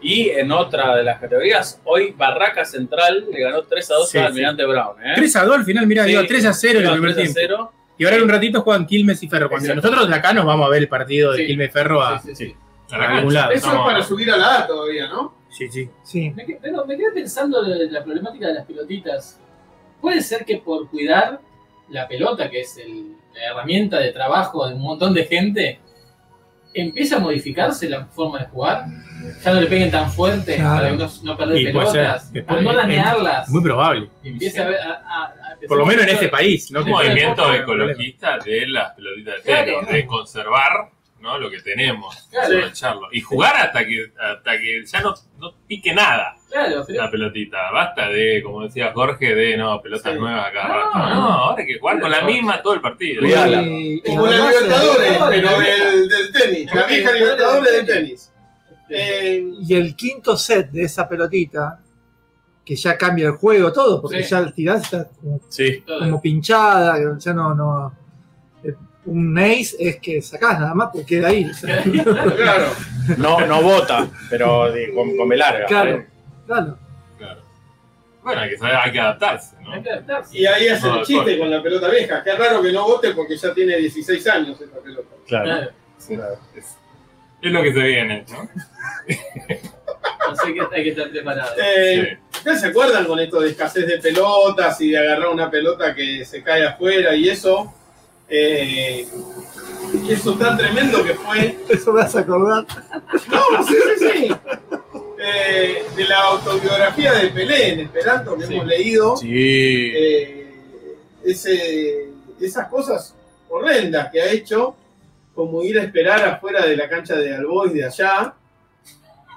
Speaker 4: Y en otra de las categorías, hoy Barraca Central le ganó 3 a 2
Speaker 5: Sí,
Speaker 4: a
Speaker 5: sí.
Speaker 4: Almirante Brown. ¿eh?
Speaker 5: 3 a 2 al final, mira,
Speaker 4: Sí.
Speaker 5: digo, 3 a 0 en
Speaker 4: Iba
Speaker 5: el primer
Speaker 4: 3 a
Speaker 5: tiempo.
Speaker 4: 0.
Speaker 5: Y ahora en un ratito juegan Quilmes y Ferro. Cuando
Speaker 3: Exacto.
Speaker 5: nosotros de acá nos vamos a ver el partido de
Speaker 3: Sí.
Speaker 5: Quilmes y Ferro a.
Speaker 3: Sí, sí, sí.
Speaker 7: A la
Speaker 5: A
Speaker 7: cancha.
Speaker 5: algún lado.
Speaker 3: Eso
Speaker 7: Estamos-
Speaker 3: es para subir a la A todavía, ¿no?
Speaker 5: Sí, sí.
Speaker 8: Sí.
Speaker 6: Me, que- pero me quedé pensando de la problemática de las pelotitas. Puede ser que por cuidar la pelota, que es el- la herramienta de trabajo de un montón de gente, empieza a modificarse la forma de jugar. Ya no le peguen tan fuerte
Speaker 8: Claro.
Speaker 6: para no, no perder
Speaker 5: Y puede ser.
Speaker 6: pelotas,
Speaker 5: Después-
Speaker 6: a no
Speaker 5: en-
Speaker 6: dañarlas.
Speaker 5: Muy probable.
Speaker 6: Empieza a ver- a- a- a-
Speaker 5: Por lo menos en este país. ¿no?
Speaker 7: Un
Speaker 5: Que-
Speaker 7: movimiento
Speaker 5: que-
Speaker 7: ecologista de las pelotitas de
Speaker 6: Claro,
Speaker 7: tenis,
Speaker 6: ¿no?
Speaker 7: de conservar ¿no? lo que tenemos,
Speaker 6: Claro.
Speaker 7: aprovecharlo. Y jugar hasta que, hasta que ya no, no pique nada
Speaker 6: Claro, pero
Speaker 7: la pelotita. Basta de, como decía Jorge, de no, pelotas
Speaker 3: Sí.
Speaker 7: nuevas acá.
Speaker 6: No,
Speaker 7: rato. No,
Speaker 6: no.
Speaker 7: ahora hay que jugar con la misma todo el partido.
Speaker 4: Cuidado. Cuidarla.
Speaker 8: Y- eh, y
Speaker 3: Como
Speaker 8: lo
Speaker 3: la
Speaker 8: demás es-
Speaker 3: Libertadores,
Speaker 6: la
Speaker 3: pero
Speaker 6: vieja.
Speaker 3: del, del tenis. La vieja Libertadores del tenis. Eh,
Speaker 8: Y el quinto set de esa pelotita, que ya cambia el juego, todo, porque
Speaker 6: Sí.
Speaker 8: ya el tirás está como
Speaker 4: Sí.
Speaker 6: todo-
Speaker 8: como pinchada, que ya no, no. eh, Un ace es que sacás nada más porque queda ahí.
Speaker 3: Eh, claro.
Speaker 4: No, no vota, pero de- con, con B larga.
Speaker 8: Claro, claro.
Speaker 7: Claro. Bueno, hay que, saber, hay que adaptarse, ¿no?
Speaker 6: hay que adaptarse.
Speaker 3: Y ahí hacen
Speaker 7: No,
Speaker 3: el chiste
Speaker 7: correcto.
Speaker 3: con la pelota vieja. Qué raro que no vote porque ya tiene 16 años esta pelota.
Speaker 4: claro.
Speaker 6: Claro.
Speaker 7: Es, es lo que se viene, ¿no?
Speaker 6: Así que hay que estar preparado.
Speaker 3: Eh, ¿Ustedes se acuerdan con esto de escasez de pelotas y de agarrar una pelota que se cae afuera y eso? Eh, eso tan tremendo que fue.
Speaker 8: Eso me hace acordar.
Speaker 3: No, Ah, sí, sí, sí. Eh, de la autobiografía de Pelé en Esperanto que hemos leído.
Speaker 4: Sí.
Speaker 3: eh, ese- esas cosas horrendas que ha hecho, como ir a esperar afuera de la cancha de Albois de allá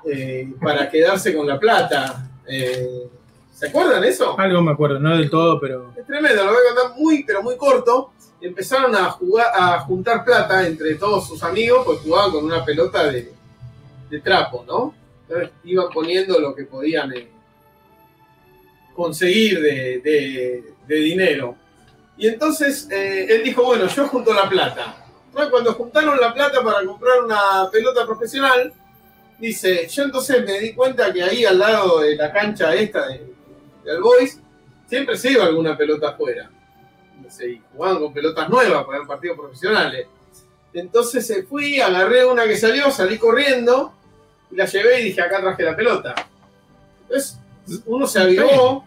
Speaker 3: eh, para quedarse con la plata. Eh, ¿Se acuerdan eso?
Speaker 5: Algo me acuerdo, no del todo, pero.
Speaker 3: Es tremendo, lo voy a contar muy, pero muy corto. Empezaron a jugar, a juntar plata entre todos sus amigos, pues jugaban con una pelota de, de trapo, ¿no? Entonces iban poniendo lo que podían eh, conseguir de, de- de dinero. Y entonces eh, él dijo, bueno, yo junto la plata. Entonces, cuando juntaron la plata para comprar una pelota profesional, dice, yo entonces me di cuenta que ahí al lado de la cancha esta de, de Albois, siempre se iba alguna pelota afuera. No sé, y jugaban con pelotas nuevas para eran partidos profesionales. Entonces eh, fui, agarré una que salió, salí corriendo, y la llevé y dije, acá traje la pelota. Entonces uno se avivó,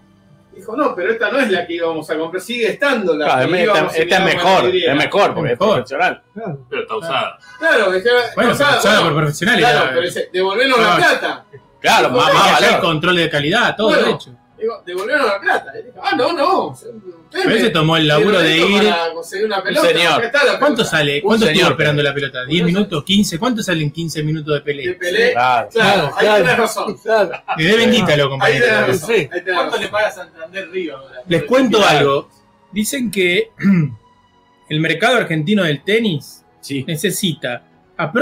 Speaker 3: dijo, no, pero esta no es la que íbamos a comprar, sigue estando la
Speaker 4: Claro,
Speaker 3: que
Speaker 4: esta-
Speaker 3: íbamos y
Speaker 4: esta,
Speaker 3: le
Speaker 4: es
Speaker 3: damos la
Speaker 4: mejor,
Speaker 3: mayoría".
Speaker 4: es mejor, porque es
Speaker 5: Mejor.
Speaker 4: profesional.
Speaker 8: Claro.
Speaker 7: Pero está usada.
Speaker 3: Claro, es que era-
Speaker 5: Bueno,
Speaker 3: o sea,
Speaker 5: pero usada
Speaker 3: bueno,
Speaker 5: por profesionales.
Speaker 3: Claro,
Speaker 5: ya-
Speaker 3: pero dice, devolvenos la
Speaker 5: Ah.
Speaker 3: plata.
Speaker 4: Claro, más,
Speaker 5: Hay que
Speaker 4: más
Speaker 5: hacer
Speaker 4: valor.
Speaker 5: control de calidad, todo
Speaker 3: Bueno,
Speaker 5: de hecho.
Speaker 3: Digo, devolveron la plata. Y dijo, ah, no, no.
Speaker 5: Pero él se tomó el laburo de ir.
Speaker 3: Para conseguir una pelota.
Speaker 4: señor.
Speaker 3: acá está la
Speaker 5: ¿Cuánto
Speaker 3: pelota.
Speaker 5: sale? ¿Cuánto
Speaker 4: señor.
Speaker 5: estuvo esperando la pelota? ¿10
Speaker 3: Un
Speaker 5: minutos? ¿15? ¿Cuánto salen 15 minutos de
Speaker 3: De
Speaker 5: pelea?
Speaker 3: Pelé.
Speaker 4: Claro.
Speaker 3: Claro, ahí
Speaker 8: Claro.
Speaker 3: tenés razón.
Speaker 8: Claro.
Speaker 5: Me deben guita, lo
Speaker 3: Ah, Ahí tenés
Speaker 5: compañero.
Speaker 3: razón.
Speaker 8: Sí.
Speaker 3: Ahí tenés razón.
Speaker 6: le paga Santander Río ahora?
Speaker 5: Les cuento algo. Dicen que el mercado argentino del tenis
Speaker 4: Sí.
Speaker 5: necesita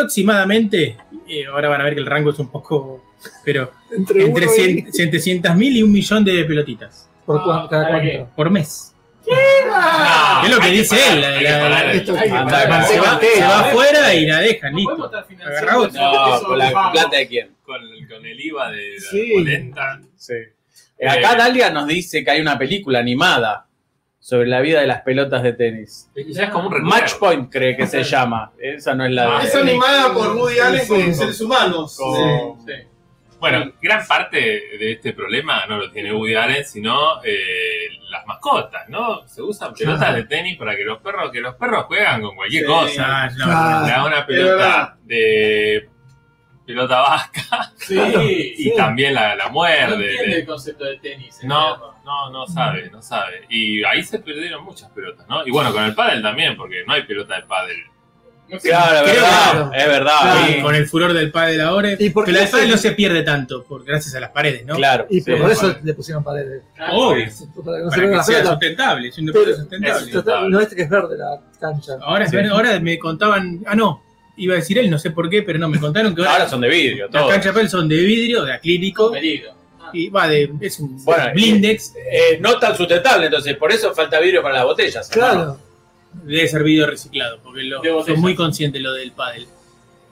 Speaker 5: aproximadamente, eh, ahora van a ver que el rango es un poco, pero
Speaker 8: Entre,
Speaker 5: entre
Speaker 8: uno y-
Speaker 5: 700 mil y un millón de pelotitas
Speaker 8: ¿Por cuánto? ¿Cada
Speaker 6: ¿Para qué?
Speaker 8: cuánto?
Speaker 5: por mes.
Speaker 7: No,
Speaker 5: Es lo que
Speaker 7: hay
Speaker 5: dice
Speaker 7: parar,
Speaker 5: él, la-
Speaker 7: hay que
Speaker 5: la-
Speaker 7: parar.
Speaker 8: Esto
Speaker 3: Ay,
Speaker 8: que-
Speaker 4: Anda,
Speaker 5: Se,
Speaker 4: anda.
Speaker 5: va, se
Speaker 3: ¿eh?
Speaker 5: va afuera y la dejan, listo. Agarra otra.
Speaker 4: No, con la plata de quién.
Speaker 7: con, el- con el IVA de la
Speaker 8: Sí.
Speaker 7: polenta.
Speaker 4: Sí. acá
Speaker 7: Eh.
Speaker 4: Dalia nos dice que hay una película animada sobre la vida de las pelotas de tenis.
Speaker 7: Es que ya es como un recuerdo.
Speaker 4: Match Point cree que se llama. Esa no es la
Speaker 7: Ah,
Speaker 4: de...
Speaker 3: Es animada por Woody Allen
Speaker 8: Sí,
Speaker 3: con
Speaker 8: sí.
Speaker 3: seres humanos.
Speaker 4: Con-
Speaker 3: Sí, sí.
Speaker 7: Bueno, gran parte de este problema no lo tiene Woody Allen, sino eh, las mascotas, ¿no? Se usan pelotas de tenis para que los perros, que los perros juegan con cualquier
Speaker 3: Sí.
Speaker 7: cosa.
Speaker 11: Ah, no.
Speaker 8: Ah,
Speaker 7: Le da una
Speaker 3: verdad.
Speaker 7: pelota de pelota vasca
Speaker 4: Sí.
Speaker 7: y también la, la
Speaker 4: No
Speaker 7: muerde.
Speaker 4: entiende el concepto de tenis. ¿eh? el perro.
Speaker 7: No, no, no sabe, no sabe. Y ahí se perdieron muchas pelotas, ¿no? Y bueno, con el pádel también, porque no hay pelota de pádel.
Speaker 4: No sé.
Speaker 12: Claro, es
Speaker 5: Creo
Speaker 12: verdad. Es
Speaker 4: Ah,
Speaker 12: verdad.
Speaker 8: Claro.
Speaker 5: Sí, con el furor del pádel ahora.
Speaker 8: Y porque
Speaker 5: Pero la de
Speaker 8: ese-
Speaker 5: pádel no se pierde tanto, por, gracias a las paredes, ¿no?
Speaker 12: Claro.
Speaker 8: Y pero
Speaker 7: Sí,
Speaker 8: por eso
Speaker 7: vale.
Speaker 8: le pusieron paredes.
Speaker 5: Obvio,
Speaker 8: Para que no se
Speaker 5: para
Speaker 8: vean
Speaker 5: que
Speaker 8: las
Speaker 5: sea
Speaker 8: pelotas.
Speaker 5: sustentable, es un
Speaker 8: Pero-
Speaker 5: deporte sustentable.
Speaker 7: es-
Speaker 8: Total, No este que es verde la cancha.
Speaker 5: Ahora, es
Speaker 7: Sí.
Speaker 5: verde, ahora me contaban, ah no, iba a decir él, no sé por qué, pero no, me contaron que ahora
Speaker 12: Ahora son de vidrio,
Speaker 5: las
Speaker 12: todo.
Speaker 5: canchas de pádel son de vidrio, de acrílico,
Speaker 4: Peligro.
Speaker 5: y va de, es un
Speaker 12: Bueno,
Speaker 5: blindex,
Speaker 12: Eh, no tan sustentable, entonces, por eso falta vidrio para las botellas. hermano.
Speaker 8: Claro.
Speaker 5: debe ser vidrio reciclado, porque lo,
Speaker 4: De botella.
Speaker 5: son muy conscientes lo del pádel.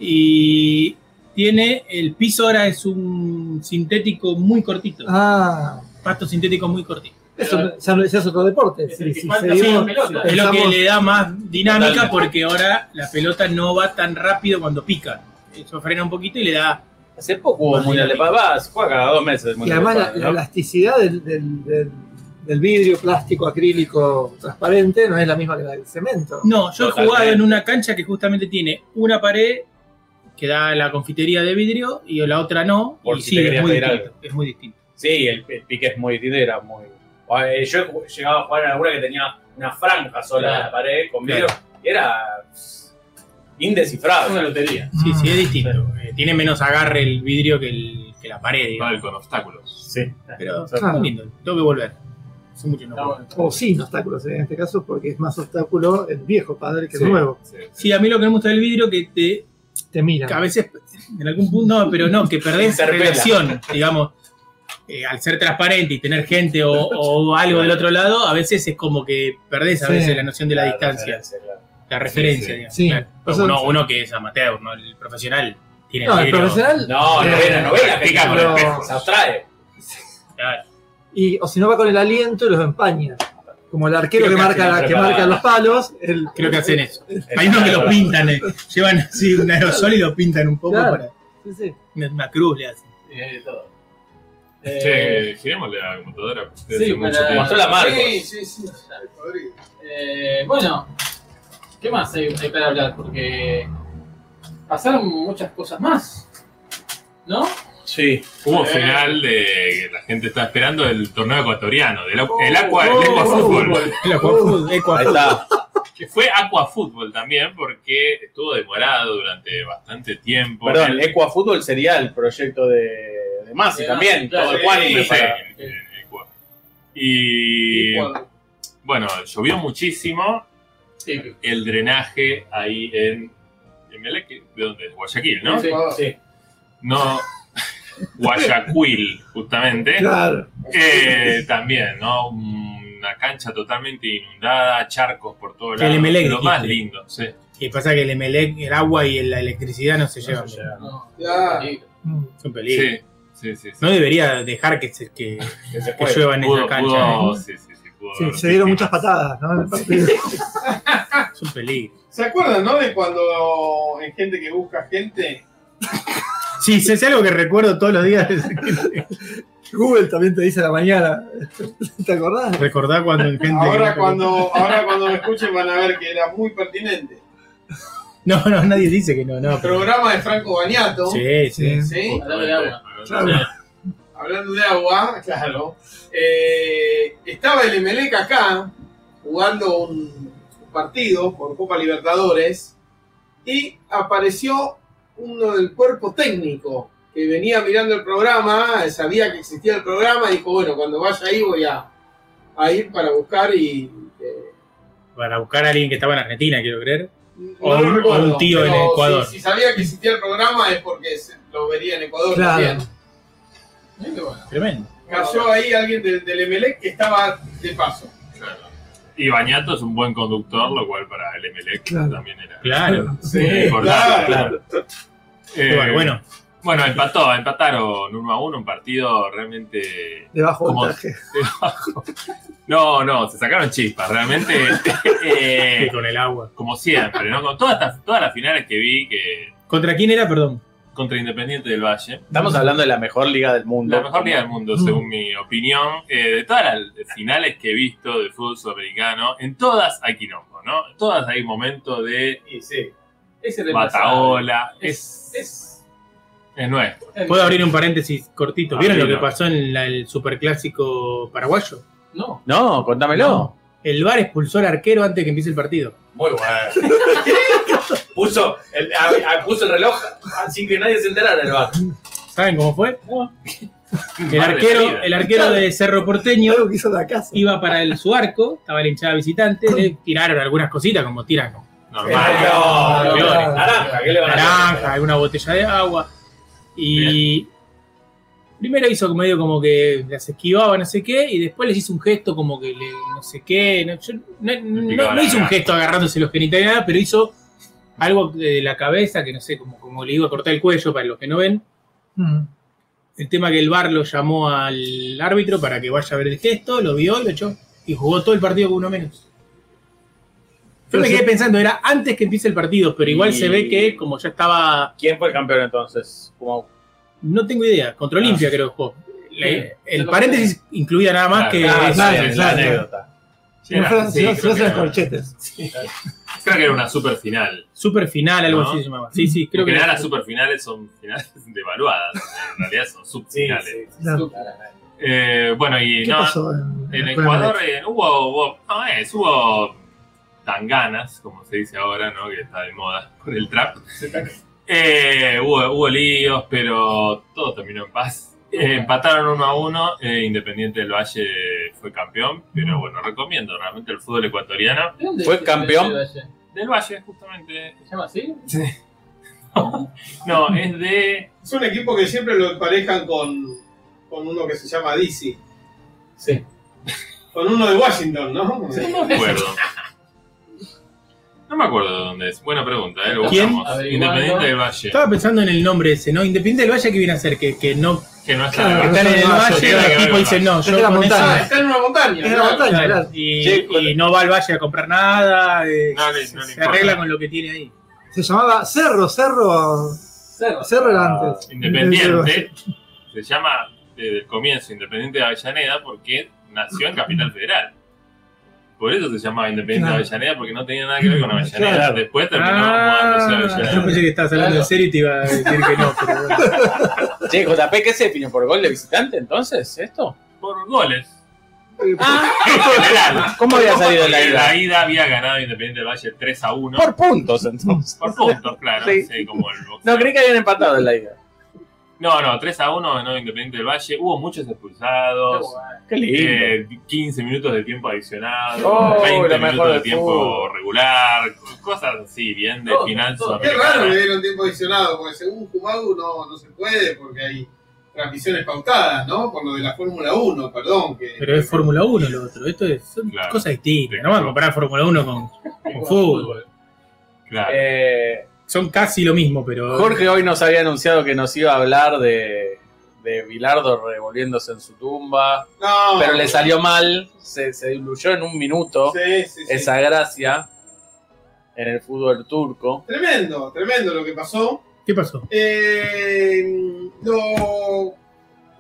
Speaker 5: Y tiene, el piso ahora es un sintético muy cortito,
Speaker 8: Ah,
Speaker 5: pasto sintético muy cortito.
Speaker 8: eso ya, no- ya es otro deporte. Sí,
Speaker 4: que
Speaker 8: sí,
Speaker 4: falta
Speaker 8: seguimos-
Speaker 4: son las pelotas.
Speaker 5: Es lo que
Speaker 8: pensamos-
Speaker 5: le da más dinámica
Speaker 4: Totalmente.
Speaker 5: porque ahora la pelota no va tan rápido cuando pica. Eso frena un poquito y le da
Speaker 12: Hace poco hubo
Speaker 5: Más
Speaker 12: mundial de pádel. Va, se juega cada dos meses el
Speaker 8: Y
Speaker 12: mundial
Speaker 8: además
Speaker 12: de
Speaker 8: la,
Speaker 12: pádel,
Speaker 8: la
Speaker 12: ¿no?
Speaker 8: elasticidad del, del- del- del vidrio, plástico, acrílico, transparente no es la misma que la del cemento.
Speaker 5: No, yo he
Speaker 12: Totalmente.
Speaker 5: jugado en una cancha que justamente tiene una pared que da a la confitería de vidrio y la otra no.
Speaker 12: Por
Speaker 5: y
Speaker 12: si
Speaker 5: sí,
Speaker 12: te
Speaker 5: es
Speaker 12: querías
Speaker 5: muy,
Speaker 12: pedir
Speaker 5: distinto, es muy distinto.
Speaker 12: Sí, el, el pique es muy distinto, era muy. Eh, Yo he ju- llegaba a jugar en alguna que tenía una franja sola en la pared con vidrio y era
Speaker 4: Es una
Speaker 12: indescifrable.
Speaker 4: lotería.
Speaker 5: Sí, sí, es distinto. Eh, tiene menos agarre el vidrio que, el- que la pared. digamos.
Speaker 7: Pádel con obstáculos.
Speaker 12: Sí.
Speaker 5: Pero
Speaker 8: Claro.
Speaker 5: muy lindo. Tengo que volver. Hace mucho que no.
Speaker 4: Está
Speaker 5: juego.
Speaker 4: bueno.
Speaker 8: O sin obstáculos en este caso, porque es más obstáculo el viejo padre que
Speaker 7: Sí,
Speaker 8: el nuevo.
Speaker 7: sí, sí.
Speaker 5: Sí, a mí lo que no me gusta del vidrio que te,
Speaker 8: Te mira.
Speaker 5: que a veces en algún punto no, pero no, que perdés
Speaker 12: Interpela.
Speaker 5: relación, digamos. Eh, al ser transparente y tener gente o, o algo del otro lado, a veces es como que perdés a
Speaker 8: Sí.
Speaker 5: veces la noción de la
Speaker 12: Claro,
Speaker 5: distancia.
Speaker 12: referencia, claro.
Speaker 5: La referencia,
Speaker 7: Sí, sí.
Speaker 5: digamos.
Speaker 8: Sí.
Speaker 5: Claro. Pero
Speaker 8: O sea,
Speaker 5: uno, uno que es amateur, ¿no? El profesional tiene
Speaker 8: No, el
Speaker 5: vidrio,
Speaker 8: profesional.
Speaker 12: No,
Speaker 8: eh,
Speaker 12: novela, novela, que
Speaker 7: Practica con
Speaker 8: no.
Speaker 7: espejos.
Speaker 12: se abstrae.
Speaker 5: claro.
Speaker 8: y, o si no va con el aliento y los empaña. Como el arquero
Speaker 5: Creo
Speaker 8: que
Speaker 5: que
Speaker 8: marca,
Speaker 5: hacen
Speaker 8: la- que
Speaker 12: preparada.
Speaker 8: marca los palos. el-
Speaker 5: Creo que hacen eso. Hay unos que lo pintan, eh. llevan así un aerosol y lo pintan un poco
Speaker 8: Claro.
Speaker 5: para
Speaker 8: Sí, sí.
Speaker 5: una, una cruz le hacen.
Speaker 4: Y hay de todo. Eh,
Speaker 7: Che, giremos la computadora. porque hace
Speaker 4: sí,
Speaker 7: mucho
Speaker 4: para-
Speaker 7: que-
Speaker 12: Mostró la Marcos.
Speaker 4: Sí, sí, sí. Eh, bueno, ¿qué más hay, hay para hablar? Porque pasaron muchas cosas más, ¿no?
Speaker 12: Sí.
Speaker 7: Hubo final de que la gente está esperando el torneo ecuatoriano, del au- el
Speaker 4: Oh,
Speaker 7: Aqua,
Speaker 4: oh,
Speaker 7: el Aqua
Speaker 4: oh,
Speaker 7: Fútbol,
Speaker 5: El aquafútbol, el aquafútbol.
Speaker 12: Ahí está.
Speaker 7: que fue Aqua Fútbol también porque estuvo demorado durante bastante tiempo.
Speaker 12: Perdón,
Speaker 7: El-
Speaker 12: Ecuafútbol sería el proyecto de, de Masi
Speaker 4: De
Speaker 12: también,
Speaker 4: Masi, claro,
Speaker 12: todo
Speaker 4: sí,
Speaker 12: ecuánime
Speaker 7: sí,
Speaker 12: para-
Speaker 7: el- el Aqua. Y bueno, llovió muchísimo
Speaker 4: Sí,
Speaker 7: el drenaje ahí en, en Meleque, ¿de dónde? es? Guayaquil, ¿no?
Speaker 4: sí,
Speaker 3: Ah,
Speaker 4: sí.
Speaker 7: No, Guayaquil, justamente.
Speaker 8: Claro.
Speaker 7: Eh, también, ¿no? Una cancha totalmente inundada, charcos por todos
Speaker 5: El
Speaker 7: lados.
Speaker 5: Emelec,
Speaker 7: Lo más
Speaker 5: dijiste.
Speaker 7: lindo, sí.
Speaker 5: Y pasa que el Emelec, el agua y la electricidad no se
Speaker 12: No
Speaker 5: llevan.
Speaker 12: se lleva, ¿no?
Speaker 4: No,
Speaker 3: Ya.
Speaker 4: sí.
Speaker 8: Mm.
Speaker 5: Es un peligro.
Speaker 7: Sí, sí, sí. sí.
Speaker 5: No debería dejar que, se- que,
Speaker 12: Que se
Speaker 5: que
Speaker 12: juegue.
Speaker 5: llueva en
Speaker 7: Pudo-
Speaker 5: esa cancha.
Speaker 7: pudo- sí, sí, sí, pudo
Speaker 8: Sí,
Speaker 7: haber
Speaker 8: se dieron
Speaker 7: muchísimas.
Speaker 8: muchas patadas, ¿no? En el partido.
Speaker 5: ¿eh? Es un peligro.
Speaker 3: ¿Se acuerdan, no? De cuando en gente que busca gente.
Speaker 5: Sí, es algo que recuerdo todos los días.
Speaker 8: Google también te dice a la mañana. ¿Te acordás?
Speaker 5: Recordar cuando gente. que
Speaker 3: Ahora
Speaker 5: no-
Speaker 3: cuando, ahora cuando me escuchen van a ver que era muy pertinente.
Speaker 5: No, no, nadie dice que no, no. pero-
Speaker 3: Programa de Franco Bañato.
Speaker 5: Sí, sí.
Speaker 3: ¿sí?
Speaker 4: Hablar de agua.
Speaker 3: Hablando de agua, claro. eh, estaba el Emelec acá jugando un partido por Copa Libertadores y apareció uno del cuerpo técnico que venía mirando el programa, sabía que existía el programa y dijo, bueno, cuando vaya ahí voy a, a ir para buscar y... eh,
Speaker 5: Para buscar a alguien que estaba en Argentina, quiero creer.
Speaker 3: no
Speaker 5: O
Speaker 3: lo
Speaker 5: un-
Speaker 3: recuerdo,
Speaker 5: o un tío en
Speaker 3: pero
Speaker 5: Ecuador.
Speaker 3: Si, si sabía que existía el programa es porque se- lo vería en Ecuador
Speaker 8: Claro.
Speaker 3: también.
Speaker 4: Muy bueno.
Speaker 5: Tremendo.
Speaker 3: Cayó ahí alguien del, del Emelec que estaba de paso.
Speaker 7: Y Bañato es un buen conductor, lo cual para el Emelec
Speaker 8: Claro.
Speaker 7: también era
Speaker 5: Claro.
Speaker 7: muy importante. Eh,
Speaker 5: Bueno, bueno,
Speaker 7: bueno, empató, empataron 1 a 1, un partido realmente
Speaker 8: De bajo
Speaker 7: ¿Cómo?
Speaker 8: voltaje.
Speaker 7: No, no, se sacaron chispas, realmente. eh,
Speaker 5: que con el agua.
Speaker 7: como siempre, ¿no? Con todas, estas- todas las finales que vi, que
Speaker 5: ¿Contra quién era, perdón?
Speaker 7: contra Independiente del Valle.
Speaker 4: Estamos hablando de la mejor liga del mundo.
Speaker 7: La mejor liga del mundo, según mi opinión. Eh, de todas las finales que he visto de fútbol sudamericano, en todas hay quilombo, ¿no? En todas hay momentos de
Speaker 13: Y sí. Ese es el
Speaker 7: bataola. Es,
Speaker 13: pasado. Es-
Speaker 7: es nuestro.
Speaker 5: Puedo abrir un paréntesis cortito. ¿Vieron lo que
Speaker 7: Abrilo.
Speaker 5: pasó en la- el superclásico paraguayo?
Speaker 13: No.
Speaker 4: No, contámelo.
Speaker 5: El VAR expulsó al arquero antes de que empiece el partido.
Speaker 13: Muy bueno. puso, el, a- a- puso el reloj sin que nadie se enterara del bar.
Speaker 5: ¿Saben cómo fue? El
Speaker 7: Madre
Speaker 5: arquero,
Speaker 7: querida.
Speaker 5: el arquero de Cerro Porteño
Speaker 8: Algo que hizo la casa.
Speaker 5: iba para el, su arco, estaba la hinchada visitante, le tiraron algunas cositas como tiran con
Speaker 7: Normal.
Speaker 13: no,
Speaker 5: no, no.
Speaker 13: naranja, ¿qué le van a hacer?
Speaker 5: naranja, alguna botella de agua. Y primero hizo medio como que las esquivaba, no sé qué, y después les hizo un gesto como que le, no sé qué. No, yo- no- no-
Speaker 7: picaba
Speaker 5: no
Speaker 7: la
Speaker 5: hizo un
Speaker 7: cara.
Speaker 5: gesto agarrándose los genitales, nada, pero hizo algo de la cabeza que no sé, como, como le iba a cortar el cuello para los que no ven.
Speaker 8: Mm.
Speaker 5: El tema que el VAR lo llamó al árbitro para que vaya a ver el gesto, lo vio, lo echó y jugó todo el partido con uno menos. Yo me quedé pensando, era antes que empiece el partido, pero igual
Speaker 4: Y-
Speaker 5: se ve que como ya estaba,
Speaker 4: ¿Quién fue el campeón entonces? Como-
Speaker 5: no tengo idea, contra Olimpia creo que jugó. Le-
Speaker 13: Bien,
Speaker 5: el
Speaker 13: lo
Speaker 5: paréntesis incluía nada más
Speaker 7: Claro,
Speaker 5: que...
Speaker 13: Ah,
Speaker 8: claro,
Speaker 13: sí,
Speaker 8: claro.
Speaker 13: la anécdota.
Speaker 8: Si no
Speaker 7: Era-
Speaker 8: fueran-
Speaker 7: sí,
Speaker 8: si no- si
Speaker 7: creo
Speaker 8: no
Speaker 7: que
Speaker 8: fueran
Speaker 7: era-
Speaker 8: corchetes.
Speaker 7: Creo que era una super final.
Speaker 5: Super final, algo
Speaker 7: ¿No?
Speaker 5: así se llamaba. Sí, sí, creo
Speaker 7: Creo
Speaker 5: que...
Speaker 7: que las super finales son finales devaluadas. En realidad son
Speaker 13: Sí,
Speaker 7: subfinales.
Speaker 13: sí.
Speaker 8: Claro.
Speaker 7: Eh, bueno, y
Speaker 8: ¿Qué
Speaker 7: no,
Speaker 8: pasó en,
Speaker 7: En
Speaker 8: el programa?
Speaker 7: Ecuador eh, hubo, hubo, no es, hubo tanganas, como se dice ahora, ¿no? Que está de moda por el trap. Eh, hubo, hubo líos, pero todo terminó en paz. Eh, empataron uno a uno, eh, Independiente del Valle fue campeón, pero bueno, recomiendo realmente el fútbol ecuatoriano.
Speaker 6: ¿De dónde
Speaker 4: Fue
Speaker 6: es el
Speaker 4: campeón.
Speaker 6: Valle? ¿Se
Speaker 7: Del Valle, justamente.
Speaker 6: llama así?
Speaker 7: No, es de...
Speaker 3: Es un equipo que siempre lo emparejan con, con uno que se llama DC.
Speaker 6: Sí.
Speaker 3: Con uno de Washington, ¿no?
Speaker 7: No me acuerdo. No me acuerdo de dónde es. Buena pregunta, eh, lo
Speaker 5: ¿Quién?
Speaker 7: buscamos.
Speaker 6: Averiguando.
Speaker 7: Independiente del Valle.
Speaker 5: Estaba pensando en el nombre ese, ¿no? Independiente del Valle, ¿qué viene a hacer? Que, que no...
Speaker 7: Que no está en
Speaker 8: Claro,
Speaker 7: el Valle.
Speaker 5: Están en el
Speaker 8: no,
Speaker 5: Valle,
Speaker 7: sí,
Speaker 5: y
Speaker 7: no,
Speaker 5: el
Speaker 7: no,
Speaker 5: equipo
Speaker 7: no,
Speaker 5: dice, no, yo
Speaker 8: de la
Speaker 5: con eso-
Speaker 8: montaña.
Speaker 3: Ah, Está en una montaña.
Speaker 8: Es de la
Speaker 3: claro.
Speaker 8: montaña,
Speaker 5: Claro,
Speaker 8: claro.
Speaker 5: Y,
Speaker 4: Sí, con-
Speaker 5: y no va al valle a comprar nada, eh,
Speaker 7: No le-
Speaker 5: se,
Speaker 7: no le
Speaker 5: se
Speaker 7: importa.
Speaker 5: arregla con lo que tiene ahí.
Speaker 8: Se llamaba Cerro, Cerro.
Speaker 13: Cerro.
Speaker 8: Cerro era antes.
Speaker 7: Independiente se llama desde el comienzo Independiente de Avellaneda porque nació en Capital Federal. Por eso se llamaba Independiente
Speaker 8: Claro.
Speaker 7: de Avellaneda porque no tenía nada que ver con Avellaneda.
Speaker 8: Claro.
Speaker 7: Después terminó mudándose a
Speaker 5: Ah, yo
Speaker 7: Avellaneda.
Speaker 5: pensé que estabas hablando
Speaker 6: Claro.
Speaker 5: en serio y te iba a decir que no, pero bueno.
Speaker 4: Che, JP, ¿qué se definió por gol de visitante entonces? ¿Esto?
Speaker 7: Por goles.
Speaker 4: Ah,
Speaker 7: En general.
Speaker 4: ¿Cómo había salido
Speaker 7: En
Speaker 4: la
Speaker 7: La
Speaker 4: ida?
Speaker 7: ida había ganado Independiente del Valle 3 a 1. Por,
Speaker 4: Por puntos entonces.
Speaker 7: puntos, claro.
Speaker 4: Sí.
Speaker 7: sí, como el boxeo.
Speaker 4: No, creí que habían empatado en la ida.
Speaker 7: no, no, 3 a 1 ganó Independiente del Valle. Hubo muchos expulsados.
Speaker 4: Qué lindo.
Speaker 7: Eh, 15 minutos de tiempo adicional,
Speaker 4: Oh,
Speaker 7: 20
Speaker 4: lo mejor
Speaker 7: minutos de
Speaker 4: del
Speaker 7: tiempo
Speaker 4: fútbol.
Speaker 7: regular, co- cosas así, bien de
Speaker 13: Todo,
Speaker 7: final
Speaker 13: todo.
Speaker 3: Qué raro eh. que
Speaker 7: sudamericana.
Speaker 3: dieron tiempo adicionado, porque según Jumagu no, no se puede, porque hay transmisiones pautadas, ¿no? Por lo de la Fórmula 1, perdón. Que,
Speaker 5: Pero es Fórmula 1 lo otro, esto es son
Speaker 7: Claro.
Speaker 5: cosas distintas. No van a comparar Fórmula 1 con, con fútbol.
Speaker 7: Claro.
Speaker 4: Eh,
Speaker 5: Son casi lo mismo, pero
Speaker 4: Jorge hoy nos había anunciado que nos iba a hablar de, de Bilardo revolviéndose en su tumba,
Speaker 3: No,
Speaker 4: pero le salió mal, se, se diluyó en un minuto
Speaker 3: Sí, sí, sí.
Speaker 4: esa gracia en el fútbol turco.
Speaker 3: Tremendo, tremendo lo que pasó.
Speaker 5: ¿qué pasó?
Speaker 3: Eh, lo,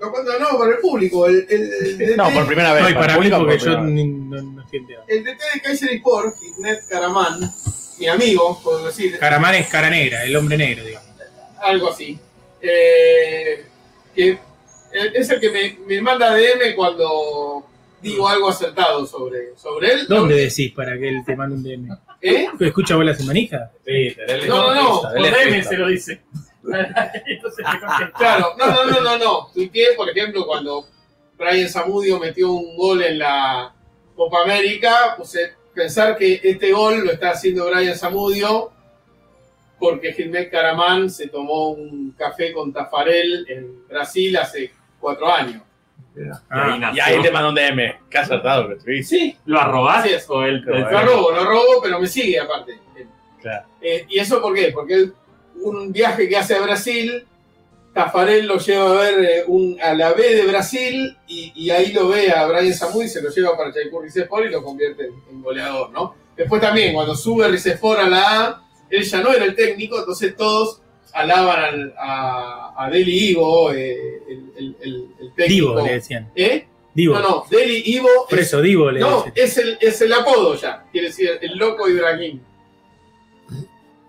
Speaker 3: lo condonó para el público. El, el, el DT,
Speaker 4: No, por primera vez.
Speaker 5: No, y para mí
Speaker 4: público,
Speaker 5: porque
Speaker 4: por
Speaker 5: yo
Speaker 4: primera vez.
Speaker 5: ni- no, no estoy enterado.
Speaker 3: el DT de Kaiser Sport, Ignet Caraman, mi amigo, por decir
Speaker 5: Caramán es cara negra, el hombre negro, digamos.
Speaker 3: algo así, eh, que es el que me, me manda DM cuando digo algo acertado sobre, sobre él.
Speaker 5: ¿Dónde decís para que él te mande un DM?
Speaker 3: ¿Eh?
Speaker 5: ¿Escucha bolas y manija?
Speaker 13: Sí, tenés-
Speaker 3: No, no, no,
Speaker 4: Él es
Speaker 13: Por DM
Speaker 4: pista.
Speaker 13: se lo dice. Entonces le contesta.
Speaker 3: Claro, no, no, no, no, no. Tuiteé, por ejemplo, cuando Brian Zamudio metió un gol en la Copa América, puse pensar que este gol lo está haciendo Brian Zamudio porque Gilmet Caramán se tomó un café con Tafarel en Brasil hace cuatro años.
Speaker 7: Y ahí
Speaker 4: Ah, Y
Speaker 7: nació.
Speaker 4: ahí te mandó un DM. Qué acertado que estuviste.
Speaker 3: Sí,
Speaker 7: ¿Lo arrobás
Speaker 3: Así es.
Speaker 7: o él?
Speaker 4: Lo
Speaker 7: él-
Speaker 3: lo robo, lo robo, pero me sigue aparte.
Speaker 4: Claro.
Speaker 3: Eh, ¿Y eso por qué? Porque él, un viaje que hace a Brasil, Tafarel lo lleva a ver eh, un, a la B de Brasil y, y ahí lo ve a Brian Samudio y se lo lleva para Chaipur Rizespor y lo convierte en, en goleador, ¿no? Después también, cuando sube Rizespor a la A, él ya no era el técnico, entonces todos alaban al- a, a Deli Ivo, eh, el, el, el, el técnico.
Speaker 5: Divo, le decían.
Speaker 3: ¿Eh?
Speaker 5: Divo.
Speaker 3: No, no, Deli Ivo
Speaker 5: Por
Speaker 3: es,
Speaker 5: eso, Divo le
Speaker 3: no,
Speaker 5: decían.
Speaker 3: es, el, es el apodo ya, quiere decir el loco Ibrahim.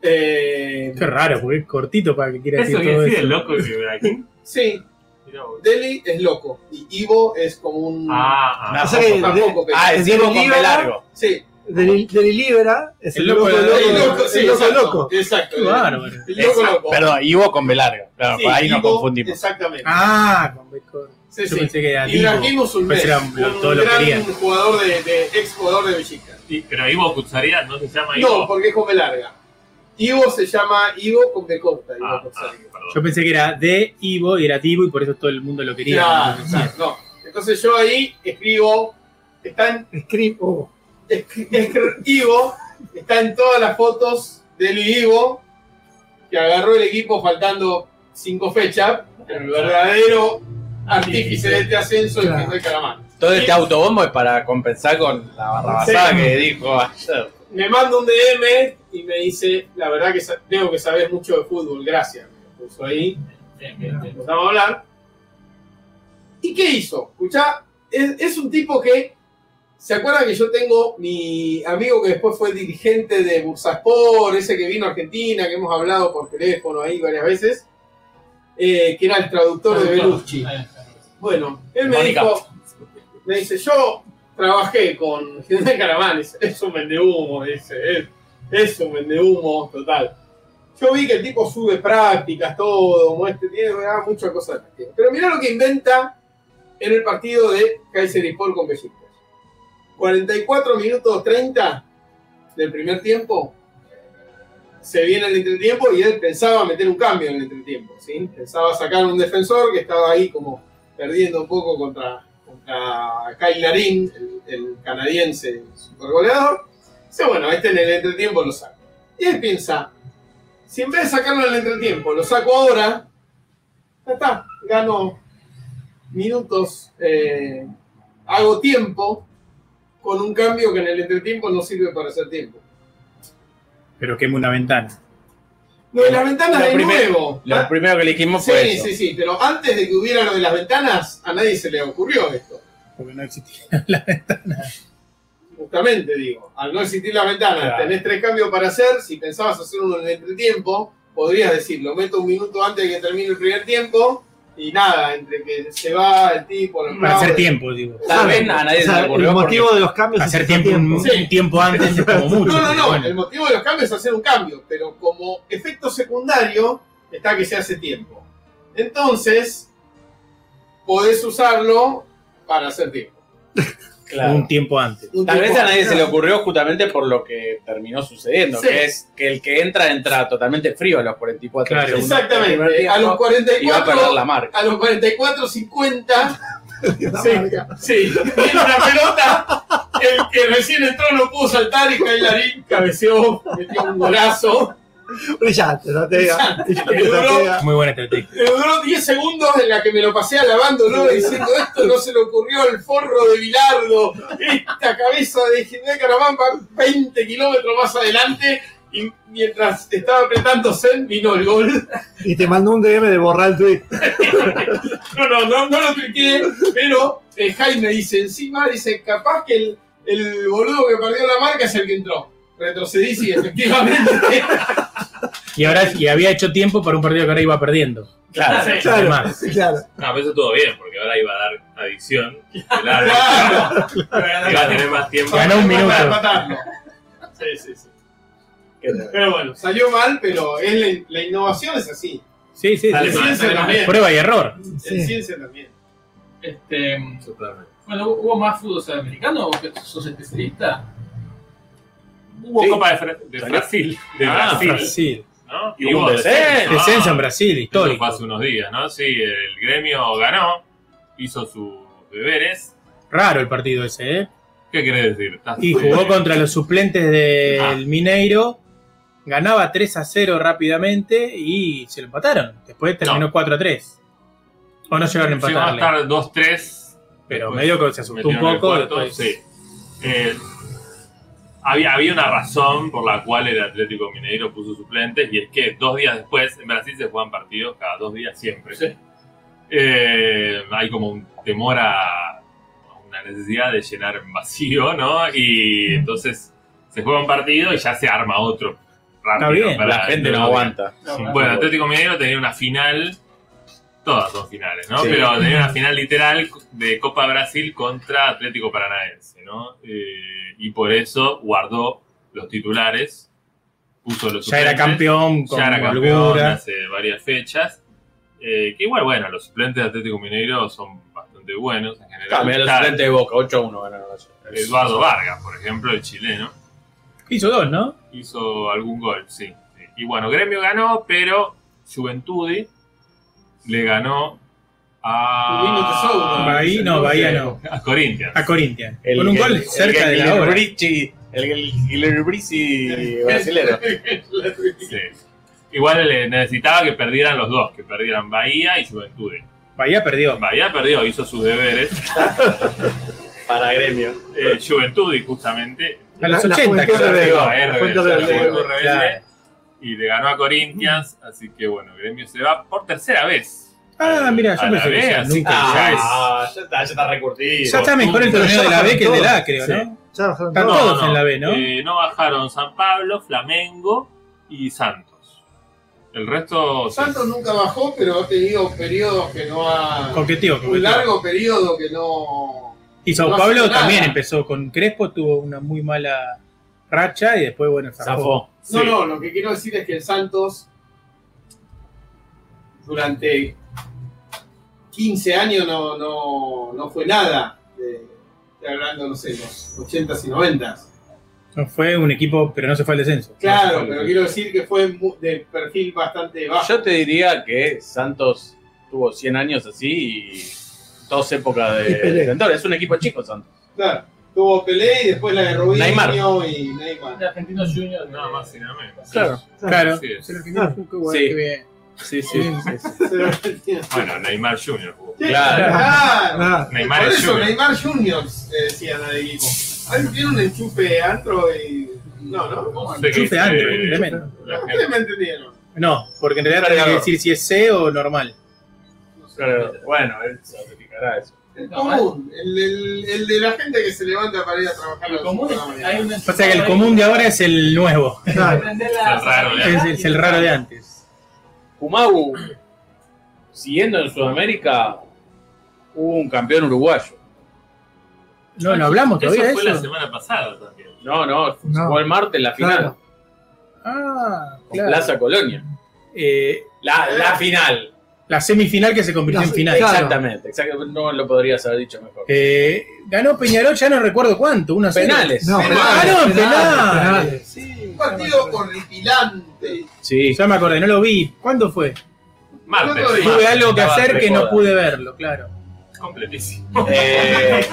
Speaker 3: Eh,
Speaker 5: Qué raro, porque es cortito para que quiera decir
Speaker 7: Eso quiere
Speaker 5: todo
Speaker 7: decir
Speaker 5: eso.
Speaker 7: el loco que ve aquí.
Speaker 3: sí,
Speaker 7: Mirá vos.
Speaker 3: Deli es loco y Ivo es como un...
Speaker 7: Ah, ah.
Speaker 8: O sea que
Speaker 3: Tampoco,
Speaker 8: de-
Speaker 3: pero-
Speaker 4: Ah, el
Speaker 8: el
Speaker 4: Diego
Speaker 8: Diego
Speaker 4: con
Speaker 8: Libera.
Speaker 4: largo.
Speaker 3: Sí,
Speaker 8: Del Delibera es el loco
Speaker 3: el
Speaker 8: loco.
Speaker 3: loco, sí,
Speaker 8: El loco
Speaker 3: exacto,
Speaker 8: loco.
Speaker 3: Exacto.
Speaker 5: Qué bárbaro.
Speaker 3: El loco
Speaker 4: Exacto.
Speaker 3: loco.
Speaker 4: Perdón, Ivo con Belarga. Claro,
Speaker 3: Sí,
Speaker 4: por ahí nos
Speaker 3: Ivo,
Speaker 7: eh,
Speaker 4: confundimos.
Speaker 3: Exactamente.
Speaker 5: Ah, con Bitcoin.
Speaker 3: sí,
Speaker 5: Yo
Speaker 3: sí.
Speaker 5: pensé que era
Speaker 3: Y
Speaker 5: Divo.
Speaker 3: trajimos un
Speaker 5: Pues
Speaker 3: mes,
Speaker 5: eran-
Speaker 3: un
Speaker 5: todo lo
Speaker 3: gran
Speaker 5: querían.
Speaker 3: jugador de, de- ex jugador de Villica.
Speaker 7: Sí, pero Ivo Cucharía no se llama Ivo.
Speaker 3: No, porque es con B larga. Ivo se llama Ivo con B corta. Ivo
Speaker 7: Ah,
Speaker 3: con
Speaker 7: ah,
Speaker 3: sangre.
Speaker 7: perdón.
Speaker 5: Yo pensé que era de Ivo y era Divo y por eso todo el mundo lo quería.
Speaker 3: Claro, exacto, no. Entonces yo ahí escribo, está en,
Speaker 8: Scream, oh.
Speaker 3: es- es- Ivo, está en todas las fotos del Ivo, que agarró el equipo faltando cinco fechas, el verdadero artífice de este ascenso es
Speaker 8: Claro.
Speaker 3: Manuel Calamán.
Speaker 4: Todo este autobombo es para compensar con la barrabasada que dijo ayer.
Speaker 3: me manda un DM y me dice, la verdad que sa- tengo que saber mucho de fútbol, gracias. Me puso ahí, empezamos a hablar. ¿Y qué hizo? Escuchá, es, es un tipo que, ¿se acuerdan que yo tengo mi amigo que después fue dirigente de Bursaspor, ese que vino a Argentina, que hemos hablado por teléfono ahí varias veces, eh, que era el traductor de Belucci? Bueno, él me
Speaker 4: Mónica.
Speaker 3: dijo, me dice, yo trabajé con General Caramán, es, es un vendehumo, dice, es, es un vendehumo total. Yo vi que el tipo sube prácticas, todo, muestra, tiene ah, muchas cosas. atractivas. Pero mirá lo que inventa en el partido de Kaiserspor con Bellitas. 44 minutos 30 del primer tiempo, se viene el entretiempo y él pensaba meter un cambio en el entretiempo, ¿sí? Pensaba sacar un defensor que estaba ahí como perdiendo un poco contra, contra Kyle Larin, el, el canadiense supergoleador. Dice, bueno, este en el entretiempo lo saco. Y él piensa, si en vez de sacarlo en el entretiempo, lo saco ahora, ya está, gano minutos, eh, hago tiempo con un cambio que en el entretiempo no sirve para hacer tiempo.
Speaker 5: Pero quema una ventana.
Speaker 3: Lo de las ventanas
Speaker 4: Lo
Speaker 3: de
Speaker 4: primer-
Speaker 3: nuevo.
Speaker 4: Lo primero que le dijimos
Speaker 3: Sí,
Speaker 4: fue eso.
Speaker 3: sí, sí, pero antes de que hubiera lo de las ventanas, a nadie se le ocurrió esto.
Speaker 5: Porque no existía.
Speaker 3: Justamente digo, al no existir las ventanas,
Speaker 4: Claro.
Speaker 3: tenés tres cambios para hacer, si pensabas hacer uno en el entretiempo, podrías decir, lo meto un minuto antes de que termine el primer tiempo, y nada, entre que se va el tipo, lo
Speaker 5: Para hacer
Speaker 3: aplauden.
Speaker 5: tiempo, digo.
Speaker 4: Tal vez a nadie
Speaker 8: O sea,
Speaker 4: se le ocurrió.
Speaker 8: el motivo
Speaker 4: porque-
Speaker 8: de los cambios es
Speaker 5: Hacer
Speaker 8: ese
Speaker 5: tiempo un,
Speaker 3: Sí.
Speaker 5: un tiempo antes es como mucho.
Speaker 3: No, no, no,
Speaker 5: pero bueno.
Speaker 3: el motivo de los cambios es hacer un cambio, pero como efecto secundario está que se hace tiempo. Entonces, podés usarlo para hacer tiempo.
Speaker 4: Claro.
Speaker 5: Un tiempo antes.
Speaker 3: Un
Speaker 4: Tal vez
Speaker 3: tiempo-
Speaker 4: a nadie se le ocurrió justamente por lo que terminó sucediendo,
Speaker 3: Sí.
Speaker 4: que es que el que entra entra totalmente frío a los 44
Speaker 5: Claro.
Speaker 4: segundos. del primer
Speaker 3: Exactamente, a
Speaker 4: tiempo
Speaker 3: los
Speaker 4: Y va a perder
Speaker 3: 44,
Speaker 4: la marca.
Speaker 3: a los 44, 50
Speaker 8: tiempo.
Speaker 3: Sí, tiene una pelota. El que recién entró no pudo saltar y Kailarín cabeceó, metió un golazo.
Speaker 8: Brillante, estratega. Brillante,
Speaker 3: Seguro.
Speaker 8: estratega.
Speaker 5: Muy buena estrategia.
Speaker 3: Pero duró 10 segundos en la que me lo pasé alabándolo diciendo esto no se le ocurrió al forro de Bilardo. Esta cabeza de Ginebra Caramán va 20 kilómetros más adelante. Y mientras estaba apretándose, vino el gol.
Speaker 8: Y te mandó un DM de borrar el tweet.
Speaker 3: No, no, no, no lo cliqué, pero eh, Jaime dice encima, dice, capaz que el, el boludo que perdió la marca es el que entró. Retrocedí, sí, efectivamente.
Speaker 5: Y ahora y había hecho tiempo para un partido que ahora iba perdiendo.
Speaker 4: Claro.
Speaker 8: Claro,
Speaker 5: Además.
Speaker 8: claro.
Speaker 7: No, pero eso todo bien, porque ahora iba a dar adicción. Claro.
Speaker 3: Claro.
Speaker 7: Iba a tener más tiempo.
Speaker 5: Ganó un minuto.
Speaker 3: Para empatarlo. Sí, sí, sí. Pero bueno, salió mal, pero es la, la innovación es así.
Speaker 5: Sí, sí,
Speaker 7: Dale,
Speaker 5: sí.
Speaker 3: En ciencia
Speaker 6: mal.
Speaker 3: también.
Speaker 5: Prueba y error.
Speaker 8: Sí.
Speaker 3: En ciencia también.
Speaker 6: Este,
Speaker 7: Totalmente.
Speaker 6: bueno, ¿hubo más fútbol sudamericano? ¿Vos que sos especialista?
Speaker 7: Hubo Copa de, Fra- de Brasil. De
Speaker 5: Ah,
Speaker 7: Brasil.
Speaker 5: Brasil.
Speaker 7: ¿no?
Speaker 4: Y hubo un descenso.
Speaker 5: Descenso en Brasil,
Speaker 7: Ah, Eso fue
Speaker 5: histórico.
Speaker 7: hace unos días, ¿no? Sí, el gremio ganó, hizo sus deberes.
Speaker 5: Raro el partido ese, ¿eh?
Speaker 7: ¿Qué querés decir? ¿Estás-
Speaker 5: Y jugó
Speaker 7: eh,
Speaker 5: contra los suplentes del
Speaker 7: Ah.
Speaker 5: Mineiro. Ganaba 3 a 0 rápidamente y se lo empataron. Después terminó 4 a 3. O no llegaron a
Speaker 7: Llegó a
Speaker 5: empatarle.
Speaker 7: estar 2-3.
Speaker 5: pero
Speaker 7: después
Speaker 5: medio que se asustó un
Speaker 7: metieron el
Speaker 5: poco.
Speaker 7: cuarto,
Speaker 5: después-
Speaker 7: sí. Eh, había, había una razón por la cual el Atlético Mineiro puso suplentes y es que dos días después en Brasil se juegan partidos cada dos días siempre.
Speaker 4: Sí.
Speaker 7: Eh, hay como un temor a a una necesidad de llenar un vacío, ¿no? Y entonces se juega un partido y ya se arma otro rápido.
Speaker 5: bien,
Speaker 7: para-
Speaker 4: La gente no
Speaker 7: para-
Speaker 4: aguanta.
Speaker 7: bueno, Atlético Mineiro tenía una final, todas son finales, ¿no?
Speaker 4: Sí.
Speaker 7: Pero tenía una final literal de Copa Brasil contra Atlético Paranaense, ¿no? Eh, y por eso guardó los titulares, puso los
Speaker 5: Ya era
Speaker 7: suplentes,
Speaker 5: campeón con
Speaker 7: ya era campeón
Speaker 5: holgura.
Speaker 7: hace varias fechas. Eh, que igual, bueno, los suplentes de Atlético Mineiro son bastante buenos en general.
Speaker 4: Cambia los
Speaker 7: Está
Speaker 4: suplentes de Boca, 8-1 ganaron ayer.
Speaker 3: Eh,
Speaker 7: Eduardo Vargas, por ejemplo, el chileno
Speaker 5: Hizo dos, ¿no?
Speaker 7: hizo algún gol, sí. sí. Y bueno, Gremio ganó, pero Juventudi le ganó a,
Speaker 5: Bahía, no, Bahía no.
Speaker 7: a Corinthians.
Speaker 5: A Corinthians.
Speaker 4: El-
Speaker 5: Con un gol
Speaker 4: el- el-
Speaker 5: cerca de
Speaker 4: el-
Speaker 5: la
Speaker 4: el
Speaker 5: hora.
Speaker 4: Brici- El el- el Brici brasilero.
Speaker 7: Sí. Igual le necesitaba que perdieran los dos, que perdieran Bahía y Juventudi.
Speaker 5: Bahía perdió.
Speaker 7: Bahía perdió, hizo sus deberes.
Speaker 4: Para gremio.
Speaker 7: Eh, Juventudi, justamente,
Speaker 5: A los
Speaker 8: La- la
Speaker 5: 80
Speaker 8: juventud
Speaker 5: creo.
Speaker 8: rebelde.
Speaker 7: Digo, eh,
Speaker 8: La
Speaker 7: rebelde,
Speaker 8: juventud
Speaker 7: la
Speaker 8: rebelde.
Speaker 7: juventud rebelde.
Speaker 5: Claro.
Speaker 7: Y le ganó a Corinthians, así que bueno, Gremio se va por tercera vez.
Speaker 5: Ah, mira, yo
Speaker 7: A la
Speaker 5: pensé que
Speaker 7: B,
Speaker 5: ya
Speaker 7: así
Speaker 5: nunca.
Speaker 7: que ya es-
Speaker 4: Ah, ya está, ya está recurtido.
Speaker 5: Ya está mejor el torneo de la B que el de la A, creo, ¿no?
Speaker 8: Ya bajaron
Speaker 5: Están
Speaker 8: todos.
Speaker 5: todos en la B, ¿no?
Speaker 7: Eh, no bajaron San Pablo, Flamengo y Santos. El resto. sí.
Speaker 3: Santos nunca bajó, pero ha tenido periodos que no ha.
Speaker 5: Coqueteo,
Speaker 3: Un
Speaker 5: coqueteo.
Speaker 3: largo periodo que no.
Speaker 5: Y Sao
Speaker 3: no
Speaker 5: Paulo
Speaker 3: hace nada.
Speaker 5: también empezó con Crespo, tuvo una muy mala racha y después, bueno, zafó.
Speaker 4: Zafó.
Speaker 3: No,
Speaker 7: Sí.
Speaker 3: no, lo que quiero decir es que el Santos durante 15 años no, no, no fue nada. de- estoy hablando, no sé, los 80s y 90s.
Speaker 5: No fue un equipo, pero no se fue al descenso.
Speaker 3: Claro, pero quiero decir que fue mu- de perfil bastante bajo.
Speaker 4: Yo te diría que Santos tuvo 100 años así y dos épocas de
Speaker 8: Y Pelé.
Speaker 4: defensor. Es un equipo chico, Santos.
Speaker 3: Claro, tuvo Pelé y después la de Rubinho
Speaker 4: Neymar.
Speaker 3: y Neymar.
Speaker 14: De Argentinos Juniors.
Speaker 7: Nada más y nada menos.
Speaker 4: Claro.
Speaker 5: Claro.
Speaker 7: Así es.
Speaker 4: Sí.
Speaker 6: Qué bien.
Speaker 4: Sí, sí.
Speaker 7: Bueno, Neymar Junior jugó.
Speaker 4: Claro.
Speaker 3: Claro.
Speaker 8: Ah,
Speaker 7: Neymar
Speaker 3: Por
Speaker 7: es
Speaker 3: eso,
Speaker 7: Junior.
Speaker 3: Neymar Juniors, eh, decían al equipo. Alguien tiene un enchufe antro y. No, no.
Speaker 7: No
Speaker 3: ¿Cómo?
Speaker 7: sé qué
Speaker 5: Chufe
Speaker 7: dice
Speaker 5: Andrew, tremendo.
Speaker 7: la
Speaker 3: Ustedes
Speaker 7: gente.
Speaker 3: me entendieron.
Speaker 5: No, porque en realidad tenía que decir si es C o normal.
Speaker 4: Claro. Bueno, él se notificará eso.
Speaker 3: El común, el, el, el de la gente que se levanta para ir a trabajar a las
Speaker 14: Común,
Speaker 3: cinco de la mañana.
Speaker 14: hay un
Speaker 5: O sea que el común de ahora es el nuevo,
Speaker 14: Hay que
Speaker 8: claro.
Speaker 14: prender la-
Speaker 7: Es raro,
Speaker 5: es, es el raro de antes.
Speaker 4: Kumau, siguiendo en Sudamérica, hubo un campeón uruguayo.
Speaker 5: No, no hablamos
Speaker 7: Eso
Speaker 5: todavía de
Speaker 7: fue la
Speaker 5: eso.
Speaker 7: semana pasada también.
Speaker 4: No, no,
Speaker 8: No.
Speaker 4: jugó el martes la final
Speaker 8: Claro.
Speaker 5: Ah,
Speaker 4: con
Speaker 5: claro.
Speaker 4: Plaza Colonia.
Speaker 5: Eh,
Speaker 4: La, la final.
Speaker 5: la semifinal que se convirtió en final.
Speaker 8: Claro.
Speaker 4: Exactamente, exactamente. No lo podrías haber dicho mejor.
Speaker 5: Eh, ganó Peñarol, ya no recuerdo cuánto, unos
Speaker 4: Penales.
Speaker 8: No,
Speaker 3: Penales,
Speaker 5: Ganaron
Speaker 8: penales,
Speaker 5: penales.
Speaker 8: penales.
Speaker 3: Un partido horripilante.
Speaker 4: Sí.
Speaker 5: Ya me acordé, no lo vi. ¿Cuándo fue?
Speaker 7: Martes.
Speaker 3: No lo digo.
Speaker 5: Tuve
Speaker 7: martes,
Speaker 5: algo que
Speaker 4: estaba
Speaker 5: hacer que no
Speaker 4: recoda.
Speaker 5: pude verlo, claro.
Speaker 7: Completísimo.
Speaker 4: Eh,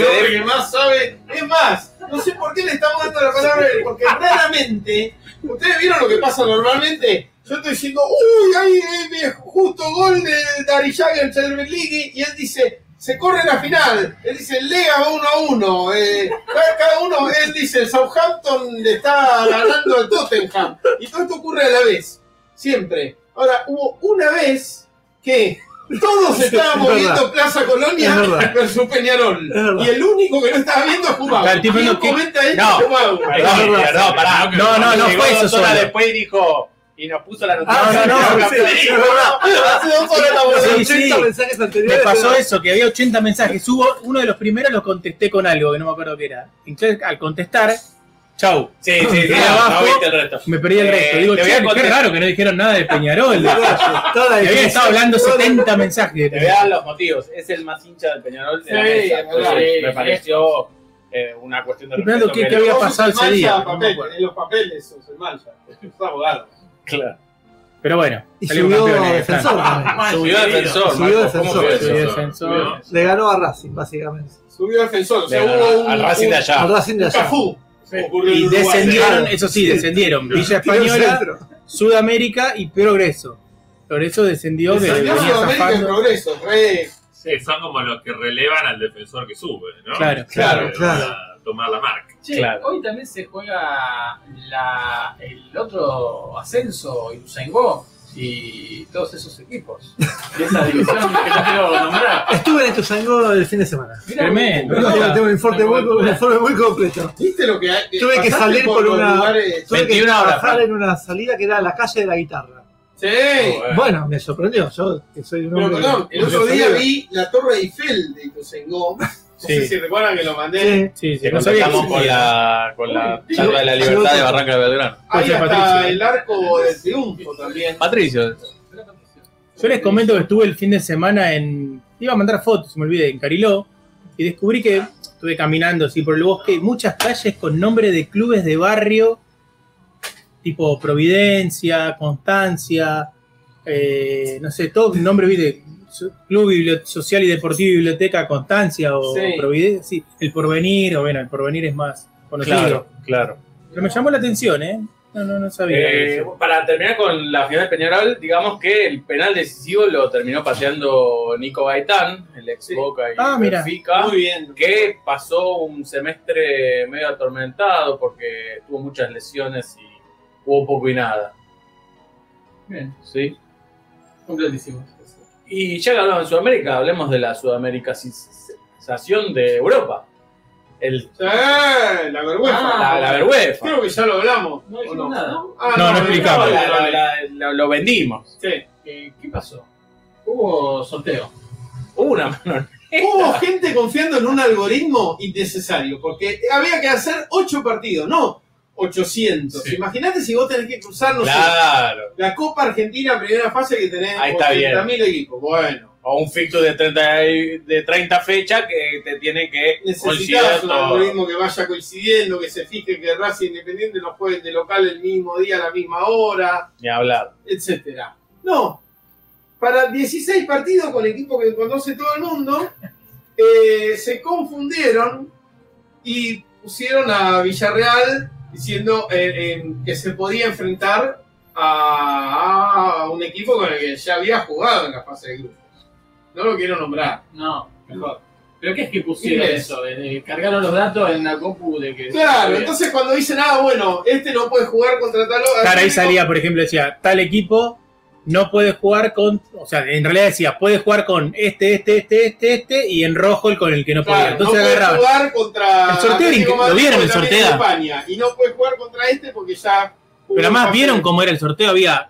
Speaker 3: El hombre
Speaker 4: debe-
Speaker 3: que más sabe. Es más, no sé por qué le estamos dando la palabra a él, porque raramente. Ustedes vieron lo que pasa normalmente. Yo estoy diciendo, uy, ahí eh, eh, justo gol de Darillaga en Cherberligui. Y él dice, se corre la final. Él dice, Lega va uno a uno. eh, cada- cada uno, él dice, Southampton le está ganando al Tottenham. Y todo esto ocurre a la vez. Siempre. Ahora, hubo una vez que todos estábamos
Speaker 8: Es verdad.
Speaker 3: viendo Plaza Colonia
Speaker 8: Es verdad.
Speaker 3: versus Peñarol.
Speaker 8: Es verdad.
Speaker 3: Y el único que no estaba viendo es Cubao.
Speaker 5: Claro, el tipo
Speaker 3: ¿Quién
Speaker 5: no-
Speaker 3: comenta esto?
Speaker 4: No.
Speaker 3: Cubao.
Speaker 4: Perdón,
Speaker 7: no,
Speaker 4: perdón,
Speaker 7: no,
Speaker 4: pará.
Speaker 7: no, no,
Speaker 5: no, no
Speaker 4: Llegó
Speaker 5: fue eso
Speaker 4: dos horas
Speaker 5: solo.
Speaker 4: después y dijo. Y nos puso la noticia.
Speaker 8: Ah, no, no,
Speaker 4: Campeón.
Speaker 8: sí,
Speaker 3: Es verdad. Hace dos horas la
Speaker 5: Sí,
Speaker 3: volvemos.
Speaker 8: Los 80
Speaker 5: sí.
Speaker 8: mensajes
Speaker 5: Me
Speaker 8: anteriores.
Speaker 5: pasó eso, que había 80 mensajes. Hubo uno de los primeros, lo contesté con algo que no me acuerdo qué era. Entonces, al contestar, chau,
Speaker 4: Sí, sí, sí.
Speaker 5: Mira
Speaker 4: no,
Speaker 5: abajo.
Speaker 4: No viste el resto.
Speaker 5: me perdí el
Speaker 4: Eh,
Speaker 5: resto. Digo,
Speaker 4: te voy
Speaker 5: che,
Speaker 4: a
Speaker 5: qué
Speaker 4: contestar.
Speaker 5: raro que no dijeron nada de Peñarol.
Speaker 8: Toda
Speaker 5: Que habían estado hablando 70 mensajes de
Speaker 4: Te
Speaker 5: Peñarol.
Speaker 4: vean los motivos. Es el más hincha del Peñarol de la
Speaker 3: Sí,
Speaker 4: mesa.
Speaker 3: es
Speaker 4: Entonces,
Speaker 3: verdad.
Speaker 4: me pareció eh, una cuestión de
Speaker 5: Y Fernando,
Speaker 4: respeto.
Speaker 5: ¿qué-
Speaker 4: que le-
Speaker 5: qué había
Speaker 3: Todos
Speaker 5: pasado
Speaker 3: se
Speaker 5: ese
Speaker 3: mancha
Speaker 5: día?
Speaker 3: a papel, en los papeles se usa el mancha. Es abogado.
Speaker 4: Claro.
Speaker 5: Pero bueno,
Speaker 8: Y
Speaker 5: salió
Speaker 8: subió
Speaker 5: campeón, eh,
Speaker 8: defensor
Speaker 5: Fran.
Speaker 8: también.
Speaker 4: Subió defensor.
Speaker 8: Subió
Speaker 4: Marcos, ¿cómo
Speaker 8: defensor.
Speaker 4: fue eso?
Speaker 5: Subió
Speaker 7: Defensor,
Speaker 5: defensor.
Speaker 7: ¿no?
Speaker 8: Le ganó a Racing, básicamente.
Speaker 3: Subió defensor. O sea,
Speaker 4: Le ganó
Speaker 3: hubo un.
Speaker 4: al Racing de allá.
Speaker 8: Al Racing de
Speaker 3: Un
Speaker 8: allá.
Speaker 3: Cafú. Ocurrió en
Speaker 5: Y
Speaker 3: Uruguay.
Speaker 5: descendieron, eso sí, descendieron. Villa
Speaker 8: Tiró el
Speaker 5: Española,
Speaker 8: centro.
Speaker 5: Sudamérica y Progreso. Progreso descendió que
Speaker 3: Descendió
Speaker 5: venía
Speaker 3: Sudamérica en
Speaker 5: zafando.
Speaker 3: progreso. Re
Speaker 7: Sí, son como los que relevan al defensor que sube, ¿no?
Speaker 5: Claro.
Speaker 8: Claro,
Speaker 7: Eh,
Speaker 8: claro.
Speaker 7: una- tomar la marca.
Speaker 6: Che,
Speaker 4: Claro.
Speaker 6: hoy también se juega la, el otro ascenso, Ituzaingó y todos esos equipos. De esa división que no quiero nombrar.
Speaker 8: Estuve en Ituzaingó el fin de semana.
Speaker 6: Mirá,
Speaker 4: Tremendo.
Speaker 8: Tengo tengo un informe muy, un informe muy completo.
Speaker 3: ¿Viste lo que hay?
Speaker 8: Tuve
Speaker 3: Pasaste
Speaker 8: que salir por
Speaker 3: los
Speaker 8: una-
Speaker 3: lugares-
Speaker 8: Tuve
Speaker 4: 21
Speaker 8: que
Speaker 4: horas,
Speaker 8: trabajar
Speaker 4: Fran.
Speaker 8: en una salida que era la calle de la guitarra.
Speaker 3: Sí.
Speaker 8: Bueno, me sorprendió. Yo, que soy un
Speaker 3: Pero
Speaker 8: hombre.
Speaker 3: perdón, el otro día vi la Torre Eiffel de Ituzaingó. No sé
Speaker 5: Sí.
Speaker 3: si recuerdan que lo mandé.
Speaker 8: Sí.
Speaker 5: Sí, sí,
Speaker 4: Te
Speaker 5: no sabía que
Speaker 4: contactamos con
Speaker 5: existía.
Speaker 4: la, con la
Speaker 3: Uy,
Speaker 4: charla de la libertad de Barranca de Belgrano.
Speaker 3: Ahí
Speaker 5: Gracias,
Speaker 3: hasta
Speaker 5: Pues Patricio.
Speaker 3: el arco del triunfo también.
Speaker 4: Patricio,
Speaker 5: Yo les comento que estuve el fin de semana en. Iba a mandar fotos, se me olvidé, en Cariló. Y descubrí que estuve caminando así por el bosque. y Muchas calles con nombre de clubes de barrio. Tipo Providencia, Constancia. eh, no sé, todo nombre, viste. So- Club Bibli- Social y Deportivo y Biblioteca Constancia o
Speaker 3: Sí.
Speaker 5: Providencia. sí, el Porvenir, o bueno, el Porvenir es más conocido.
Speaker 4: claro, claro.
Speaker 5: Pero me llamó la atención, ¿eh? No, no, no sabía.
Speaker 4: Eh, para terminar con la final de Peñarol, digamos que el penal decisivo lo terminó pateando Nico Gaitán, el ex Boca y
Speaker 5: Ah, mira.
Speaker 4: Benfica,
Speaker 3: Muy bien.
Speaker 4: que pasó un semestre medio atormentado porque tuvo muchas lesiones y hubo poco y nada.
Speaker 6: Bien,
Speaker 4: ¿sí?
Speaker 6: completísimo.
Speaker 4: Y ya que hablamos de Sudamérica, hablemos de la sudamericanización de Europa. El,
Speaker 3: Sí, Eh, la vergüenza.
Speaker 6: Ah,
Speaker 4: la, la vergüenza.
Speaker 3: Creo que ya lo hablamos.
Speaker 6: No
Speaker 3: ¿o
Speaker 6: dijimos nada.
Speaker 3: Ah,
Speaker 5: No, no explicamos.
Speaker 3: dale,
Speaker 4: La- la-
Speaker 3: dale.
Speaker 4: la- la- lo vendimos.
Speaker 3: Sí.
Speaker 6: Eh, ¿Qué pasó? Hubo sorteo.
Speaker 4: Hubo una mano.
Speaker 3: Hubo gente confiando en un algoritmo innecesario, porque había que hacer 8 partidos, no 800.
Speaker 4: Sí.
Speaker 3: Imagínate si vos tenés que cruzar, no sé,
Speaker 4: Claro.
Speaker 3: la Copa Argentina, primera fase que tenés
Speaker 4: Ahí está bien.
Speaker 3: 80.000 equipos. Bueno,
Speaker 4: O un fictus de 30, y- de 30 fechas que te tiene que considerar
Speaker 3: necesitas un
Speaker 4: todo.
Speaker 3: algoritmo que vaya coincidiendo, que se fije que Racing Independiente no jueguen de local el mismo día, a la misma hora,
Speaker 4: Ni hablar.
Speaker 3: etcétera. No, para 16 partidos con equipos que conoce todo el mundo, eh, se confundieron y pusieron a Villarreal diciendo eh, eh, que se podía enfrentar a, a un equipo con el que ya había jugado en la fase de grupo. No lo quiero nombrar.
Speaker 6: No, mejor. ¿Pero qué es que pusieron
Speaker 3: Miles.
Speaker 6: eso? Eh, cargaron los datos en la compu de que.
Speaker 3: Claro, entonces cuando dicen, ah, bueno, este no puede jugar contra tal otro",
Speaker 5: Claro, ahí
Speaker 3: digo,
Speaker 5: salía, por ejemplo, decía, tal equipo no puede jugar con, o sea, en realidad decía, puede jugar con este, este, este, este, este, y en rojo el con el que no podía.
Speaker 3: Claro,
Speaker 5: Entonces
Speaker 3: no puede
Speaker 5: agarraban.
Speaker 3: jugar contra
Speaker 5: El sorteo era
Speaker 3: Atlético
Speaker 5: incre-
Speaker 3: Madrid
Speaker 5: ¿lo vieron
Speaker 3: porque
Speaker 5: el
Speaker 3: también es
Speaker 5: sorteo?
Speaker 3: de España, y no puede jugar contra este porque ya. jugó
Speaker 5: Pero
Speaker 3: en
Speaker 5: además
Speaker 3: fase
Speaker 5: vieron
Speaker 3: de-
Speaker 5: cómo era el sorteo, había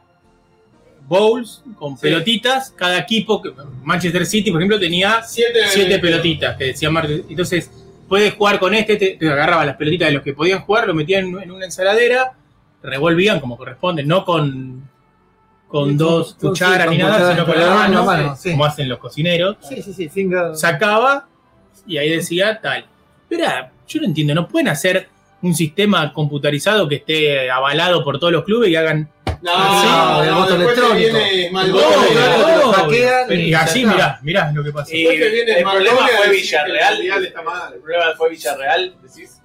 Speaker 5: bowls con pelotitas, cada equipo, que- Manchester City, por ejemplo, tenía
Speaker 3: siete,
Speaker 5: siete
Speaker 8: Eh,
Speaker 5: pelotitas, que decía Martes. Entonces, puedes jugar con este, te, te agarraban las pelotitas de los que podían jugar, lo metían en, en una ensaladera, revolvían como corresponde, no con, con
Speaker 8: Sí,
Speaker 5: dos
Speaker 8: sí, sí,
Speaker 5: cucharas
Speaker 8: con
Speaker 5: ni nada,
Speaker 8: cucharas,
Speaker 5: sino con
Speaker 8: con
Speaker 5: la
Speaker 8: la
Speaker 5: mano,
Speaker 8: mano, sí.
Speaker 5: como hacen los cocineros.
Speaker 8: Sí, sí, sí. Finger.
Speaker 5: Sacaba y ahí decía tal. Espera, yo no entiendo, no pueden hacer un sistema computarizado que esté avalado por todos los clubes y hagan.
Speaker 3: No,
Speaker 5: Ah,
Speaker 8: Sí,
Speaker 3: no,
Speaker 8: el
Speaker 3: no,
Speaker 8: voto
Speaker 3: después te
Speaker 8: electrónico.
Speaker 3: viene
Speaker 8: El
Speaker 3: Maldonia.
Speaker 8: voto electrónico te lo
Speaker 5: ¡Oh!
Speaker 8: hackean
Speaker 5: Pero- y
Speaker 8: ya
Speaker 5: así,
Speaker 8: está.
Speaker 5: mirá, mirá lo que pasó.
Speaker 4: Y
Speaker 3: Después te
Speaker 5: Eh,
Speaker 3: viene
Speaker 4: el problema
Speaker 3: Maldonia
Speaker 4: fue
Speaker 3: a decir que el Mundial
Speaker 4: Villarreal.
Speaker 3: está mal.
Speaker 4: El problema fue Villarreal, decís.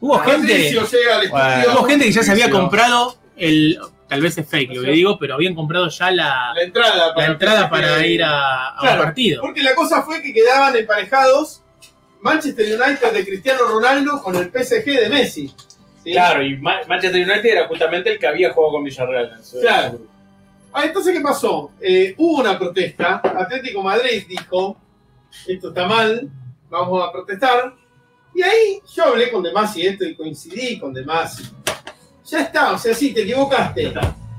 Speaker 5: Hubo gente.
Speaker 3: Patricio llega al estudio,
Speaker 5: Hubo gente que ya se había
Speaker 4: Buenísimo.
Speaker 5: comprado el. Tal vez es fake lo que digo, pero habían comprado ya la,
Speaker 3: la entrada
Speaker 5: la
Speaker 3: para,
Speaker 5: entrada para ir a, a
Speaker 3: Claro.
Speaker 5: un partido.
Speaker 3: Porque la cosa fue que quedaban emparejados Manchester United de Cristiano Ronaldo con el PSG de Messi. ¿sí?
Speaker 4: Claro, y Ma- Manchester United era justamente el que había jugado con Villarreal. en su-
Speaker 3: Claro. Ah, entonces, ¿qué pasó? Eh, hubo una protesta. Atlético Madrid dijo: Esto está mal, vamos a protestar. Y ahí yo hablé con Demasi esto y coincidí con Demasi. Ya está, o sea, sí, te equivocaste.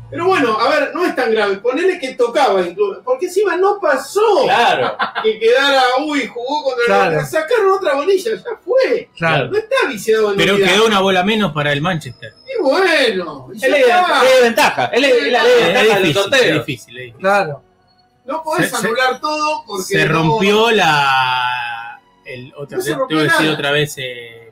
Speaker 3: Pero bueno, a ver, no es tan grave. Ponele que tocaba incluso. Porque encima no pasó
Speaker 4: Claro.
Speaker 3: que quedara, uy, jugó contra el
Speaker 8: Claro.
Speaker 3: Real, Sacaron otra bolilla, ya fue.
Speaker 8: Claro.
Speaker 3: No está viciado en
Speaker 5: Pero
Speaker 3: unidad.
Speaker 5: quedó una bola menos para el Manchester.
Speaker 3: Y bueno, y ya
Speaker 4: Él es
Speaker 3: está.
Speaker 4: ley de ventaja. Él es
Speaker 3: Eh,
Speaker 4: la ley de
Speaker 5: Es
Speaker 4: ventaja de los
Speaker 5: difícil, es
Speaker 4: sorteos.
Speaker 5: difícil, es difícil.
Speaker 8: Claro.
Speaker 3: No podés
Speaker 5: Se- se-
Speaker 3: anular todo porque.
Speaker 5: Se
Speaker 3: no-
Speaker 5: rompió la. El, otra
Speaker 3: No se
Speaker 5: vez,
Speaker 3: rompió
Speaker 5: tengo que decir
Speaker 3: nada.
Speaker 5: otra vez eh,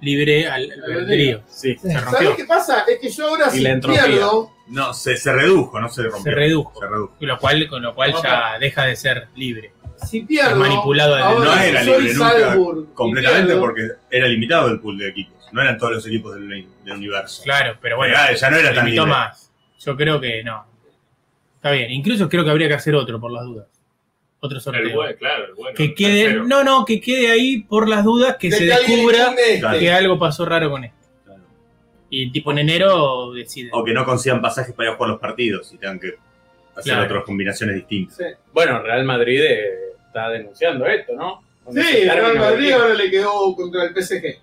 Speaker 5: libre al, al
Speaker 3: Al
Speaker 5: albedrío.
Speaker 4: Sí.
Speaker 5: Se
Speaker 3: ¿Sabés
Speaker 5: rompió,
Speaker 3: qué pasa? Es que yo ahora
Speaker 4: Y
Speaker 3: si
Speaker 4: la entropía.
Speaker 3: pierdo,
Speaker 15: No, se, se redujo, no se rompió.
Speaker 5: se redujo.
Speaker 15: Se redujo.
Speaker 5: Con lo cual, con lo cual ya deja de ser libre.
Speaker 3: si
Speaker 5: Es
Speaker 3: pierdo,
Speaker 5: manipulado desde
Speaker 3: ahora
Speaker 15: No
Speaker 3: si
Speaker 15: era
Speaker 3: soy
Speaker 15: libre nunca,
Speaker 3: Salzburg y
Speaker 15: Completamente
Speaker 3: pierdo,
Speaker 15: porque era limitado el pool de equipos. No eran todos los equipos del, uni- del universo.
Speaker 5: Claro, pero bueno.
Speaker 15: ya, ya no era tan
Speaker 5: limitó
Speaker 15: libre.
Speaker 5: más. Yo creo que no. Está bien. Incluso creo que habría que hacer otro, por las dudas. otro
Speaker 7: El
Speaker 5: sorteo.
Speaker 7: bueno, claro, el bueno.
Speaker 5: Que
Speaker 7: el
Speaker 5: quede,
Speaker 7: tercero.
Speaker 5: no, no, que quede ahí por las dudas que
Speaker 3: De
Speaker 5: se
Speaker 3: que alguien
Speaker 5: descubra
Speaker 3: entiende este.
Speaker 5: que algo pasó raro con esto.
Speaker 15: Claro.
Speaker 5: Y el tipo en enero decide.
Speaker 15: O que no consigan pasajes para ir a jugar los partidos y tengan que hacer
Speaker 5: Claro.
Speaker 15: otras combinaciones distintas.
Speaker 4: Bueno, Real Madrid eh, está denunciando esto, ¿no? Donde
Speaker 3: Sí,
Speaker 4: se
Speaker 3: el
Speaker 4: cargan
Speaker 3: Real
Speaker 4: a
Speaker 3: Madrid
Speaker 4: Berlín.
Speaker 3: ahora le quedó contra el PSG.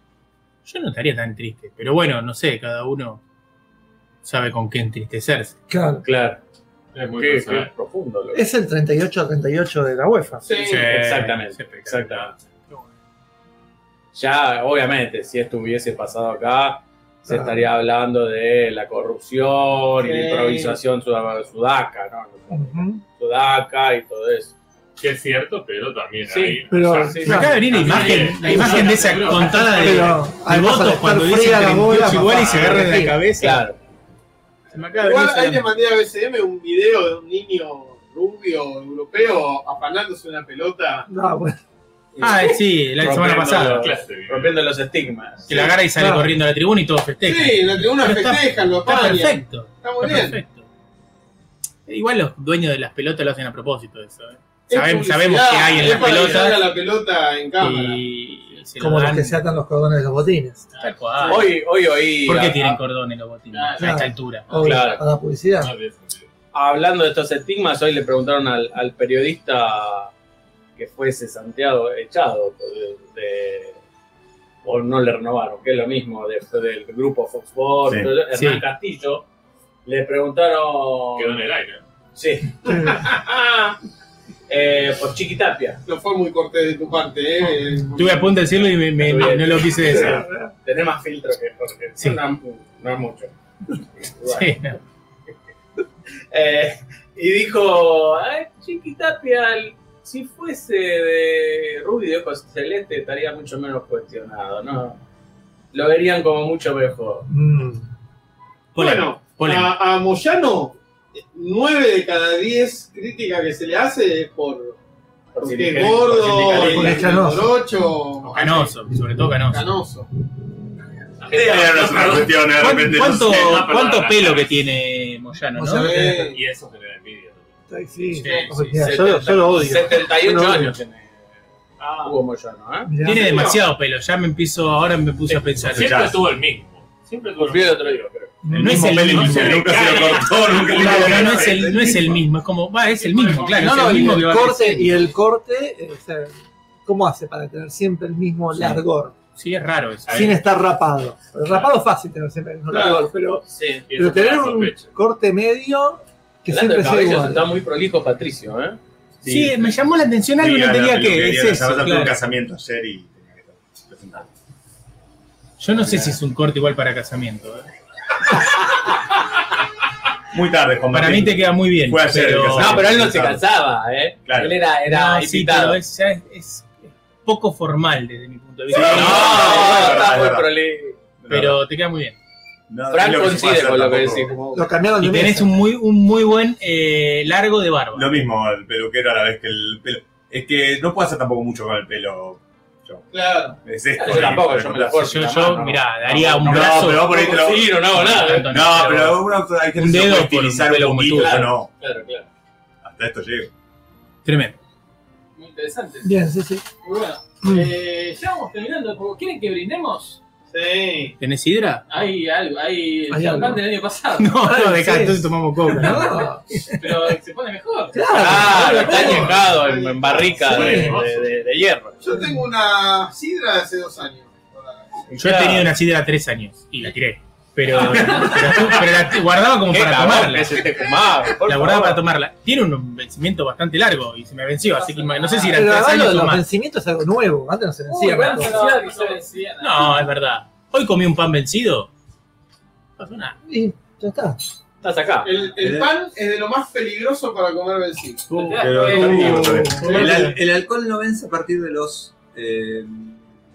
Speaker 5: Yo no estaría tan triste, pero bueno, no sé, cada uno sabe con qué entristecerse.
Speaker 8: Claro.
Speaker 4: Claro.
Speaker 7: Es muy
Speaker 4: Qué-
Speaker 7: personal.
Speaker 4: qué profundo. Lo que-
Speaker 8: Es el 38-38 de la UEFA.
Speaker 3: Sí.
Speaker 4: Sí, exactamente, exactamente. Ya, obviamente, si esto hubiese pasado acá, se
Speaker 8: Claro.
Speaker 4: estaría hablando de la corrupción y la
Speaker 3: Sí.
Speaker 4: improvisación sudama- sudaca, ¿no?
Speaker 8: Ujú.
Speaker 4: Sudaca y todo eso.
Speaker 7: Que es cierto, pero también
Speaker 4: Sí,
Speaker 7: ahí.
Speaker 8: pero-
Speaker 7: o sea,
Speaker 4: Sí,
Speaker 5: Me acaba de venir la
Speaker 7: Sí.
Speaker 5: imagen, la imagen de esa contada de,
Speaker 8: Pero
Speaker 5: de
Speaker 8: además, al
Speaker 5: votos
Speaker 8: estar
Speaker 5: cuando
Speaker 8: fría
Speaker 5: dicen
Speaker 8: la
Speaker 5: 38
Speaker 8: bola,
Speaker 5: igual y
Speaker 8: papá,
Speaker 5: se agarran de
Speaker 8: sí.
Speaker 5: la cabeza.
Speaker 4: Claro.
Speaker 5: Se me acaba de
Speaker 3: Igual
Speaker 5: venir
Speaker 3: ahí
Speaker 5: esa-
Speaker 3: le mandé a BCM un video de un niño rubio europeo afanándose una pelota.
Speaker 8: No, bueno,
Speaker 5: Ah, sí, la semana
Speaker 4: Rompiendo
Speaker 5: pasada.
Speaker 4: los-
Speaker 7: clase, bien.
Speaker 4: Rompiendo los estigmas.
Speaker 5: Que la agarra y sale
Speaker 8: Claro.
Speaker 5: corriendo a la tribuna y todo festeja.
Speaker 3: Sí, en la tribuna
Speaker 5: Pero está-
Speaker 3: festejan, lo
Speaker 5: Está
Speaker 3: apañan.
Speaker 5: perfecto.
Speaker 3: Está muy
Speaker 5: Está
Speaker 3: bien.
Speaker 5: perfecto. Igual los dueños de las pelotas lo hacen a propósito eso. ¿eh?
Speaker 3: Es
Speaker 5: Sabem-
Speaker 3: publicidad,
Speaker 5: sabemos que hay en
Speaker 3: es
Speaker 5: las
Speaker 3: para que salga
Speaker 5: pelotas
Speaker 3: la pelota en cámara.
Speaker 5: y se lo
Speaker 8: como los
Speaker 5: dan
Speaker 8: que se atan los cordones de los botines.
Speaker 5: tal cual.
Speaker 4: Ah, Hoy, hoy oí.
Speaker 5: ¿Por qué
Speaker 4: a-
Speaker 5: tienen cordones los botines
Speaker 6: Ah,
Speaker 5: a
Speaker 8: claro.
Speaker 5: esta altura?
Speaker 8: Obvio,
Speaker 4: Claro.
Speaker 8: Para la publicidad.
Speaker 7: No tiene sentido.
Speaker 4: Hablando de estos estigmas, hoy le preguntaron al, al periodista que fuese Santiago echado pues, de, de- o no le renovaron, que es lo mismo de- del grupo Fox Sports,
Speaker 15: Sí.
Speaker 4: todo- Hernán
Speaker 5: Sí.
Speaker 4: Castillo, le preguntaron
Speaker 7: Quedó en el aire.
Speaker 4: sí, eh, por Chiquitapia.
Speaker 3: No fue muy cortés de tu parte, ¿eh?
Speaker 5: Estuve a punto de decirlo y me- me-
Speaker 4: Está bien.
Speaker 5: no lo quise decir.
Speaker 4: Tenés más filtro que Jorge.
Speaker 5: Sí.
Speaker 4: No, no es mucho. Bueno.
Speaker 5: Sí.
Speaker 4: Eh, y dijo, "Ay, Chiqui Tapia, si fuese de Rudy de Ojos Celeste estaría mucho menos cuestionado, ¿no? Lo verían como mucho mejor.
Speaker 8: Mm.
Speaker 3: Bueno,
Speaker 5: Polémico.
Speaker 3: a, a Moyano, 9 de cada 10 críticas que se le hace es por
Speaker 4: Por si
Speaker 3: porque
Speaker 4: le-
Speaker 3: es gordo,
Speaker 4: por si le-
Speaker 8: porque es canoso.
Speaker 3: morocho,
Speaker 5: Canoso, sobre todo canoso.
Speaker 3: canoso.
Speaker 15: Era nuestra cuestión, de repente.
Speaker 5: ¿Cuán- ¿Cuánto,
Speaker 15: no sé.
Speaker 7: Ah, perdón,
Speaker 5: cuánto
Speaker 7: la-
Speaker 5: pelo que tiene Moyano,
Speaker 8: Vos
Speaker 5: no?
Speaker 8: sabés,
Speaker 3: Eh,
Speaker 7: Y eso genera envidia. también.
Speaker 8: Ay, sí,
Speaker 5: Sí,
Speaker 8: no,
Speaker 5: sí,
Speaker 8: mira, yo, lo- yo lo odio.
Speaker 4: 78
Speaker 8: Yo lo odio.
Speaker 4: años tiene Hugo Moyano, ¿eh?
Speaker 8: Mirá.
Speaker 5: Tiene demasiado pelo, ya me empiezo, ahora me puse a pensar.
Speaker 7: Siempre
Speaker 15: Ya.
Speaker 7: tuvo el mismo. Siempre tuvo el
Speaker 4: Cumplió el
Speaker 7: mismo.
Speaker 4: otro día, creo.
Speaker 5: No es el mismo.
Speaker 15: O sea, nunca se lo cortó, nunca le
Speaker 5: Claro, no,
Speaker 15: dijo
Speaker 5: no es el, no es el mismo, es como, va, es el mismo, claro,
Speaker 8: No,
Speaker 5: es
Speaker 8: no,
Speaker 5: el
Speaker 8: y
Speaker 5: mismo que va
Speaker 8: el
Speaker 5: a
Speaker 8: corte,
Speaker 5: crecer.
Speaker 8: y el corte eh, o sea, ¿cómo hace para tener siempre el mismo largor?
Speaker 5: Sí, es raro eso.
Speaker 8: Sin estar rapado. Pero rapado es fácil tener siempre el mismo
Speaker 3: Claro.
Speaker 8: largor, pero,
Speaker 4: Sí.
Speaker 7: Y
Speaker 8: pero
Speaker 7: eso
Speaker 8: tener
Speaker 7: genera
Speaker 8: un
Speaker 7: sospecha.
Speaker 8: corte medio que
Speaker 4: Hablando de
Speaker 8: siempre sea
Speaker 4: cabellos, está
Speaker 8: igual.
Speaker 4: muy prolijo Patricio, ¿eh?
Speaker 5: Sí, me llamó la atención algo,
Speaker 15: Sí,
Speaker 5: no
Speaker 15: a la
Speaker 5: tenía que,
Speaker 15: peluquería,
Speaker 5: es
Speaker 15: la
Speaker 5: eso,
Speaker 15: Sabata tuvo un
Speaker 5: claro.
Speaker 15: casamiento ayer y tenía que presentar.
Speaker 5: Yo no sé si es un corte igual para casamiento. ¿eh?
Speaker 15: Muy tarde, Juan
Speaker 5: Para
Speaker 15: Martín.
Speaker 5: mí te queda muy bien.
Speaker 15: Fue ayer el
Speaker 5: pero-
Speaker 15: casamiento.
Speaker 4: No, pero él no se cansaba, ¿eh?
Speaker 15: Claro.
Speaker 4: Él era, era
Speaker 5: No, sí,
Speaker 4: invitado.
Speaker 5: pero es, ya es- es poco formal desde mi punto de vista.
Speaker 15: Sí.
Speaker 4: No,
Speaker 15: No,
Speaker 4: está
Speaker 15: es
Speaker 4: muy
Speaker 15: verdad.
Speaker 4: prolijo.
Speaker 15: No,
Speaker 5: Pero te queda muy bien.
Speaker 15: no,
Speaker 4: Frank
Speaker 15: es lo que se puede
Speaker 4: coincide
Speaker 15: hacer
Speaker 4: con lo que
Speaker 15: tampoco.
Speaker 4: decís.
Speaker 8: Lo cambiaron de
Speaker 5: Y tenés
Speaker 8: mesa.
Speaker 5: un muy, un muy buen eh, largo de barba.
Speaker 15: Lo mismo el peluquero a la vez que el pelo. Es que no puedo hacer tampoco mucho con el pelo.
Speaker 3: Claro.
Speaker 15: Es esto.
Speaker 4: Yo tampoco, yo me la
Speaker 5: Yo,
Speaker 4: fuerzo.
Speaker 5: yo,
Speaker 4: la mano,
Speaker 5: mirá,
Speaker 4: no.
Speaker 5: daría un
Speaker 15: no,
Speaker 5: brazo.
Speaker 15: pero vos por ahí te lo-
Speaker 4: Sí, no, no hago nada.
Speaker 5: Tanto
Speaker 15: No, pero
Speaker 5: pero-
Speaker 15: uno hay que
Speaker 5: Un dedo
Speaker 15: puede
Speaker 5: por un
Speaker 15: estilizar un
Speaker 5: pelo como
Speaker 15: poquito,
Speaker 5: tú, claro.
Speaker 15: no.
Speaker 4: Claro, claro.
Speaker 15: Hasta esto llego.
Speaker 5: Tremendo.
Speaker 6: Muy interesante.
Speaker 8: Bien, sí, sí.
Speaker 6: Muy bueno. Eh, ya vamos terminando. ¿Quieren que brindemos?
Speaker 3: Sí.
Speaker 5: ¿Tenés sidra?
Speaker 6: Hay algo, hay el
Speaker 8: Hay
Speaker 6: champán
Speaker 8: algo.
Speaker 6: del año pasado,
Speaker 5: No, no, dejá,
Speaker 8: Ah, sí.
Speaker 5: entonces tomamos coca.
Speaker 8: No,
Speaker 6: pero se pone mejor.
Speaker 4: Ah,
Speaker 8: claro,
Speaker 4: está añejado en, en barrica
Speaker 8: Sí.
Speaker 4: de, de- de- de hierro.
Speaker 3: Yo tengo una sidra de hace dos años.
Speaker 5: Yo he tenido una sidra tres años y la tiré. Pero,
Speaker 8: Ah.
Speaker 5: pero, tú- pero la t- guardaba como
Speaker 4: Qué
Speaker 5: para
Speaker 4: cagón
Speaker 5: tomarla.
Speaker 4: que se te fumaba, por
Speaker 5: La guardaba
Speaker 4: favor.
Speaker 5: para tomarla. Tiene un vencimiento bastante largo y se me venció, así que no sé si eran
Speaker 8: Pero
Speaker 5: tres
Speaker 8: además lo de
Speaker 5: años o
Speaker 8: los
Speaker 5: más.
Speaker 8: vencimientos es algo nuevo. Antes no se
Speaker 6: Uy,
Speaker 8: vencían.
Speaker 6: buena
Speaker 8: las cosas.
Speaker 6: ansiedad que se vencía.
Speaker 5: No, es verdad. Hoy comí un pan vencido. No pasó nada.
Speaker 8: Y ya está.
Speaker 4: Estás acá.
Speaker 3: El,
Speaker 5: Eh.
Speaker 3: el pan es de lo más peligroso para comer vencido.
Speaker 15: Pero
Speaker 6: Eh,
Speaker 15: está bien, está bien.
Speaker 3: El al-
Speaker 15: alcohol no vence a partir de los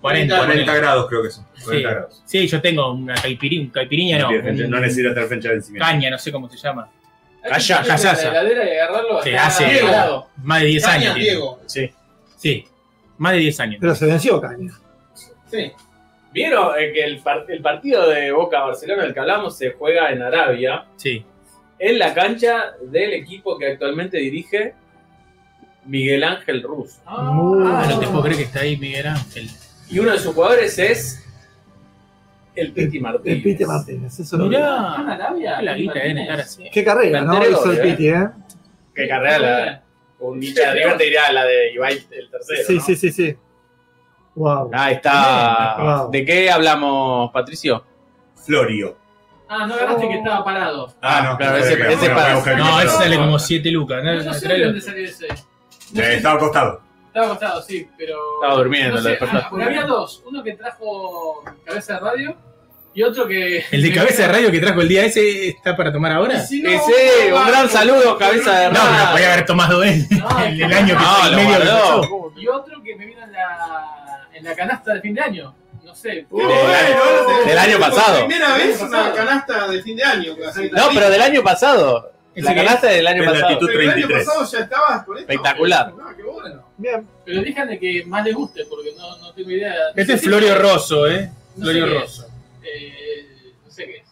Speaker 5: 40.
Speaker 15: 40 grados, creo que son. 40
Speaker 5: Sí.
Speaker 15: grados.
Speaker 5: Sí, yo tengo una caipirinha, caipiriña no.
Speaker 15: No, necesitas
Speaker 5: un-
Speaker 15: tener fecha de vencimiento.
Speaker 5: Caña, no sé cómo se llama.
Speaker 6: hay que
Speaker 5: Calla,
Speaker 6: meterlo en
Speaker 5: calla.
Speaker 6: La heladera y agarrarlo
Speaker 5: Sí,
Speaker 6: hasta
Speaker 5: hace-
Speaker 6: helado.
Speaker 5: Más de 10
Speaker 3: Caña,
Speaker 5: años. tiene.
Speaker 3: Diego.
Speaker 5: Sí, más de 10 años.
Speaker 8: Pero se venció Caña.
Speaker 3: Sí.
Speaker 4: ¿Vieron eh, que el, par- el partido de Boca-Barcelona del que hablamos se juega en Arabia?
Speaker 5: Sí.
Speaker 4: En la cancha del equipo que actualmente dirige Miguel Ángel Russo.
Speaker 16: Ah, no te puedo creer que está ahí Miguel Ángel.
Speaker 4: Y uno de sus jugadores es el Piti Martínez.
Speaker 8: El Pite Martínez, eso lo vi.
Speaker 5: Ah,
Speaker 16: Mirá,
Speaker 6: Arabia.
Speaker 16: la guita deben estar así.
Speaker 8: Qué carrera, ¿no?
Speaker 4: Cantero,
Speaker 8: Hizo el
Speaker 4: ¿eh?
Speaker 8: Piti, ¿eh?
Speaker 4: Que carrera la. Un nicho de arriba te dirá la de Ibai el tercero.
Speaker 8: Sí,
Speaker 4: ¿no?
Speaker 8: sí, sí, sí. Wow.
Speaker 4: Ahí está.
Speaker 8: Wow.
Speaker 4: ¿De qué hablamos, Patricio?
Speaker 15: Florio.
Speaker 6: Ah, no agarraste que estaba parado.
Speaker 15: Ah, no.
Speaker 4: claro,
Speaker 15: no
Speaker 4: ese-
Speaker 15: sé qué,
Speaker 4: ese
Speaker 15: voy a-
Speaker 4: para-
Speaker 15: voy a buscar
Speaker 16: No,
Speaker 15: el-
Speaker 16: ese sale como 7 lucas. ¿no?
Speaker 6: No, no sé de dónde salió ese.
Speaker 15: Eh, Estaba acostado.
Speaker 6: Estaba acostado, sí, pero.
Speaker 4: Estaba durmiendo,
Speaker 6: no
Speaker 4: lo
Speaker 6: sé,
Speaker 4: despertaste.
Speaker 6: ah, porque había dos. Uno que trajo cabeza de radio y otro que.
Speaker 5: El de cabeza de radio que trajo el día ese está para tomar ahora.
Speaker 6: Si no,
Speaker 4: Ese,
Speaker 6: no,
Speaker 4: un gran saludo, cabeza de
Speaker 5: No, pero
Speaker 4: rana.
Speaker 5: podía haber tomado él
Speaker 6: No,
Speaker 5: el, el año que
Speaker 4: No,
Speaker 5: el
Speaker 4: lo
Speaker 5: medio que
Speaker 4: guardó.
Speaker 5: pasó.
Speaker 6: Y otro que me vino en la, en la canasta de fin de año. No sé.
Speaker 3: Uh.
Speaker 4: Del año- del año pasado.
Speaker 3: Por primera vez
Speaker 6: Del año
Speaker 3: una
Speaker 6: pasado.
Speaker 3: canasta de fin de año. casi.
Speaker 4: No, pero del año pasado.
Speaker 5: Ese
Speaker 4: La
Speaker 5: que-
Speaker 4: canasta del año
Speaker 15: Es la
Speaker 4: pasado.
Speaker 15: actitud
Speaker 3: Pero el año
Speaker 15: 33.
Speaker 3: pasado ya estabas con esto.
Speaker 4: Espectacular.
Speaker 3: Ah, qué bueno.
Speaker 8: Bien.
Speaker 6: Pero elijan el que más les guste, porque no, no tengo idea.
Speaker 5: Este
Speaker 6: No
Speaker 5: es
Speaker 6: sé
Speaker 5: Florio
Speaker 6: qué-
Speaker 5: Rosso, ¿eh?
Speaker 6: no sé
Speaker 5: Florio
Speaker 6: qué es.
Speaker 5: Rosso.
Speaker 6: Eh, no sé qué es.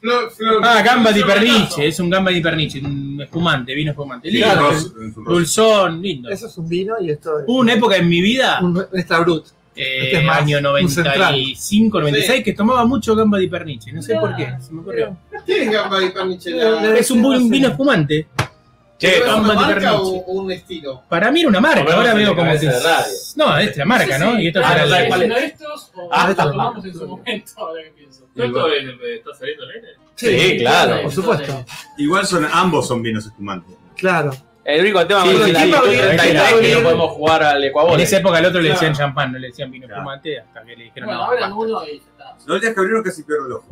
Speaker 3: Flor- Flor-
Speaker 5: Ah, gamba di
Speaker 3: Flor-
Speaker 5: perniche, es un gamba di perniche, un espumante, vino espumante.
Speaker 15: Sí,
Speaker 5: Lindo,
Speaker 15: Ross- Ross-
Speaker 5: dulzón, lindo.
Speaker 8: Eso es un vino y esto es
Speaker 5: Hubo una época en mi vida,
Speaker 8: un extra brut.
Speaker 5: eh,
Speaker 8: Este es más,
Speaker 5: año
Speaker 8: un central.
Speaker 5: 95, 96, que tomaba mucho gamba di perniche, no sé por qué, se me ocurrió.
Speaker 3: ¿Qué es gamba di perniche?
Speaker 5: Es un buen vino espumante.
Speaker 4: Che,
Speaker 3: ¿Es una
Speaker 5: Gamba di
Speaker 3: marca o
Speaker 5: Pernice.
Speaker 3: o un estilo?
Speaker 5: Para mí era una marca,
Speaker 4: Comemos
Speaker 5: ahora
Speaker 4: el de
Speaker 5: veo como que...
Speaker 4: cabeza de radio.
Speaker 5: No, es la marca, ¿no? Y esto
Speaker 6: ah,
Speaker 5: era
Speaker 6: no
Speaker 5: la-
Speaker 6: sé,
Speaker 4: ¿cuál
Speaker 6: ¿es uno
Speaker 4: es?
Speaker 6: de estos o
Speaker 4: Ah,
Speaker 6: lo
Speaker 8: esta-
Speaker 6: tomamos en su momento? Ahora que pienso.
Speaker 7: ¿Cuánto eh, está saliendo el nene?
Speaker 4: Sí, claro.
Speaker 8: Por supuesto,
Speaker 15: Igual son, ambos son vinos espumantes.
Speaker 8: claro.
Speaker 4: El único tema
Speaker 5: Sí,
Speaker 4: con
Speaker 5: sí,
Speaker 4: la
Speaker 5: sí,
Speaker 4: actitud
Speaker 5: sí,
Speaker 4: 33
Speaker 5: sí,
Speaker 4: que
Speaker 5: sí.
Speaker 4: no podemos jugar al
Speaker 5: En
Speaker 4: Ecuador.
Speaker 5: esa época al otro le decían
Speaker 3: Claro.
Speaker 5: champán, no le decían vino
Speaker 15: Claro.
Speaker 5: espumante, hasta que le dijeron
Speaker 6: Bueno,
Speaker 5: no.
Speaker 6: ahora
Speaker 5: basta.
Speaker 6: uno y ya está.
Speaker 15: Los días que abrieron casi pierdo el ojo.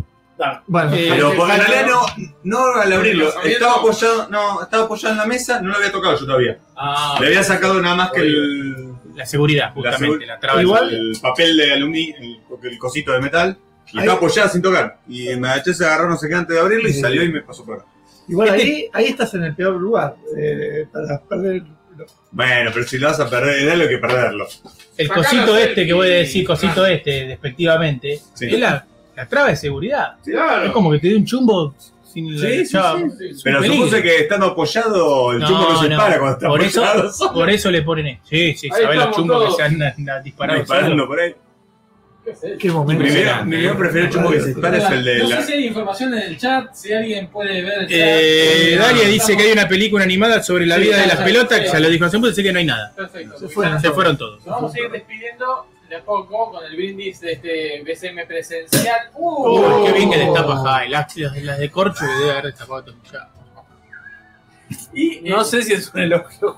Speaker 8: Bueno,
Speaker 5: Eh,
Speaker 15: Pero porque en
Speaker 6: exacto.
Speaker 15: realidad no, no al abrirlo,
Speaker 3: Abrirlo.
Speaker 15: estaba apoyado, no, estaba apoyado en la mesa, no lo había tocado yo todavía.
Speaker 5: Ah,
Speaker 15: Le había sacado nada más que el,
Speaker 5: la seguridad,
Speaker 15: La
Speaker 5: justamente,
Speaker 15: segu-
Speaker 5: la, traba.
Speaker 8: Igual-
Speaker 15: el papel de aluminio, el, el cosito de metal, y
Speaker 8: Ahí-
Speaker 15: estaba apoyada sin tocar. Y me agaché, se agarró no sé qué antes de abrirlo y
Speaker 8: Sí.
Speaker 15: salió y me pasó por acá.
Speaker 8: igual ahí, ahí estás en el peor lugar eh, para perder.
Speaker 15: Bueno, pero si lo vas a perder, es lo que perderlo.
Speaker 5: El
Speaker 6: Sacalo
Speaker 5: cosito
Speaker 6: selfie. Ah.
Speaker 5: este que voy a decir, cosito este, despectivamente,
Speaker 15: Sí.
Speaker 5: es la, la traba de seguridad. Es
Speaker 3: Claro.
Speaker 5: como que te dé un chumbo sin la
Speaker 15: Sí, sí,
Speaker 5: chava.
Speaker 15: Pero
Speaker 5: peligro.
Speaker 15: supuse que estando apoyado, el
Speaker 5: No,
Speaker 15: chumbo no se
Speaker 5: no.
Speaker 15: para cuando está
Speaker 5: Por
Speaker 15: apoyado.
Speaker 5: eso, por eso le ponen esto. Sí, sí,
Speaker 6: Ahí
Speaker 5: sabés los
Speaker 6: estamos
Speaker 5: chumbos que
Speaker 6: todos.
Speaker 5: se han han- han disparado.
Speaker 15: disparando por ahí.
Speaker 6: ¿Qué es eso?
Speaker 8: Qué momento.
Speaker 15: Mi video, mi video preferido chumbo que se dispara es el de
Speaker 6: no
Speaker 15: la.
Speaker 6: sé si hay información en el chat, si alguien puede ver el chat.
Speaker 5: Eh, Dalia dice que hay una película animada sobre la
Speaker 6: Sí,
Speaker 5: vida de
Speaker 6: ya,
Speaker 5: las
Speaker 6: ya,
Speaker 5: pelotas,
Speaker 6: ya.
Speaker 5: que ya lo dijo hace mucho, así que no hay nada.
Speaker 6: Perfecto.
Speaker 8: Se fueron.
Speaker 5: Se fueron todos.
Speaker 6: Nos vamos a ir despidiendo de a poco con el brindis de este BCM presencial. ¡Uh!
Speaker 5: Uy, qué bien que destapa Jai. Las, las- las de corcho le debe haber destapado todo. Ya.
Speaker 6: Y, eh,
Speaker 4: No sé si es un elogio.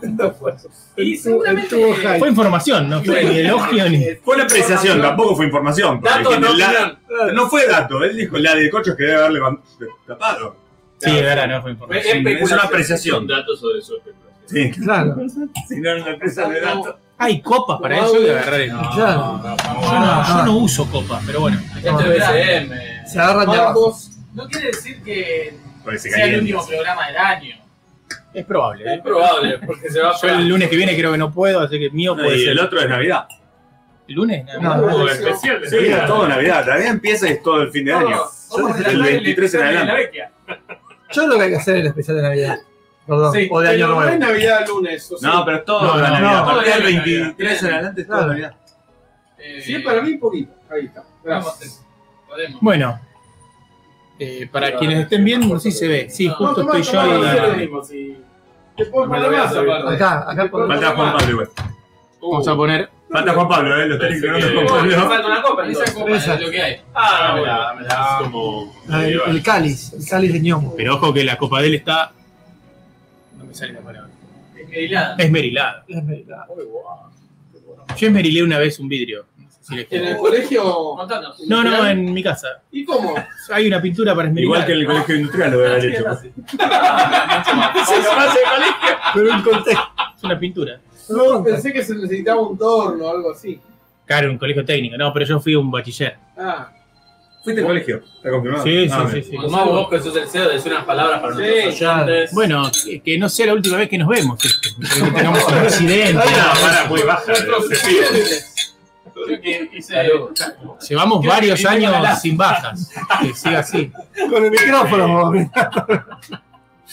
Speaker 6: y seguramente.
Speaker 8: tubo Jai.
Speaker 5: Fue información, no fue ni elogio ni.
Speaker 15: Fue una apreciación, tampoco fue información. porque
Speaker 4: Dato
Speaker 15: quien
Speaker 4: no
Speaker 15: la-
Speaker 4: opinión.
Speaker 15: no fue dato, él dijo la de cochos que debe haberle man- tapado.
Speaker 5: Sí, de verdad, no fue
Speaker 15: Es,
Speaker 5: información.
Speaker 15: una
Speaker 7: Son
Speaker 15: apreciación.
Speaker 7: datos sobre su especulación.
Speaker 15: Sí,
Speaker 8: Claro,
Speaker 15: si no era una empresa de datos.
Speaker 5: Hay copas para eso de agarrar el.
Speaker 8: claro.
Speaker 5: Yo no, yo no uso copas, pero bueno.
Speaker 6: Esto es BCM.
Speaker 8: Se agarran de abajo.
Speaker 3: Marcos,
Speaker 6: No quiere decir que
Speaker 15: Porque se
Speaker 6: sea el
Speaker 15: calienta.
Speaker 6: último programa del año.
Speaker 5: Es probable.
Speaker 4: Es
Speaker 5: ¿eh?
Speaker 4: probable, porque se va
Speaker 5: Yo el lunes que viene creo que no puedo, así que mío
Speaker 15: No,
Speaker 5: puede
Speaker 15: y
Speaker 5: ser.
Speaker 15: el otro es Navidad.
Speaker 5: ¿El lunes? Nada
Speaker 8: No,
Speaker 5: más.
Speaker 7: Todo
Speaker 8: no,
Speaker 7: especial de
Speaker 15: Sí, es
Speaker 7: Navidad.
Speaker 15: todo Navidad. Navidad empieza y es todo el fin de año.
Speaker 6: Vamos a
Speaker 15: desde el
Speaker 6: adelantar
Speaker 15: 23 en
Speaker 6: episodio de la
Speaker 15: adelante.
Speaker 6: Vecchia.
Speaker 8: Yo lo que hay que hacer es el especial de Navidad. Perdón,
Speaker 6: Sí,
Speaker 8: o de Año
Speaker 3: Pero no es
Speaker 8: Nuevo.
Speaker 3: Navidad lunes. o sea,
Speaker 15: No, pero es todo
Speaker 5: No,
Speaker 15: la
Speaker 5: no,
Speaker 15: Navidad.
Speaker 8: no.
Speaker 15: A partir del
Speaker 6: Todo la Navidad.
Speaker 15: 23 en adelante es todo
Speaker 8: Claro.
Speaker 15: Navidad.
Speaker 6: Eh,
Speaker 3: Sí, para mí poquito. Ahí está. Gracias.
Speaker 6: Vamos, podemos.
Speaker 5: Bueno. Eh, para quienes estén viendo, sí se ve. Sí,
Speaker 6: No,
Speaker 5: justo
Speaker 3: tomá,
Speaker 5: estoy
Speaker 3: tomá,
Speaker 5: yo
Speaker 3: no sé lo
Speaker 5: y.
Speaker 3: mismo, si- Te puedo
Speaker 6: Me lo
Speaker 3: poner
Speaker 6: voy a
Speaker 3: más,
Speaker 6: zapar.
Speaker 3: Alberto.
Speaker 8: Acá, acá por
Speaker 15: Falta Juan Pablo igual.
Speaker 6: Uh.
Speaker 5: Vamos a poner.
Speaker 15: Falta Juan Pablo, ¿eh? Lo está
Speaker 7: Pensé
Speaker 15: ignorando
Speaker 7: que-
Speaker 15: Juan Pablo.
Speaker 4: falta una copa.
Speaker 6: Esa
Speaker 4: entonces.
Speaker 6: copa es
Speaker 8: Esa.
Speaker 6: lo que hay.
Speaker 4: Ah,
Speaker 7: Ah,
Speaker 4: dámela,
Speaker 7: bueno,
Speaker 4: dámela.
Speaker 7: Es como.
Speaker 8: Ah, el, el cáliz, el cáliz de ñomo.
Speaker 5: Pero ojo que la copa de él está. No me sale la palabra.
Speaker 6: Es Merilán.
Speaker 5: Esmerilada.
Speaker 8: Es verdad.
Speaker 5: Yo esmerilé una vez un vidrio. No sé si les
Speaker 3: En el
Speaker 5: cuento.
Speaker 3: colegio.
Speaker 6: Contanos.
Speaker 5: No, no, en mi casa.
Speaker 3: ¿Y cómo?
Speaker 5: Hay una pintura para esmerilar.
Speaker 15: Igual que en el colegio industrial lo
Speaker 4: Ah,
Speaker 15: debe haber hecho.
Speaker 8: Pero un contexto.
Speaker 5: Es una pintura.
Speaker 3: No, pensé que se necesitaba un torno o algo así.
Speaker 5: Claro, un colegio técnico. No, pero yo fui un bachiller.
Speaker 3: Ah,
Speaker 15: Fuiste al colegio, está confirmado.
Speaker 5: Sí,
Speaker 15: Ah,
Speaker 5: sí, sí,
Speaker 15: bien.
Speaker 5: sí.
Speaker 4: Tomás, vos que sos el CEO, decís unas palabras para
Speaker 3: Sí,
Speaker 4: nuestros oyentes.
Speaker 5: Bueno, que- que no sea la última vez que nos vemos. este, Que tengamos un accidente.
Speaker 15: Ah, para, muy baja. eh.
Speaker 6: Creo que hice-
Speaker 4: Salud.
Speaker 5: Llevamos
Speaker 6: Creo que
Speaker 5: varios
Speaker 6: tengo la
Speaker 5: años
Speaker 6: lata.
Speaker 5: sin bajas. Que siga así.
Speaker 8: Con el micrófono.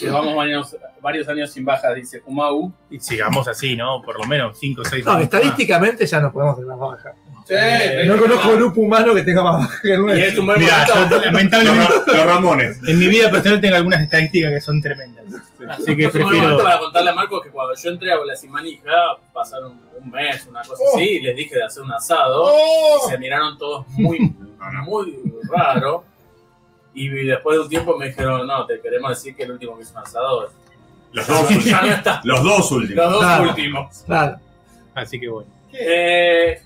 Speaker 4: Llevamos varios, varios años sin bajas, dice Kumau.
Speaker 5: Y sigamos así, ¿no? Por lo menos 5 o 6
Speaker 8: No, estadísticamente ya no podemos hacer más baja.
Speaker 4: Eh,
Speaker 8: No conozco grupo humano que tenga más baja que el
Speaker 4: Y
Speaker 8: nuestro.
Speaker 4: es un buen
Speaker 15: Mirá,
Speaker 4: momento.
Speaker 15: yo- Los,
Speaker 5: Lamentablemente,
Speaker 15: Ra- los Ramones.
Speaker 5: en mi vida personal tengo algunas estadísticas que son tremendas. Así que
Speaker 4: Es un buen momento
Speaker 5: prefiero.
Speaker 4: para contarle a Marcos que cuando yo entré a la Simanija pasaron un mes, una cosa así, y les dije de hacer un asado. y se miraron todos muy, muy raro. Y después de un tiempo me dijeron, no, te queremos decir que el último que hizo un asado es-
Speaker 15: Los dos
Speaker 4: ya
Speaker 15: últimos.
Speaker 4: no está.
Speaker 15: Los dos últimos.
Speaker 4: Los dos
Speaker 8: Claro.
Speaker 4: últimos.
Speaker 8: Claro.
Speaker 5: Así que bueno.
Speaker 4: Eh,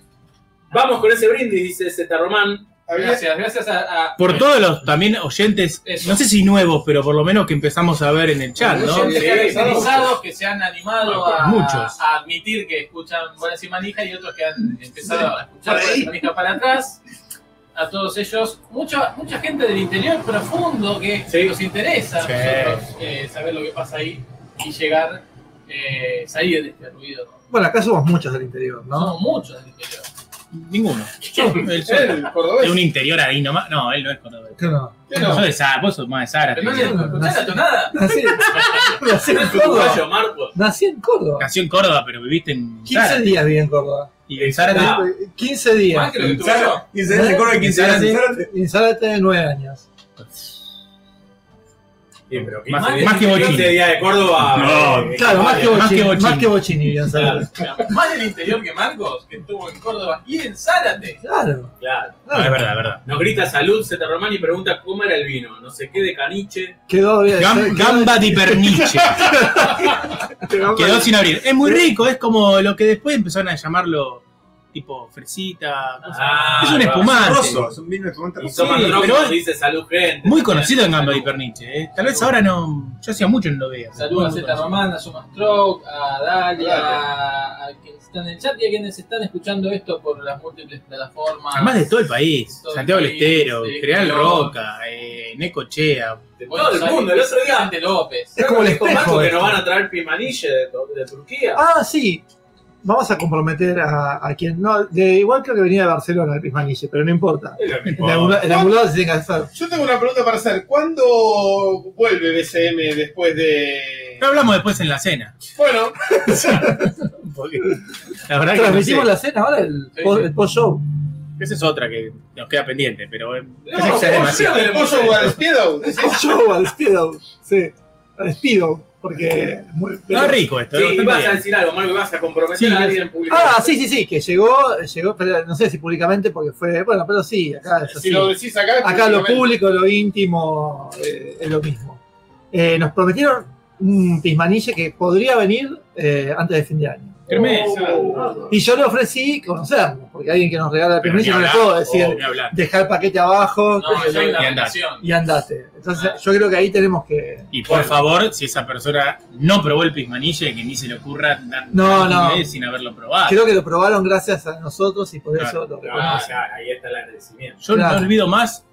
Speaker 4: vamos con ese brindis, dice Zeta Román.
Speaker 3: Había,
Speaker 6: Gracias, gracias a. a-
Speaker 5: Por todos los también oyentes,
Speaker 6: Eso.
Speaker 5: no sé si nuevos, pero por lo menos que empezamos a ver en el chat, ¿no?
Speaker 3: Oyentes.
Speaker 6: que han empezado, que se han animado a,
Speaker 5: Muchos.
Speaker 6: a admitir que escuchan Buenas y Manija y otros que han empezado a escuchar Buenas y Manija para atrás. A todos ellos, mucha mucha gente del interior profundo que nos interesa a
Speaker 5: Sí.
Speaker 6: nosotros, eh, saber lo que pasa ahí y llegar, eh, salir de este ruido.
Speaker 8: Bueno, acá somos muchos del interior,
Speaker 6: No,
Speaker 8: ¿no?
Speaker 6: Somos muchos del interior.
Speaker 5: Ninguno. Él solo.
Speaker 3: el
Speaker 5: De un
Speaker 3: cordobés.
Speaker 5: interior ahí nomás. No, él no es cordobés.
Speaker 8: ¿Qué no?
Speaker 3: ¿Qué
Speaker 5: Vos
Speaker 3: no?
Speaker 5: sos de Zárate, vos sos más de Zárate.
Speaker 6: Pero no le escuchás la tonada.
Speaker 8: Nací, nací en Córdoba.
Speaker 4: Uruguayo, Marcos.
Speaker 8: Nací en Córdoba.
Speaker 5: Nació en Córdoba, pero viviste en
Speaker 8: 15
Speaker 5: Zárate.
Speaker 8: días viví en Córdoba.
Speaker 5: Y en Zárate.
Speaker 4: Ah.
Speaker 8: 15 días.
Speaker 6: Más que lo que tuve yo.
Speaker 15: Sara, 15 años, corre 15 años. Sara,
Speaker 8: Y Sara tiene 9 años.
Speaker 5: Más, más que Bochini.
Speaker 4: de Córdoba.
Speaker 15: No,
Speaker 4: eh,
Speaker 8: Claro, más que
Speaker 5: más que
Speaker 8: Bochini.
Speaker 5: Bochini.
Speaker 8: Más que Bochini viví en Zárate.
Speaker 6: Claro, Más del interior que Marcos, que estuvo en Córdoba y en Zárate.
Speaker 8: Claro.
Speaker 4: Claro.
Speaker 5: No, es verdad, es verdad.
Speaker 4: Nos grita salud Zeta Román y pregunta cómo era el vino. No sé qué de caniche.
Speaker 8: Quedó bien.
Speaker 5: Gam- gamba di Perniche. Quedó sin abrir. Es muy rico, es como lo que después empezaron a llamarlo tipo fresita. cosas.
Speaker 4: Ah,
Speaker 5: es un espumante.
Speaker 15: Rosso, es un vino de tomate
Speaker 4: Y
Speaker 15: rosso.
Speaker 4: toma
Speaker 5: Sí,
Speaker 4: trompo,
Speaker 5: pero-
Speaker 4: dice salud gente.
Speaker 5: Muy conocido en Gamba di
Speaker 4: Salud.
Speaker 5: Perniche. eh. Tal vez ahora no. Yo hacía mucho en lo veía.
Speaker 6: Saludos a
Speaker 5: Muy
Speaker 6: Zeta
Speaker 5: conocido.
Speaker 6: Román, a Suma Stroke, a Dalia, a, a quienes están en el chat y a quienes están escuchando esto por las múltiples plataformas.
Speaker 5: Además de todo el país,
Speaker 6: Todo el
Speaker 5: Santiago del
Speaker 6: país,
Speaker 5: Estero,
Speaker 6: sí,
Speaker 5: Creal
Speaker 6: Colón.
Speaker 5: Roca, eh, Necochea,
Speaker 4: De todo el mundo. El otro día
Speaker 6: Vicente López.
Speaker 8: Es como el
Speaker 4: Con Marco
Speaker 8: espejo.
Speaker 4: que
Speaker 8: esto.
Speaker 4: nos van a traer pimanille de, de Turquía.
Speaker 8: Ah, sí. Vamos a comprometer a, a quien. No, de, igual creo que venía de Barcelona el Pismanille, pero no importa. En algún en algún lado se tiene que hacer.
Speaker 3: Yo tengo una pregunta para hacer. ¿Cuándo vuelve BCM después de.?
Speaker 5: Lo hablamos después en la cena.
Speaker 3: Bueno,
Speaker 5: porque la verdad que no sé.
Speaker 8: Transmitimos la cena ahora, el,
Speaker 6: Sí,
Speaker 8: post-
Speaker 6: sí.
Speaker 8: el post-show.
Speaker 5: Esa es otra que nos queda pendiente, pero eh,
Speaker 3: no,
Speaker 5: es
Speaker 3: ¿cómo
Speaker 5: demasiado.
Speaker 3: el pollo Wall Speedo?
Speaker 8: Post-show al Speedo. Sí, al Speedo. Porque. muy-
Speaker 5: No es rico esto. es
Speaker 4: Sí,
Speaker 5: bastante
Speaker 4: vas a
Speaker 5: bien.
Speaker 4: decir algo, Marco, y vas a comprometer
Speaker 8: Sí,
Speaker 4: a alguien públicamente.
Speaker 8: Ah, sí, sí, sí, que llegó, llegó, pero no sé si públicamente porque fue, bueno, pero sí, acá es
Speaker 3: Si
Speaker 8: así.
Speaker 3: lo decís acá.
Speaker 8: Acá lo
Speaker 3: públicamente.
Speaker 8: público, lo íntimo, eh, es lo mismo. Eh, nos prometieron un pismanille que podría venir eh, antes de fin de año.
Speaker 3: Oh.
Speaker 8: Y yo le ofrecí conocerlo, porque alguien que nos regala el
Speaker 5: Pero ni
Speaker 8: pismanille no le
Speaker 5: hablar,
Speaker 8: puedo decir,
Speaker 5: ni hablar.
Speaker 8: dejar el paquete abajo
Speaker 6: No, ya
Speaker 5: Y
Speaker 6: hay una
Speaker 5: andate.
Speaker 6: relación.
Speaker 8: y andate. Entonces yo creo que ahí tenemos que...
Speaker 5: Y por favor, si esa persona no probó el pismanille, que ni se le ocurra dar
Speaker 8: No, no.
Speaker 5: idea sin haberlo probado.
Speaker 8: Creo que lo probaron gracias a nosotros y por
Speaker 5: Claro.
Speaker 8: eso lo
Speaker 4: Ah,
Speaker 8: reconocen.
Speaker 4: ya, ahí está el agradecimiento.
Speaker 5: Yo
Speaker 8: Claro.
Speaker 5: no olvido más,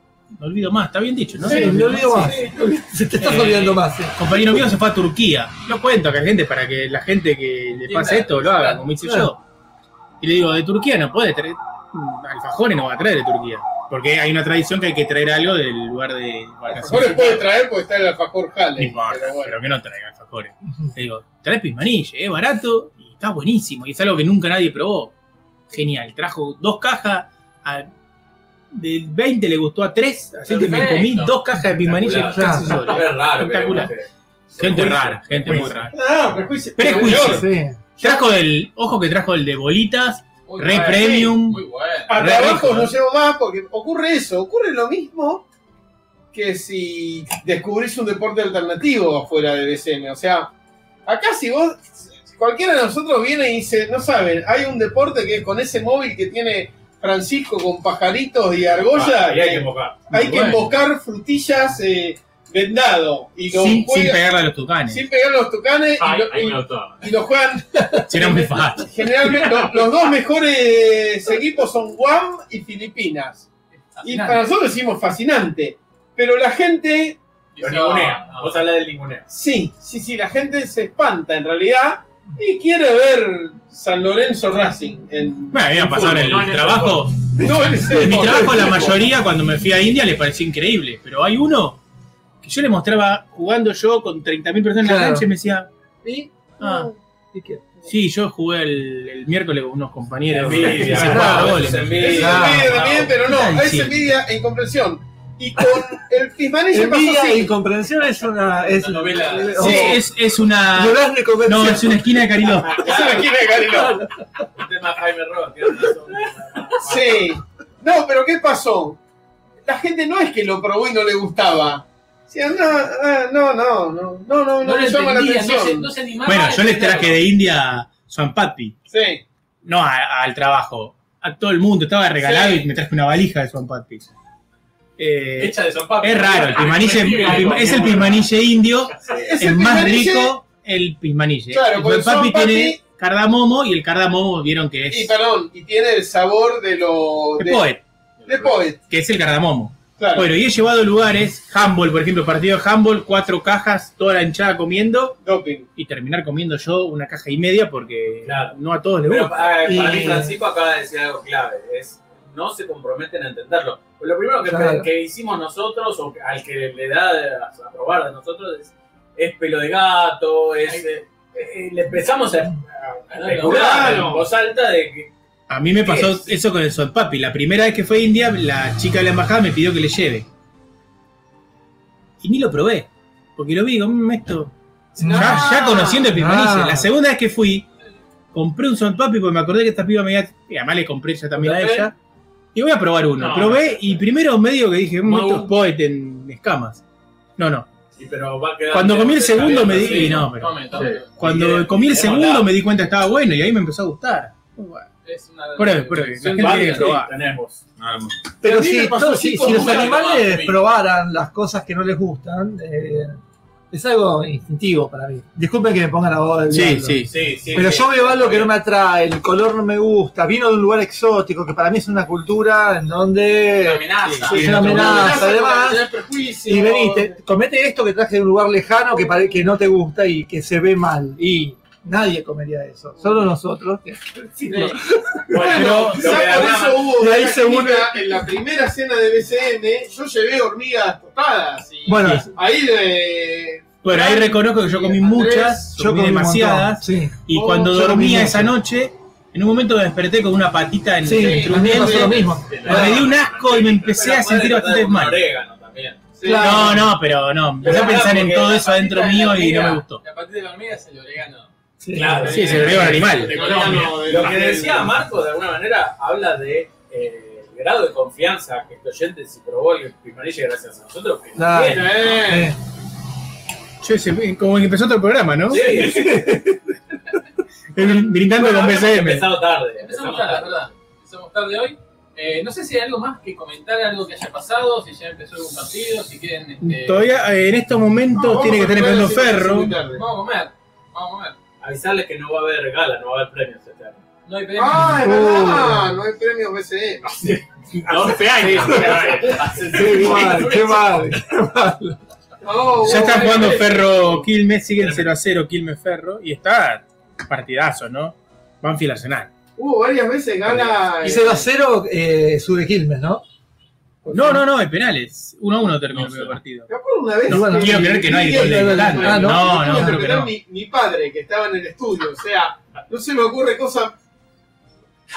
Speaker 5: no olvido más, está bien dicho, ¿no?
Speaker 8: Sí,
Speaker 5: No
Speaker 8: me olvido más.
Speaker 5: Sí.
Speaker 8: Se te estás
Speaker 5: Eh,
Speaker 8: olvidando más. sí.
Speaker 5: Compañero mío se fue a Turquía. Lo cuento acá, gente, para que la gente que le
Speaker 6: Sí,
Speaker 5: pase
Speaker 6: claro,
Speaker 5: esto lo haga,
Speaker 6: claro,
Speaker 5: como hice
Speaker 8: claro.
Speaker 5: yo. Y le digo, de Turquía no puede traer. mm, Alfajores no va a traer de Turquía. Porque hay una tradición que hay que traer algo del lugar de
Speaker 3: Mejor le
Speaker 5: vacaciones.
Speaker 3: puede traer porque está el alfajor
Speaker 5: No
Speaker 3: Halle.
Speaker 5: importa,
Speaker 3: Pero
Speaker 5: pero,
Speaker 3: bueno.
Speaker 5: que no traiga alfajores. Le digo, trae pismanille, es barato y está buenísimo. Y es algo que nunca nadie probó. Genial, trajo dos cajas. A, del 20 le gustó a 3, así que me
Speaker 6: Perfecto.
Speaker 5: comí dos cajas de pismanille
Speaker 4: Espectacular.
Speaker 5: casi solo.
Speaker 4: Es raro, que le
Speaker 5: Espectacular.
Speaker 4: guste.
Speaker 5: Gente rara, gente muy
Speaker 15: Prejuicio.
Speaker 5: rara.
Speaker 3: Ah, prejuicio.
Speaker 5: Prejuicio.
Speaker 3: Señor,
Speaker 8: Sí.
Speaker 5: Trajo el, ojo que trajo el de bolitas,
Speaker 6: Muy
Speaker 5: re
Speaker 6: bueno,
Speaker 5: premium.
Speaker 6: Muy bueno.
Speaker 3: A
Speaker 5: Re
Speaker 3: trabajo
Speaker 5: rico,
Speaker 3: no
Speaker 5: ¿no?
Speaker 3: llevo más porque ocurre eso. Ocurre lo mismo que si descubrís un deporte alternativo afuera de BCM. O sea, acá si vos. Cualquiera de nosotros viene y dice, no saben, hay un deporte que con ese móvil que tiene Francisco con pajaritos y argolla,
Speaker 4: Ah, y hay
Speaker 3: que-
Speaker 4: que mojar.
Speaker 3: Hay que
Speaker 6: Bueno.
Speaker 3: invocar frutillas eh, vendado y lo
Speaker 5: sin, sin
Speaker 3: juegan
Speaker 5: pegarle a los tucanes.
Speaker 3: sin pegar los tucanes y
Speaker 7: Ay,
Speaker 3: lo,
Speaker 7: ahí
Speaker 3: y-
Speaker 7: me gustó.
Speaker 3: y lo juegan
Speaker 5: Si era muy fácil.
Speaker 3: generalmente lo- los dos mejores equipos son Guam y Filipinas. Y para nosotros decimos fascinante, pero la gente
Speaker 4: Lo ningunea. Vos hablás del ninguneo.
Speaker 3: sí, sí, sí, la gente se espanta en realidad y quiere ver San Lorenzo Racing en
Speaker 5: Me había pasado en
Speaker 7: No,
Speaker 5: el
Speaker 7: no,
Speaker 5: trabajo.
Speaker 3: no en ese
Speaker 5: En mi
Speaker 3: deporte.
Speaker 5: trabajo la mayoría cuando me fui a India les pareció increíble, pero hay uno que yo le mostraba jugando yo con 30.000 personas en la
Speaker 17: Claro.
Speaker 5: cancha y me decía, ¿y? Ah,
Speaker 17: ¿Y qué?
Speaker 5: sí, yo jugué el, el miércoles con unos compañeros.
Speaker 4: Envidia,
Speaker 5: Y se
Speaker 4: bravo,
Speaker 5: jugaba goles.
Speaker 4: es envidia.
Speaker 3: Es
Speaker 4: Ah,
Speaker 3: envidia
Speaker 4: bravo.
Speaker 3: también, pero no,
Speaker 5: Ay,
Speaker 3: es
Speaker 5: sí.
Speaker 3: envidia e incomprensión. Y con el Fismaní se pasó
Speaker 8: Envidia e
Speaker 3: así.
Speaker 8: incomprensión es una. Es,
Speaker 4: Una novela.
Speaker 8: o-
Speaker 5: Sí, es, es una.
Speaker 8: Durazno y
Speaker 5: No,
Speaker 8: convención.
Speaker 5: es una esquina de Cariló.
Speaker 3: Es una esquina de Cariló.
Speaker 4: El tema Jaime Ross, tiene razón.
Speaker 3: Sí. No, pero ¿qué pasó? La gente no es que lo probó y no le gustaba. Decían, no, ah, no, no, no, no, no, no
Speaker 6: No lo
Speaker 3: me llama la
Speaker 6: entendía, no se,
Speaker 3: atención.
Speaker 6: no se animaba.
Speaker 5: Bueno,
Speaker 6: a
Speaker 5: yo les
Speaker 6: entenderlo.
Speaker 5: traje de India San Patpi.
Speaker 3: Sí.
Speaker 5: No a- al trabajo. A todo el mundo. Estaba regalado
Speaker 3: Sí.
Speaker 5: y me traje una valija de San Patpi. Eh,
Speaker 4: Hecha de San Pablo.
Speaker 5: es raro. El pismanille, el pisma- es el pismanille indio.
Speaker 3: Es
Speaker 5: el, más
Speaker 3: Fismanille,
Speaker 5: rico, el pismanille.
Speaker 3: Claro,
Speaker 5: el
Speaker 3: porque el
Speaker 5: Patpi
Speaker 3: San
Speaker 5: tiene cardamomo y el cardamomo vieron que
Speaker 3: Y
Speaker 5: es.
Speaker 3: perdón, y tiene el sabor de lo.
Speaker 5: el
Speaker 3: de,
Speaker 5: poet,
Speaker 3: de poet,
Speaker 5: que es el cardamomo.
Speaker 3: claro.
Speaker 5: Bueno, y he llevado lugares, handball, por ejemplo, partido de handball, cuatro cajas, toda la hinchada comiendo,
Speaker 3: Doping.
Speaker 5: y terminar comiendo yo una caja y media porque
Speaker 4: Claro.
Speaker 5: no a todos les
Speaker 4: Pero,
Speaker 5: gusta.
Speaker 4: ah, para
Speaker 8: Y-
Speaker 4: mí, Francisco acaba de decir algo clave: es no se comprometen a entenderlo. Pues lo primero que,
Speaker 8: Claro.
Speaker 4: que hicimos nosotros, o al que le da de- a, a probar de nosotros, es, es pelo de gato, es. eh, eh, le empezamos a, a especular
Speaker 3: Claro.
Speaker 4: en voz alta de que.
Speaker 5: A mí me pasó eso con el Sod Papi. La primera vez que fue a India, la chica de la embajada me pidió que le lleve. Y ni lo probé, porque lo vi, digo, "Mm, esto. Ya, ya conociendo el pismanice.
Speaker 8: Ah.
Speaker 5: La segunda vez que fui, compré un Sod Papi porque me acordé que esta piba me había. Y además le compré ya también a
Speaker 4: ¿Probé?
Speaker 5: ella. Y voy a probar uno.
Speaker 4: No,
Speaker 5: probé y primero medio que dije, "Mm,
Speaker 4: Mau.
Speaker 5: esto es poet en escamas. No, no.
Speaker 4: Sí, pero va a quedar-
Speaker 5: Cuando comí el segundo me di-
Speaker 4: Sí,
Speaker 5: y no, pero-
Speaker 4: tome, tome.
Speaker 5: Cuando
Speaker 4: Bien,
Speaker 5: comí el
Speaker 4: hemos
Speaker 5: segundo
Speaker 4: dado.
Speaker 5: me di cuenta que estaba bueno y ahí me empezó a gustar.
Speaker 6: Es una-
Speaker 5: Pruebe, pruebe. La
Speaker 6: Son
Speaker 5: gente tiene
Speaker 6: varias,
Speaker 5: que probar.
Speaker 4: Tenemos.
Speaker 8: Pero
Speaker 3: a mí me
Speaker 8: si,
Speaker 3: pasó
Speaker 8: to-
Speaker 3: así
Speaker 8: si-
Speaker 3: con
Speaker 8: si los
Speaker 4: una
Speaker 8: animales
Speaker 4: lombriz.
Speaker 8: probaran las cosas que no les gustan, eh, es algo instintivo para mí. Disculpen que me pongan la voz del diablo.
Speaker 4: Sí, sí.
Speaker 8: Pero
Speaker 4: sí.
Speaker 8: yo veo algo que no me atrae, el color no me gusta, vino de un lugar exótico, que para mí es una cultura en
Speaker 4: Una
Speaker 8: donde
Speaker 4: amenaza.
Speaker 8: es
Speaker 5: en
Speaker 8: una
Speaker 5: otro
Speaker 8: amenaza, además.
Speaker 3: Tener prejuicios.
Speaker 8: Y vení, te- comete esto que traje de un lugar lejano que, pare- que no te gusta y que se ve mal. Y nadie comería eso, solo nosotros. que-
Speaker 3: Bueno,
Speaker 4: Bueno, lo que
Speaker 3: ya por
Speaker 4: hablamos-
Speaker 3: eso hubo
Speaker 8: Y ahí
Speaker 3: una
Speaker 8: se une-
Speaker 3: esquina en la primera cena de BCM, yo llevé hormigas tostadas. Y
Speaker 8: Bueno,
Speaker 3: ahí de.
Speaker 5: Bueno, ahí reconozco que yo comí
Speaker 3: Andrés,
Speaker 5: muchas,
Speaker 8: yo
Speaker 5: comí
Speaker 8: comí un montón,
Speaker 5: demasiadas.
Speaker 8: Sí.
Speaker 5: Y
Speaker 3: Oh,
Speaker 5: cuando
Speaker 8: yo comí
Speaker 5: dormía
Speaker 8: mucho.
Speaker 5: esa noche, en un momento me desperté con una patita en,
Speaker 8: Sí,
Speaker 5: entre
Speaker 8: a
Speaker 5: un
Speaker 8: mí me
Speaker 5: diente.
Speaker 8: pasó lo mismo.
Speaker 5: Me dio un asco y me empecé
Speaker 4: Pero
Speaker 5: a
Speaker 4: puede
Speaker 5: sentir
Speaker 4: tratar
Speaker 5: bastante
Speaker 4: con
Speaker 5: mal.
Speaker 4: Orégano también.
Speaker 3: Sí.
Speaker 5: No, no, pero no. Empecé a
Speaker 4: Pero
Speaker 5: pensar
Speaker 4: claro,
Speaker 5: en
Speaker 4: porque
Speaker 5: todo
Speaker 4: la
Speaker 5: eso adentro
Speaker 6: patita de
Speaker 5: mío
Speaker 6: la
Speaker 5: y no me
Speaker 6: hormiga.
Speaker 5: gustó.
Speaker 6: La patita de la hormiga es el orégano.
Speaker 8: Sí.
Speaker 4: Claro,
Speaker 5: Sí, se lo veo al animal.
Speaker 4: De Colombia. Lo que decía Marco, de alguna manera, habla de eh, el grado de confianza que este oyente si probó el Pimanille gracias a nosotros. que
Speaker 8: Nah.
Speaker 4: tiene.
Speaker 8: Eh,
Speaker 5: Che, se- como que empezó otro programa, ¿no?
Speaker 4: Sí,
Speaker 5: El- Brindando
Speaker 4: Bueno,
Speaker 5: con
Speaker 4: habíamos
Speaker 5: BCM.
Speaker 4: empezado tarde.
Speaker 6: Empezamos
Speaker 4: empezamos
Speaker 6: tarde,
Speaker 4: tarde.
Speaker 6: ¿verdad? Empezamos tarde hoy. Eh, no sé si hay algo más que comentar, algo que haya pasado, si ya empezó algún partido, si quieren. Este,
Speaker 5: Todavía eh, en estos momentos tiene que estar empezando Ferro.
Speaker 6: Vamos a comer, vamos a comer.
Speaker 4: Avisarles que no va a haber gala, no va a haber premios este año.
Speaker 6: No hay premio.
Speaker 3: Ah, es verdad,
Speaker 8: Oh.
Speaker 3: no hay premios
Speaker 5: E.
Speaker 3: BCM.
Speaker 4: Sí,
Speaker 7: 12 años.
Speaker 4: sí, hace-
Speaker 8: Qué mal, qué mal.
Speaker 3: Oh,
Speaker 5: Ya
Speaker 3: oh,
Speaker 5: están
Speaker 3: eh,
Speaker 5: jugando
Speaker 3: eh.
Speaker 5: Ferro Quilmes, siguen 0 a 0 Quilmes Ferro y está partidazo, ¿no? Banfield Arsenal.
Speaker 3: Hubo varias veces gana.
Speaker 8: Y
Speaker 3: eh,
Speaker 8: 0 a 0 eh, sube Quilmes, ¿no?
Speaker 5: No, no, no, hay penales. 1 a 1 terminó el primer partido.
Speaker 3: ¿Te acuerdas una vez?
Speaker 8: No, bueno,
Speaker 5: quiero creer que no hay
Speaker 3: Miguel
Speaker 5: gol de
Speaker 3: Hernández,
Speaker 5: Galán.
Speaker 8: Ah,
Speaker 5: no,
Speaker 3: tuvo
Speaker 5: no, creo que
Speaker 3: operar
Speaker 5: no.
Speaker 3: Mi, mi padre, que estaba en el estudio, o sea, no se me ocurre cosa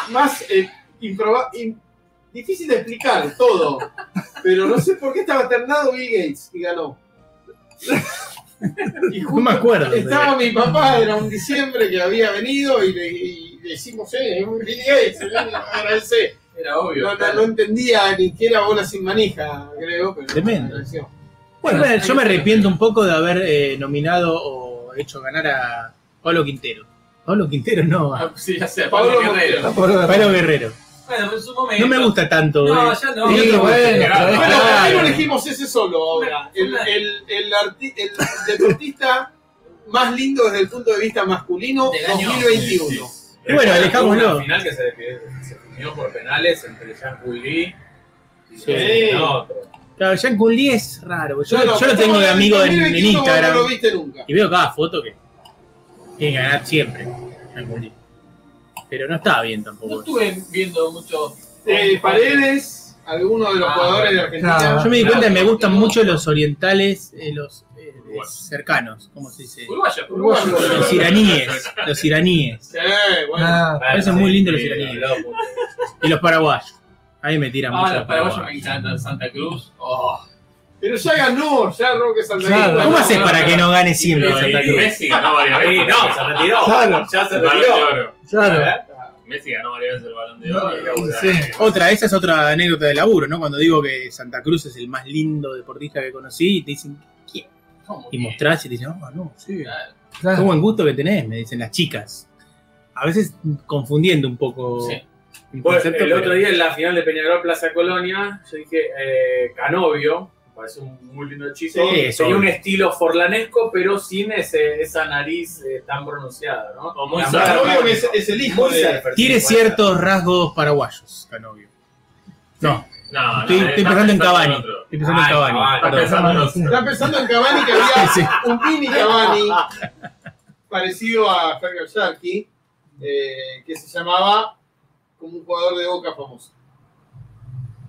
Speaker 3: más eh, improba- im- difícil de explicar todo. Pero no sé por qué estaba alternado Bill Gates y ganó. Y
Speaker 5: No me acuerdo.
Speaker 3: Estaba mi papá, era un diciembre que había venido y le, y le decimos, eh, es un Bill Gates, eh, agradecé.
Speaker 6: Era obvio.
Speaker 3: No, no, no entendía ni que era bola sin manija, creo, pero
Speaker 5: Tremendo.
Speaker 3: agradeció.
Speaker 5: Bueno, yo me arrepiento un poco de haber eh, nominado o hecho ganar a Pablo Quintero. Pablo Quintero no, a
Speaker 6: Ah, Sí, ya sé,
Speaker 3: Pablo
Speaker 6: Pablo Guerrero.
Speaker 5: Pablo Guerrero.
Speaker 4: Bueno, en su momento.
Speaker 5: No me gusta tanto.
Speaker 4: No,
Speaker 5: eh.
Speaker 4: ya no.
Speaker 5: Sí,
Speaker 4: Otro-
Speaker 5: bueno,
Speaker 8: pero es-
Speaker 3: Bueno,
Speaker 5: Ah,
Speaker 3: ¿por qué no
Speaker 8: Claro.
Speaker 3: elegimos ese solo ahora? El, el, el, arti- el deportista más lindo desde el punto de vista masculino
Speaker 6: Del año
Speaker 3: 2021.
Speaker 5: Y bueno,
Speaker 4: Una
Speaker 5: elijámoslo.
Speaker 4: final que se, que se definió por penales entre Jean Puigui y
Speaker 3: Sí.
Speaker 4: el otro.
Speaker 5: Claro, Jean Kunli es raro. Yo,
Speaker 3: No, no,
Speaker 5: yo lo tengo de amigo en, en
Speaker 3: 2021
Speaker 5: Instagram.
Speaker 3: No lo viste nunca. Eh,
Speaker 5: Y veo cada foto que tiene que ganar siempre. Pero no estaba bien
Speaker 6: No
Speaker 5: tampoco.
Speaker 6: estuve viendo mucho.
Speaker 3: Eh, Paredes, alguno de los
Speaker 6: Ah,
Speaker 3: jugadores de Argentina.
Speaker 8: Claro.
Speaker 5: Yo me di cuenta que me gustan mucho los orientales, eh, los eh, cercanos, ¿cómo se dice?
Speaker 12: Uruguayo.
Speaker 3: Uruguayo.
Speaker 5: Los iraníes, los iraníes.
Speaker 3: Sí, bueno.
Speaker 8: Ah,
Speaker 5: Me parecen muy lindos los iraníes. Y los paraguayos. A mí me tiran
Speaker 12: Ah,
Speaker 5: mucho.
Speaker 12: los paraguayos me encantan. Santa Cruz. Oh.
Speaker 3: Pero ya ganó, ya Roque Santa Cruz.
Speaker 8: Claro.
Speaker 5: ¿Cómo haces para que no gane siempre Santa
Speaker 7: Y
Speaker 5: Cruz?
Speaker 7: Messi ganó varias
Speaker 4: Sí,
Speaker 7: veces.
Speaker 4: no, se retiró.
Speaker 8: Claro.
Speaker 4: Ya se
Speaker 7: El balón de
Speaker 4: retiró.
Speaker 7: oro.
Speaker 8: claro.
Speaker 7: Messi ganó varias veces el balón de oro.
Speaker 8: Sí,
Speaker 7: y-
Speaker 8: sí.
Speaker 5: Otra, esa es otra anécdota de laburo, ¿no? Cuando digo que Santa Cruz es el más lindo deportista que conocí, y te dicen, ¿quién?
Speaker 12: ¿Cómo
Speaker 5: Y mostrás y te dicen, "Ah, no, no, sí. Qué
Speaker 8: Claro.
Speaker 5: buen gusto que tenés, me dicen las chicas. A veces confundiendo un poco.
Speaker 12: Sí.
Speaker 5: el
Speaker 4: Bueno,
Speaker 5: concepto,
Speaker 4: el
Speaker 5: pero-
Speaker 4: otro día en la final de Peñarol Plaza Colonia, yo dije eh, Canovio, me parece un muy lindo chico.
Speaker 5: Sí, es
Speaker 4: Tenía
Speaker 5: obvio.
Speaker 4: un estilo forlanesco, pero sin ese, esa nariz eh, tan pronunciada, ¿no?
Speaker 7: O muy
Speaker 4: La
Speaker 7: surfer.
Speaker 4: mano-
Speaker 3: Obvio que es, es el hijo
Speaker 4: muy
Speaker 3: de.
Speaker 4: surfer,
Speaker 5: Tiene
Speaker 4: sí, bueno.
Speaker 5: ciertos rasgos paraguayos, Canovio. No,
Speaker 7: No,
Speaker 5: estoy,
Speaker 7: no,
Speaker 5: estoy
Speaker 7: Ah, está
Speaker 5: pensando en Cavani.
Speaker 7: otro.
Speaker 5: Estoy pensando
Speaker 4: Ay,
Speaker 5: en Cavani.
Speaker 4: Cavani.
Speaker 5: perdón.
Speaker 7: Pensando en otro.
Speaker 3: Está pensando en Cavani que había
Speaker 5: Sí, sí.
Speaker 3: un mini Cavani parecido a Fergal Sharkey, eh, que se llamaba como un jugador de boca famoso.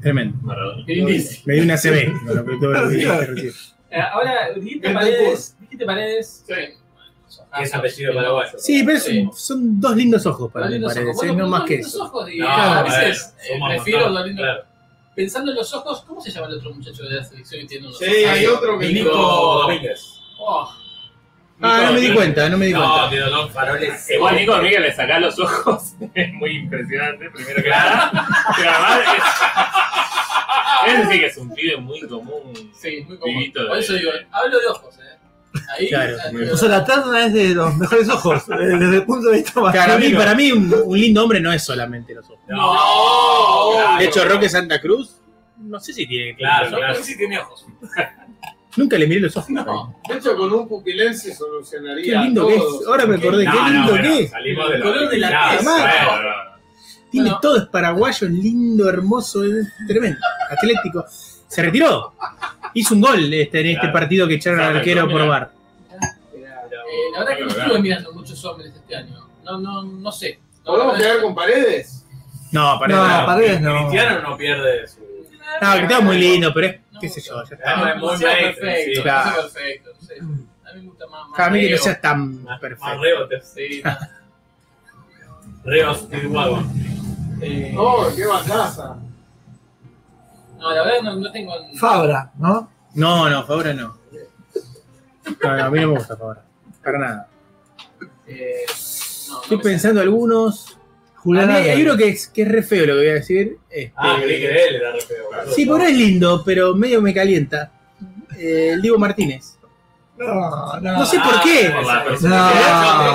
Speaker 5: Tremendo.
Speaker 7: Maradona.
Speaker 12: Brindisi.
Speaker 5: Me dio una CB. con lo que todo lo que dijiste recién.
Speaker 12: Eh, Ahora, dijiste
Speaker 3: Ventancur.
Speaker 12: paredes. Dijiste paredes.
Speaker 3: Sí.
Speaker 4: Y Es apellido paraguayo.
Speaker 5: Ah, Sí, pero es
Speaker 12: Sí.
Speaker 5: un- son dos lindos ojos para
Speaker 12: Los
Speaker 5: mí,
Speaker 12: lindos
Speaker 5: parece.
Speaker 12: ojos. Bueno,
Speaker 5: no
Speaker 12: pero
Speaker 5: más
Speaker 12: los
Speaker 5: que
Speaker 12: lindos
Speaker 5: eso.
Speaker 12: ojos, digo,
Speaker 4: No,
Speaker 12: a
Speaker 4: a ver,
Speaker 12: veces eh,
Speaker 4: somos
Speaker 12: prefiero
Speaker 4: nosotros,
Speaker 12: los lindos-
Speaker 4: claro.
Speaker 12: Pensando en los ojos, ¿cómo se llama el otro muchacho de la selección que tiene unos
Speaker 3: Sí,
Speaker 12: ojos?
Speaker 3: hay otro que
Speaker 4: Nico Domínguez.
Speaker 12: Oh,
Speaker 5: Ah, no me di cuenta, no me di cuenta.
Speaker 4: No, tiene dos faroles.
Speaker 7: Igual Nico Miguel le saca los ojos, es muy impresionante, primero que nada. Pero además es, es decir que es un pibe muy común.
Speaker 12: sí, muy común.
Speaker 7: Pibito de-
Speaker 12: Por eso digo, hablo de ojos, ¿eh? Ahí.
Speaker 5: Claro.
Speaker 12: ah,
Speaker 8: O sea, la terna es de los mejores ojos, eh, desde el punto de vista
Speaker 5: Claro, a mí,
Speaker 8: masculino.
Speaker 5: para mí un, un lindo hombre no es solamente los ojos.
Speaker 12: No, claro.
Speaker 5: De hecho, Roque Santa Cruz, no sé si tiene
Speaker 4: Claro,
Speaker 12: Yo creo
Speaker 4: claro.
Speaker 12: que sí tiene ojos.
Speaker 5: Nunca le miré los ojos.
Speaker 12: No.
Speaker 3: De hecho, con un pupilén se
Speaker 5: Qué
Speaker 3: solucionaría.
Speaker 5: lindo
Speaker 3: todo.
Speaker 5: que es. Ahora me acordé,
Speaker 4: No,
Speaker 5: qué
Speaker 4: no,
Speaker 5: lindo
Speaker 4: bueno,
Speaker 5: que es.
Speaker 4: Salimos de
Speaker 12: El color de la
Speaker 4: Claro,
Speaker 5: piel.
Speaker 4: bueno.
Speaker 7: No, no, no.
Speaker 5: Tiene
Speaker 12: Bueno.
Speaker 5: todo, es paraguayo, es lindo, hermoso, es tremendo, atlético. Se retiró. Hizo un gol este, en este
Speaker 4: Claro.
Speaker 5: partido que echaron al
Speaker 7: Claro,
Speaker 5: arquero por
Speaker 7: mira.
Speaker 5: bar.
Speaker 12: Eh, la verdad que no estuve mirando muchos hombres este año. No, no, no sé.
Speaker 3: ¿Podemos quedar con paredes?
Speaker 5: No, para
Speaker 8: No,
Speaker 5: nada.
Speaker 8: Paredes no.
Speaker 4: Cristiano no pierde su.
Speaker 5: No, que estaba muy lindo, pero es, qué sé yo, ya está.
Speaker 4: Ah, es muy
Speaker 12: demasiado
Speaker 4: mainstream,
Speaker 12: perfecto,
Speaker 4: sí.
Speaker 7: Ah.
Speaker 12: demasiado perfecto. sí. A mí me gusta más.
Speaker 5: A mí que no
Speaker 12: Mateo.
Speaker 5: sea tan
Speaker 4: Más- Más
Speaker 5: perfecto.
Speaker 4: reo te
Speaker 12: Sí,
Speaker 4: Reos de Wagon.
Speaker 12: eh,
Speaker 3: Oh, qué bandaza.
Speaker 12: No, la verdad no, no tengo.
Speaker 8: Fabra, ¿no?
Speaker 5: No, no, Fabra no. No, no, a mí no me gusta Fabra. Para nada.
Speaker 12: Eh, no, no me
Speaker 5: Estoy
Speaker 12: sale.
Speaker 5: pensando algunos.
Speaker 8: Julián
Speaker 5: A mí
Speaker 8: Álvarez.
Speaker 5: hay uno que es, que es re feo lo que voy a decir. este,
Speaker 4: Ah, creí que él era re feo. boludo.
Speaker 5: sí, por ahí es lindo, pero medio me calienta. Eh, el Diego Martínez.
Speaker 8: No, no.
Speaker 5: No sé por qué.
Speaker 7: Por la persona.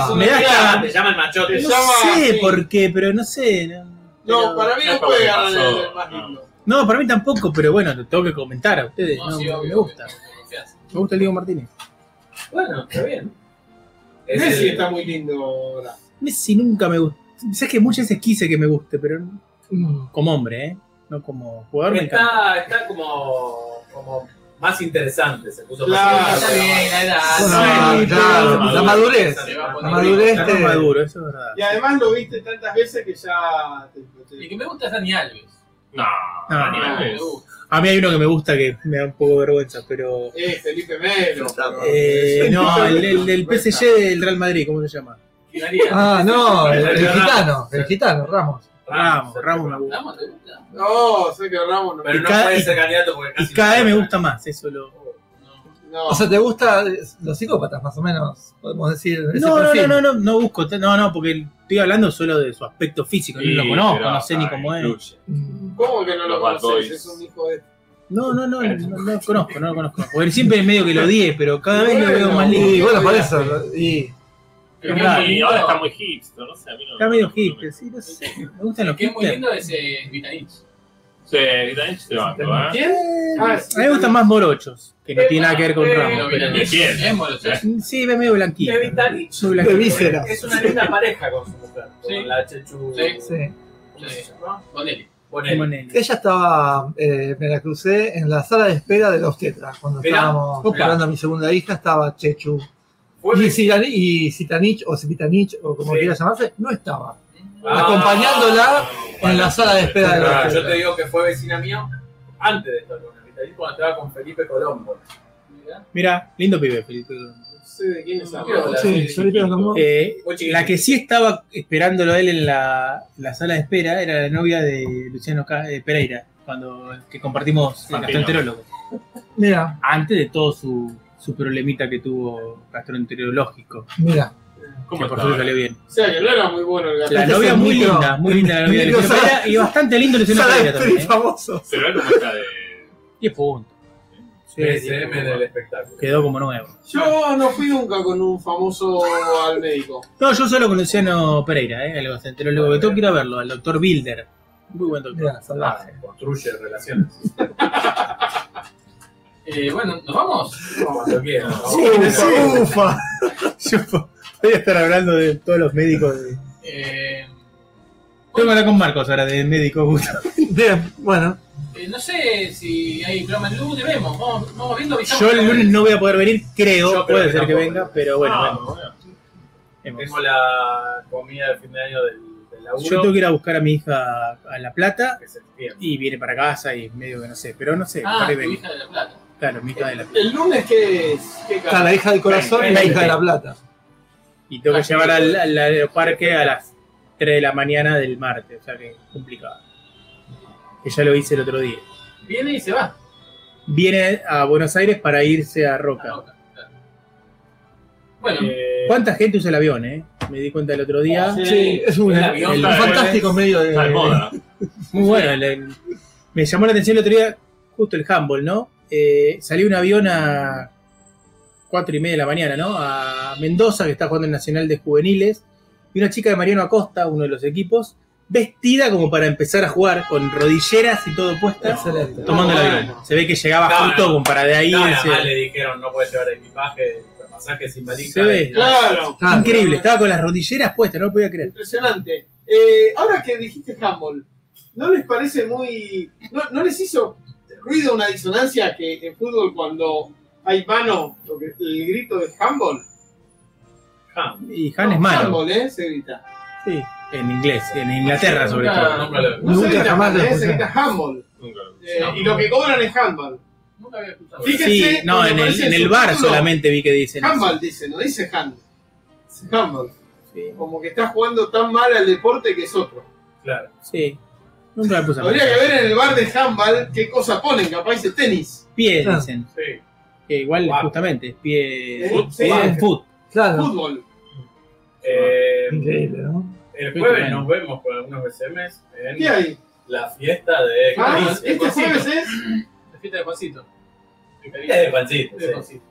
Speaker 8: No.
Speaker 5: Me da
Speaker 4: Te llama el machote.
Speaker 3: Te
Speaker 5: No
Speaker 3: llama
Speaker 5: sé
Speaker 3: así.
Speaker 5: por qué, pero no sé. No,
Speaker 3: No,
Speaker 5: pero-
Speaker 3: para mí
Speaker 7: Ya
Speaker 3: no
Speaker 7: por
Speaker 3: puede
Speaker 7: lo que
Speaker 3: ganar el,
Speaker 7: pasó,
Speaker 3: el más
Speaker 7: no.
Speaker 3: lindo.
Speaker 5: No, para mí tampoco, pero bueno, lo tengo que comentar a ustedes.
Speaker 12: No,
Speaker 5: No,
Speaker 12: sí,
Speaker 5: me-
Speaker 12: obvio,
Speaker 5: me gusta.
Speaker 12: obvio, tengo confianza.
Speaker 5: Me gusta el Diego Martínez.
Speaker 4: Bueno, está bien. Es
Speaker 3: Messi
Speaker 4: el-
Speaker 3: está muy lindo ahora.
Speaker 5: Messi nunca me gusta. Sabes que muchas veces quise que me guste, pero mm, como hombre, ¿eh? No como jugador. me encanta.
Speaker 4: Está, está como, como más interesante. Se puso
Speaker 3: Claro.
Speaker 4: más
Speaker 12: Está bien,
Speaker 4: interesante.
Speaker 12: la edad.
Speaker 8: Bueno,
Speaker 12: no,
Speaker 8: sí, claro,
Speaker 7: madurez.
Speaker 8: la madurez.
Speaker 12: se va a
Speaker 8: La
Speaker 12: poner
Speaker 8: madurez
Speaker 5: Está más
Speaker 8: te-
Speaker 5: maduro, eso es verdad.
Speaker 3: Y además lo viste tantas veces que ya te,
Speaker 12: El
Speaker 3: te-
Speaker 12: que me gusta es Dani Alves.
Speaker 7: No,
Speaker 5: No,
Speaker 7: Dani
Speaker 5: no,
Speaker 12: Me
Speaker 7: Alves.
Speaker 12: gusta.
Speaker 5: A mí hay uno que me gusta que me da un poco de vergüenza, pero.
Speaker 3: eh, Felipe Melo. pero-
Speaker 5: eh, no, el, el del PSG del Real Madrid, ¿cómo se llama?
Speaker 12: ¿Y María?
Speaker 8: Ah, no, el, el gitano, el gitano, Ramos.
Speaker 5: Ramos, Ramos me gusta.
Speaker 12: ¿Ramos te gusta?
Speaker 3: No, sé que Ramos no.
Speaker 4: Pero
Speaker 5: Y
Speaker 4: no
Speaker 5: cada-
Speaker 4: puede
Speaker 5: y-
Speaker 4: ser candidato porque
Speaker 5: Y
Speaker 4: casi.
Speaker 5: cada vez me
Speaker 4: no-
Speaker 5: gusta más, eso lo.
Speaker 12: No.
Speaker 3: no.
Speaker 8: O sea, ¿te gusta eh, los psicópatas, más o menos? Podemos decir. Ese
Speaker 5: No, no,
Speaker 8: perfil.
Speaker 5: no, no, no, no busco, t- no, no, porque estoy hablando solo de su aspecto físico,
Speaker 7: Sí,
Speaker 5: no lo conozco,
Speaker 7: pero,
Speaker 5: no sé ni
Speaker 7: ah,
Speaker 5: cómo es.
Speaker 7: incluye.
Speaker 3: ¿Cómo que no lo
Speaker 7: Los Bad
Speaker 3: conoces?
Speaker 7: Boys.
Speaker 3: Es un hijo de.
Speaker 5: No, no, no, no, no lo conozco, no lo conozco. Porque él siempre es medio que lo odié, pero cada vez lo veo
Speaker 3: Bueno,
Speaker 5: más lindo.
Speaker 8: Y bueno, por eso. lo- Y,
Speaker 12: El que
Speaker 7: Y
Speaker 12: es muy lindo-
Speaker 7: ahora está muy hipster, no sé, a mí no
Speaker 5: Está medio
Speaker 7: no me-
Speaker 5: hipster, sí, no sé. Me gustan
Speaker 12: el
Speaker 5: los
Speaker 12: que es muy
Speaker 5: hipster.
Speaker 12: lindo es eh, Vitanich.
Speaker 7: Sí, y también se levantó, ¿eh?
Speaker 3: Ah,
Speaker 5: A mí me gustan más morochos, que no
Speaker 3: Eh,
Speaker 5: tiene nada que ver con
Speaker 3: eh,
Speaker 5: Ramos. pero-
Speaker 7: ¿De quién?
Speaker 12: Es morocho.
Speaker 5: Sí, ve medio blanquito.
Speaker 4: Vitanich.
Speaker 5: Muy blanquito.
Speaker 8: De vísceras.
Speaker 4: Es una linda pareja con su mujer.
Speaker 12: Sí.
Speaker 4: Con la Chechu.
Speaker 12: Sí.
Speaker 8: sí.
Speaker 4: ¿Cómo se
Speaker 12: Sí.
Speaker 4: llama?
Speaker 12: Con él.
Speaker 4: Bonelli.
Speaker 5: Monelli.
Speaker 8: Ella estaba, eh, me la crucé en la sala de espera de la obstetra. Cuando
Speaker 4: Mirá,
Speaker 8: estábamos
Speaker 4: mirá.
Speaker 8: esperando a mi segunda hija, estaba Chechu.
Speaker 4: Fue
Speaker 8: Y Zidane- Y Sitanich, o Sitanich, o como
Speaker 4: Sí.
Speaker 8: quiera llamarse, no estaba.
Speaker 5: Ah,
Speaker 18: acompañándola en la sala de espera del
Speaker 4: Ah,
Speaker 18: hospital.
Speaker 4: yo te digo que fue vecina mía antes de esta luna. que ahí cuando estaba con Felipe Colombo.
Speaker 5: Mira, lindo pibe, Felipe.
Speaker 3: No sé de quién es
Speaker 4: Quiero hablar de
Speaker 8: Sí,
Speaker 4: Felipe.
Speaker 8: solito los dos.
Speaker 5: Eh,
Speaker 4: Muy chiquito.
Speaker 5: la que sí estaba esperándolo a él en la, la sala de espera era la novia de Luciano Ca- eh, Pereira, cuando que compartimos el
Speaker 7: Santino.
Speaker 5: gastroenterólogo.
Speaker 8: Mira,
Speaker 5: Antes de todo su, su problemita que tuvo gastroenterológico.
Speaker 8: mira.
Speaker 7: ¿Cómo
Speaker 5: que por
Speaker 7: está
Speaker 5: suerte
Speaker 7: ahora?
Speaker 5: salió bien.
Speaker 3: O sea, que no era muy bueno el gato.
Speaker 5: La
Speaker 8: Este
Speaker 5: novia
Speaker 8: es
Speaker 5: muy
Speaker 8: micro-
Speaker 5: linda, muy linda la novia de
Speaker 8: micro
Speaker 5: Luciano
Speaker 8: sala-
Speaker 5: Pereira y bastante lindo Luciano
Speaker 8: Sala de
Speaker 5: Pereira
Speaker 8: espera y
Speaker 5: también. ¿eh?
Speaker 8: famoso.
Speaker 7: Pero él como está de.
Speaker 5: 10 puntos. Sí,
Speaker 4: BSM
Speaker 5: quedó
Speaker 4: del
Speaker 5: como-
Speaker 4: espectáculo.
Speaker 5: quedó como nuevo.
Speaker 3: Yo no fui nunca con un famoso al médico.
Speaker 5: No, yo solo con Luciano Pereira, ¿eh? el gastroenterólogo que tengo que ir a verlo, al doctor Bilder. Muy buen doctor.
Speaker 8: Mira, salvaje.
Speaker 4: Construye relaciones.
Speaker 12: Eh, bueno, ¿nos vamos?
Speaker 4: Como lo quieran.
Speaker 8: Ufa, ufa.
Speaker 5: Yo voy a estar hablando de todos los médicos. De...
Speaker 12: Eh,
Speaker 5: Tengo que hablar con Marcos ahora, de médico justo.
Speaker 8: Bien, bueno.
Speaker 12: eh, no sé si hay programa el lunes, vemos. Vamos, vamos viendo. avisamos.
Speaker 5: Yo el lunes no voy a poder venir, creo.
Speaker 4: Yo creo
Speaker 5: Puede
Speaker 4: que
Speaker 5: ser que
Speaker 4: tampoco.
Speaker 5: venga, pero bueno.
Speaker 4: Ah,
Speaker 5: bueno,
Speaker 4: bueno.
Speaker 5: vemos.
Speaker 4: Tengo la comida de fin de año del, del laburo.
Speaker 5: Yo tengo que ir a buscar a mi hija a La Plata
Speaker 4: que se entiende.
Speaker 5: y viene para casa y medio que no sé, pero no sé.
Speaker 12: Ah,
Speaker 5: por ahí
Speaker 12: tu
Speaker 5: vengo.
Speaker 12: hija de la plata.
Speaker 5: Claro, mi hija de La Plata.
Speaker 3: ¿El lunes qué es? ¿Qué
Speaker 8: Está la hija del corazón y la hija de la plata.
Speaker 5: Y tengo que
Speaker 12: Ah,
Speaker 5: llevar
Speaker 12: sí.
Speaker 5: al, al aeroparque a las 3 de la mañana del martes, o sea que es complicado. Que ya lo hice el otro día.
Speaker 12: Viene y se va.
Speaker 5: Viene a Buenos Aires para irse a Roca.
Speaker 12: Bueno,
Speaker 4: Eh,
Speaker 5: ¿Cuánta gente usa el avión, eh? Me di cuenta el otro día.
Speaker 8: Sí, es un,
Speaker 4: El
Speaker 8: un
Speaker 4: avión está ¿eh? de-
Speaker 8: fantástico medio de.
Speaker 7: Está de moda.
Speaker 5: Muy bueno. el- el- me llamó la atención el otro día, justo el handball, ¿no? Eh, salió un avión a cuatro y media de la mañana, ¿no? A Mendoza, que está jugando el Nacional de Juveniles. Y una chica de Mariano Acosta, uno de los equipos, vestida como para empezar a jugar, con rodilleras y todo puestas,
Speaker 8: Excelente.
Speaker 5: tomando el avión. Se ve que llegaba
Speaker 4: No,
Speaker 5: justo
Speaker 4: no.
Speaker 5: como para de ahí.
Speaker 4: no, nada
Speaker 5: irse.
Speaker 4: más le dijeron no puedes llevar equipaje, pasaje sin valija.
Speaker 5: Se ve.
Speaker 3: Claro,
Speaker 8: Ah,
Speaker 5: Increíble, estaba con las rodilleras puestas, no lo podía creer.
Speaker 3: impresionante. Eh, ahora que dijiste handball, ¿no les parece muy. No, no les hizo ruido una disonancia que en fútbol cuando hay mano, lo que- el grito de handball?
Speaker 5: Y Han es
Speaker 3: No,
Speaker 5: malo.
Speaker 3: Handball, ¿eh? Se grita.
Speaker 5: Sí, en inglés, en Inglaterra sobre
Speaker 7: Ah,
Speaker 12: Nunca-
Speaker 5: todo.
Speaker 4: Nunca lo-
Speaker 3: No
Speaker 8: Nunca
Speaker 3: se grita
Speaker 8: jamás
Speaker 3: handball,
Speaker 8: lo
Speaker 3: ¿eh? Se
Speaker 8: escuché.
Speaker 3: grita handball.
Speaker 7: Nunca lo
Speaker 3: Eh, Y lo que cobran es handball.
Speaker 12: nunca había escuchado.
Speaker 3: Fíjense
Speaker 5: Sí, no,
Speaker 3: cuando
Speaker 5: en el,
Speaker 3: aparece
Speaker 5: en el
Speaker 3: su
Speaker 5: bar
Speaker 3: título,
Speaker 5: solamente vi que dicen. eso.
Speaker 3: Handball dice, no dice handball. Dice handball. Como que está jugando tan mal al deporte que es otro.
Speaker 4: Claro.
Speaker 5: Sí. Nunca me puse a
Speaker 3: Habría
Speaker 5: pensar.
Speaker 3: que ver en el bar de handball qué cosa ponen, capaz dice tenis.
Speaker 5: Pie,
Speaker 8: Ah.
Speaker 5: dicen.
Speaker 4: Sí.
Speaker 5: Que igual,
Speaker 4: Guau.
Speaker 5: justamente, pie.
Speaker 3: Eh, sí.
Speaker 5: pie en foot.
Speaker 8: Claro.
Speaker 3: Fútbol.
Speaker 4: Eh,
Speaker 8: Increíble, ¿no?
Speaker 4: el jueves nos vemos con algunos BCMs
Speaker 3: ¿Qué
Speaker 4: en
Speaker 3: hay?
Speaker 4: la fiesta de
Speaker 3: Ah,
Speaker 4: Cariz- de
Speaker 3: este
Speaker 4: Juancito.
Speaker 3: jueves es.
Speaker 12: La fiesta de Juancito. De
Speaker 4: Fiesta
Speaker 12: Caribe.
Speaker 4: de Juancito,
Speaker 12: De
Speaker 4: sí.
Speaker 12: Juancito.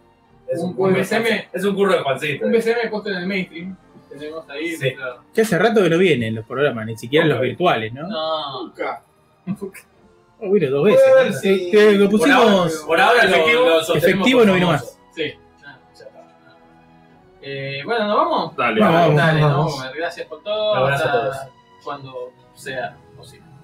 Speaker 4: Es
Speaker 12: Un
Speaker 4: un curro de
Speaker 12: BCM.
Speaker 4: Juancito. Es un curro de Juancito.
Speaker 12: Un BCM puesto en el mainstream. Tenemos ahí.
Speaker 4: Sí.
Speaker 12: nuestra-
Speaker 5: Que hace rato que no vienen los programas, ni siquiera los
Speaker 4: Ok.
Speaker 5: virtuales, ¿no?
Speaker 12: No.
Speaker 3: Nunca.
Speaker 5: Oh, vino dos
Speaker 3: Puede
Speaker 5: veces.
Speaker 3: haber,
Speaker 5: ¿no?
Speaker 3: sí.
Speaker 5: Que- que lo
Speaker 4: Por ahora,
Speaker 5: pusimos.
Speaker 4: por ahora lo-
Speaker 12: Efectivo.
Speaker 4: lo sostenemos
Speaker 5: Efectivo
Speaker 4: por
Speaker 5: no vino
Speaker 4: famoso.
Speaker 12: Sí. Ah, ya está. Eh, bueno, nos vamos.
Speaker 7: Dale.
Speaker 5: Vamos.
Speaker 12: Dale, nos
Speaker 8: vamos.
Speaker 12: vamos. Gracias por todo.
Speaker 4: Un abrazo a
Speaker 12: Hasta
Speaker 4: todos.
Speaker 12: Cuando sea posible.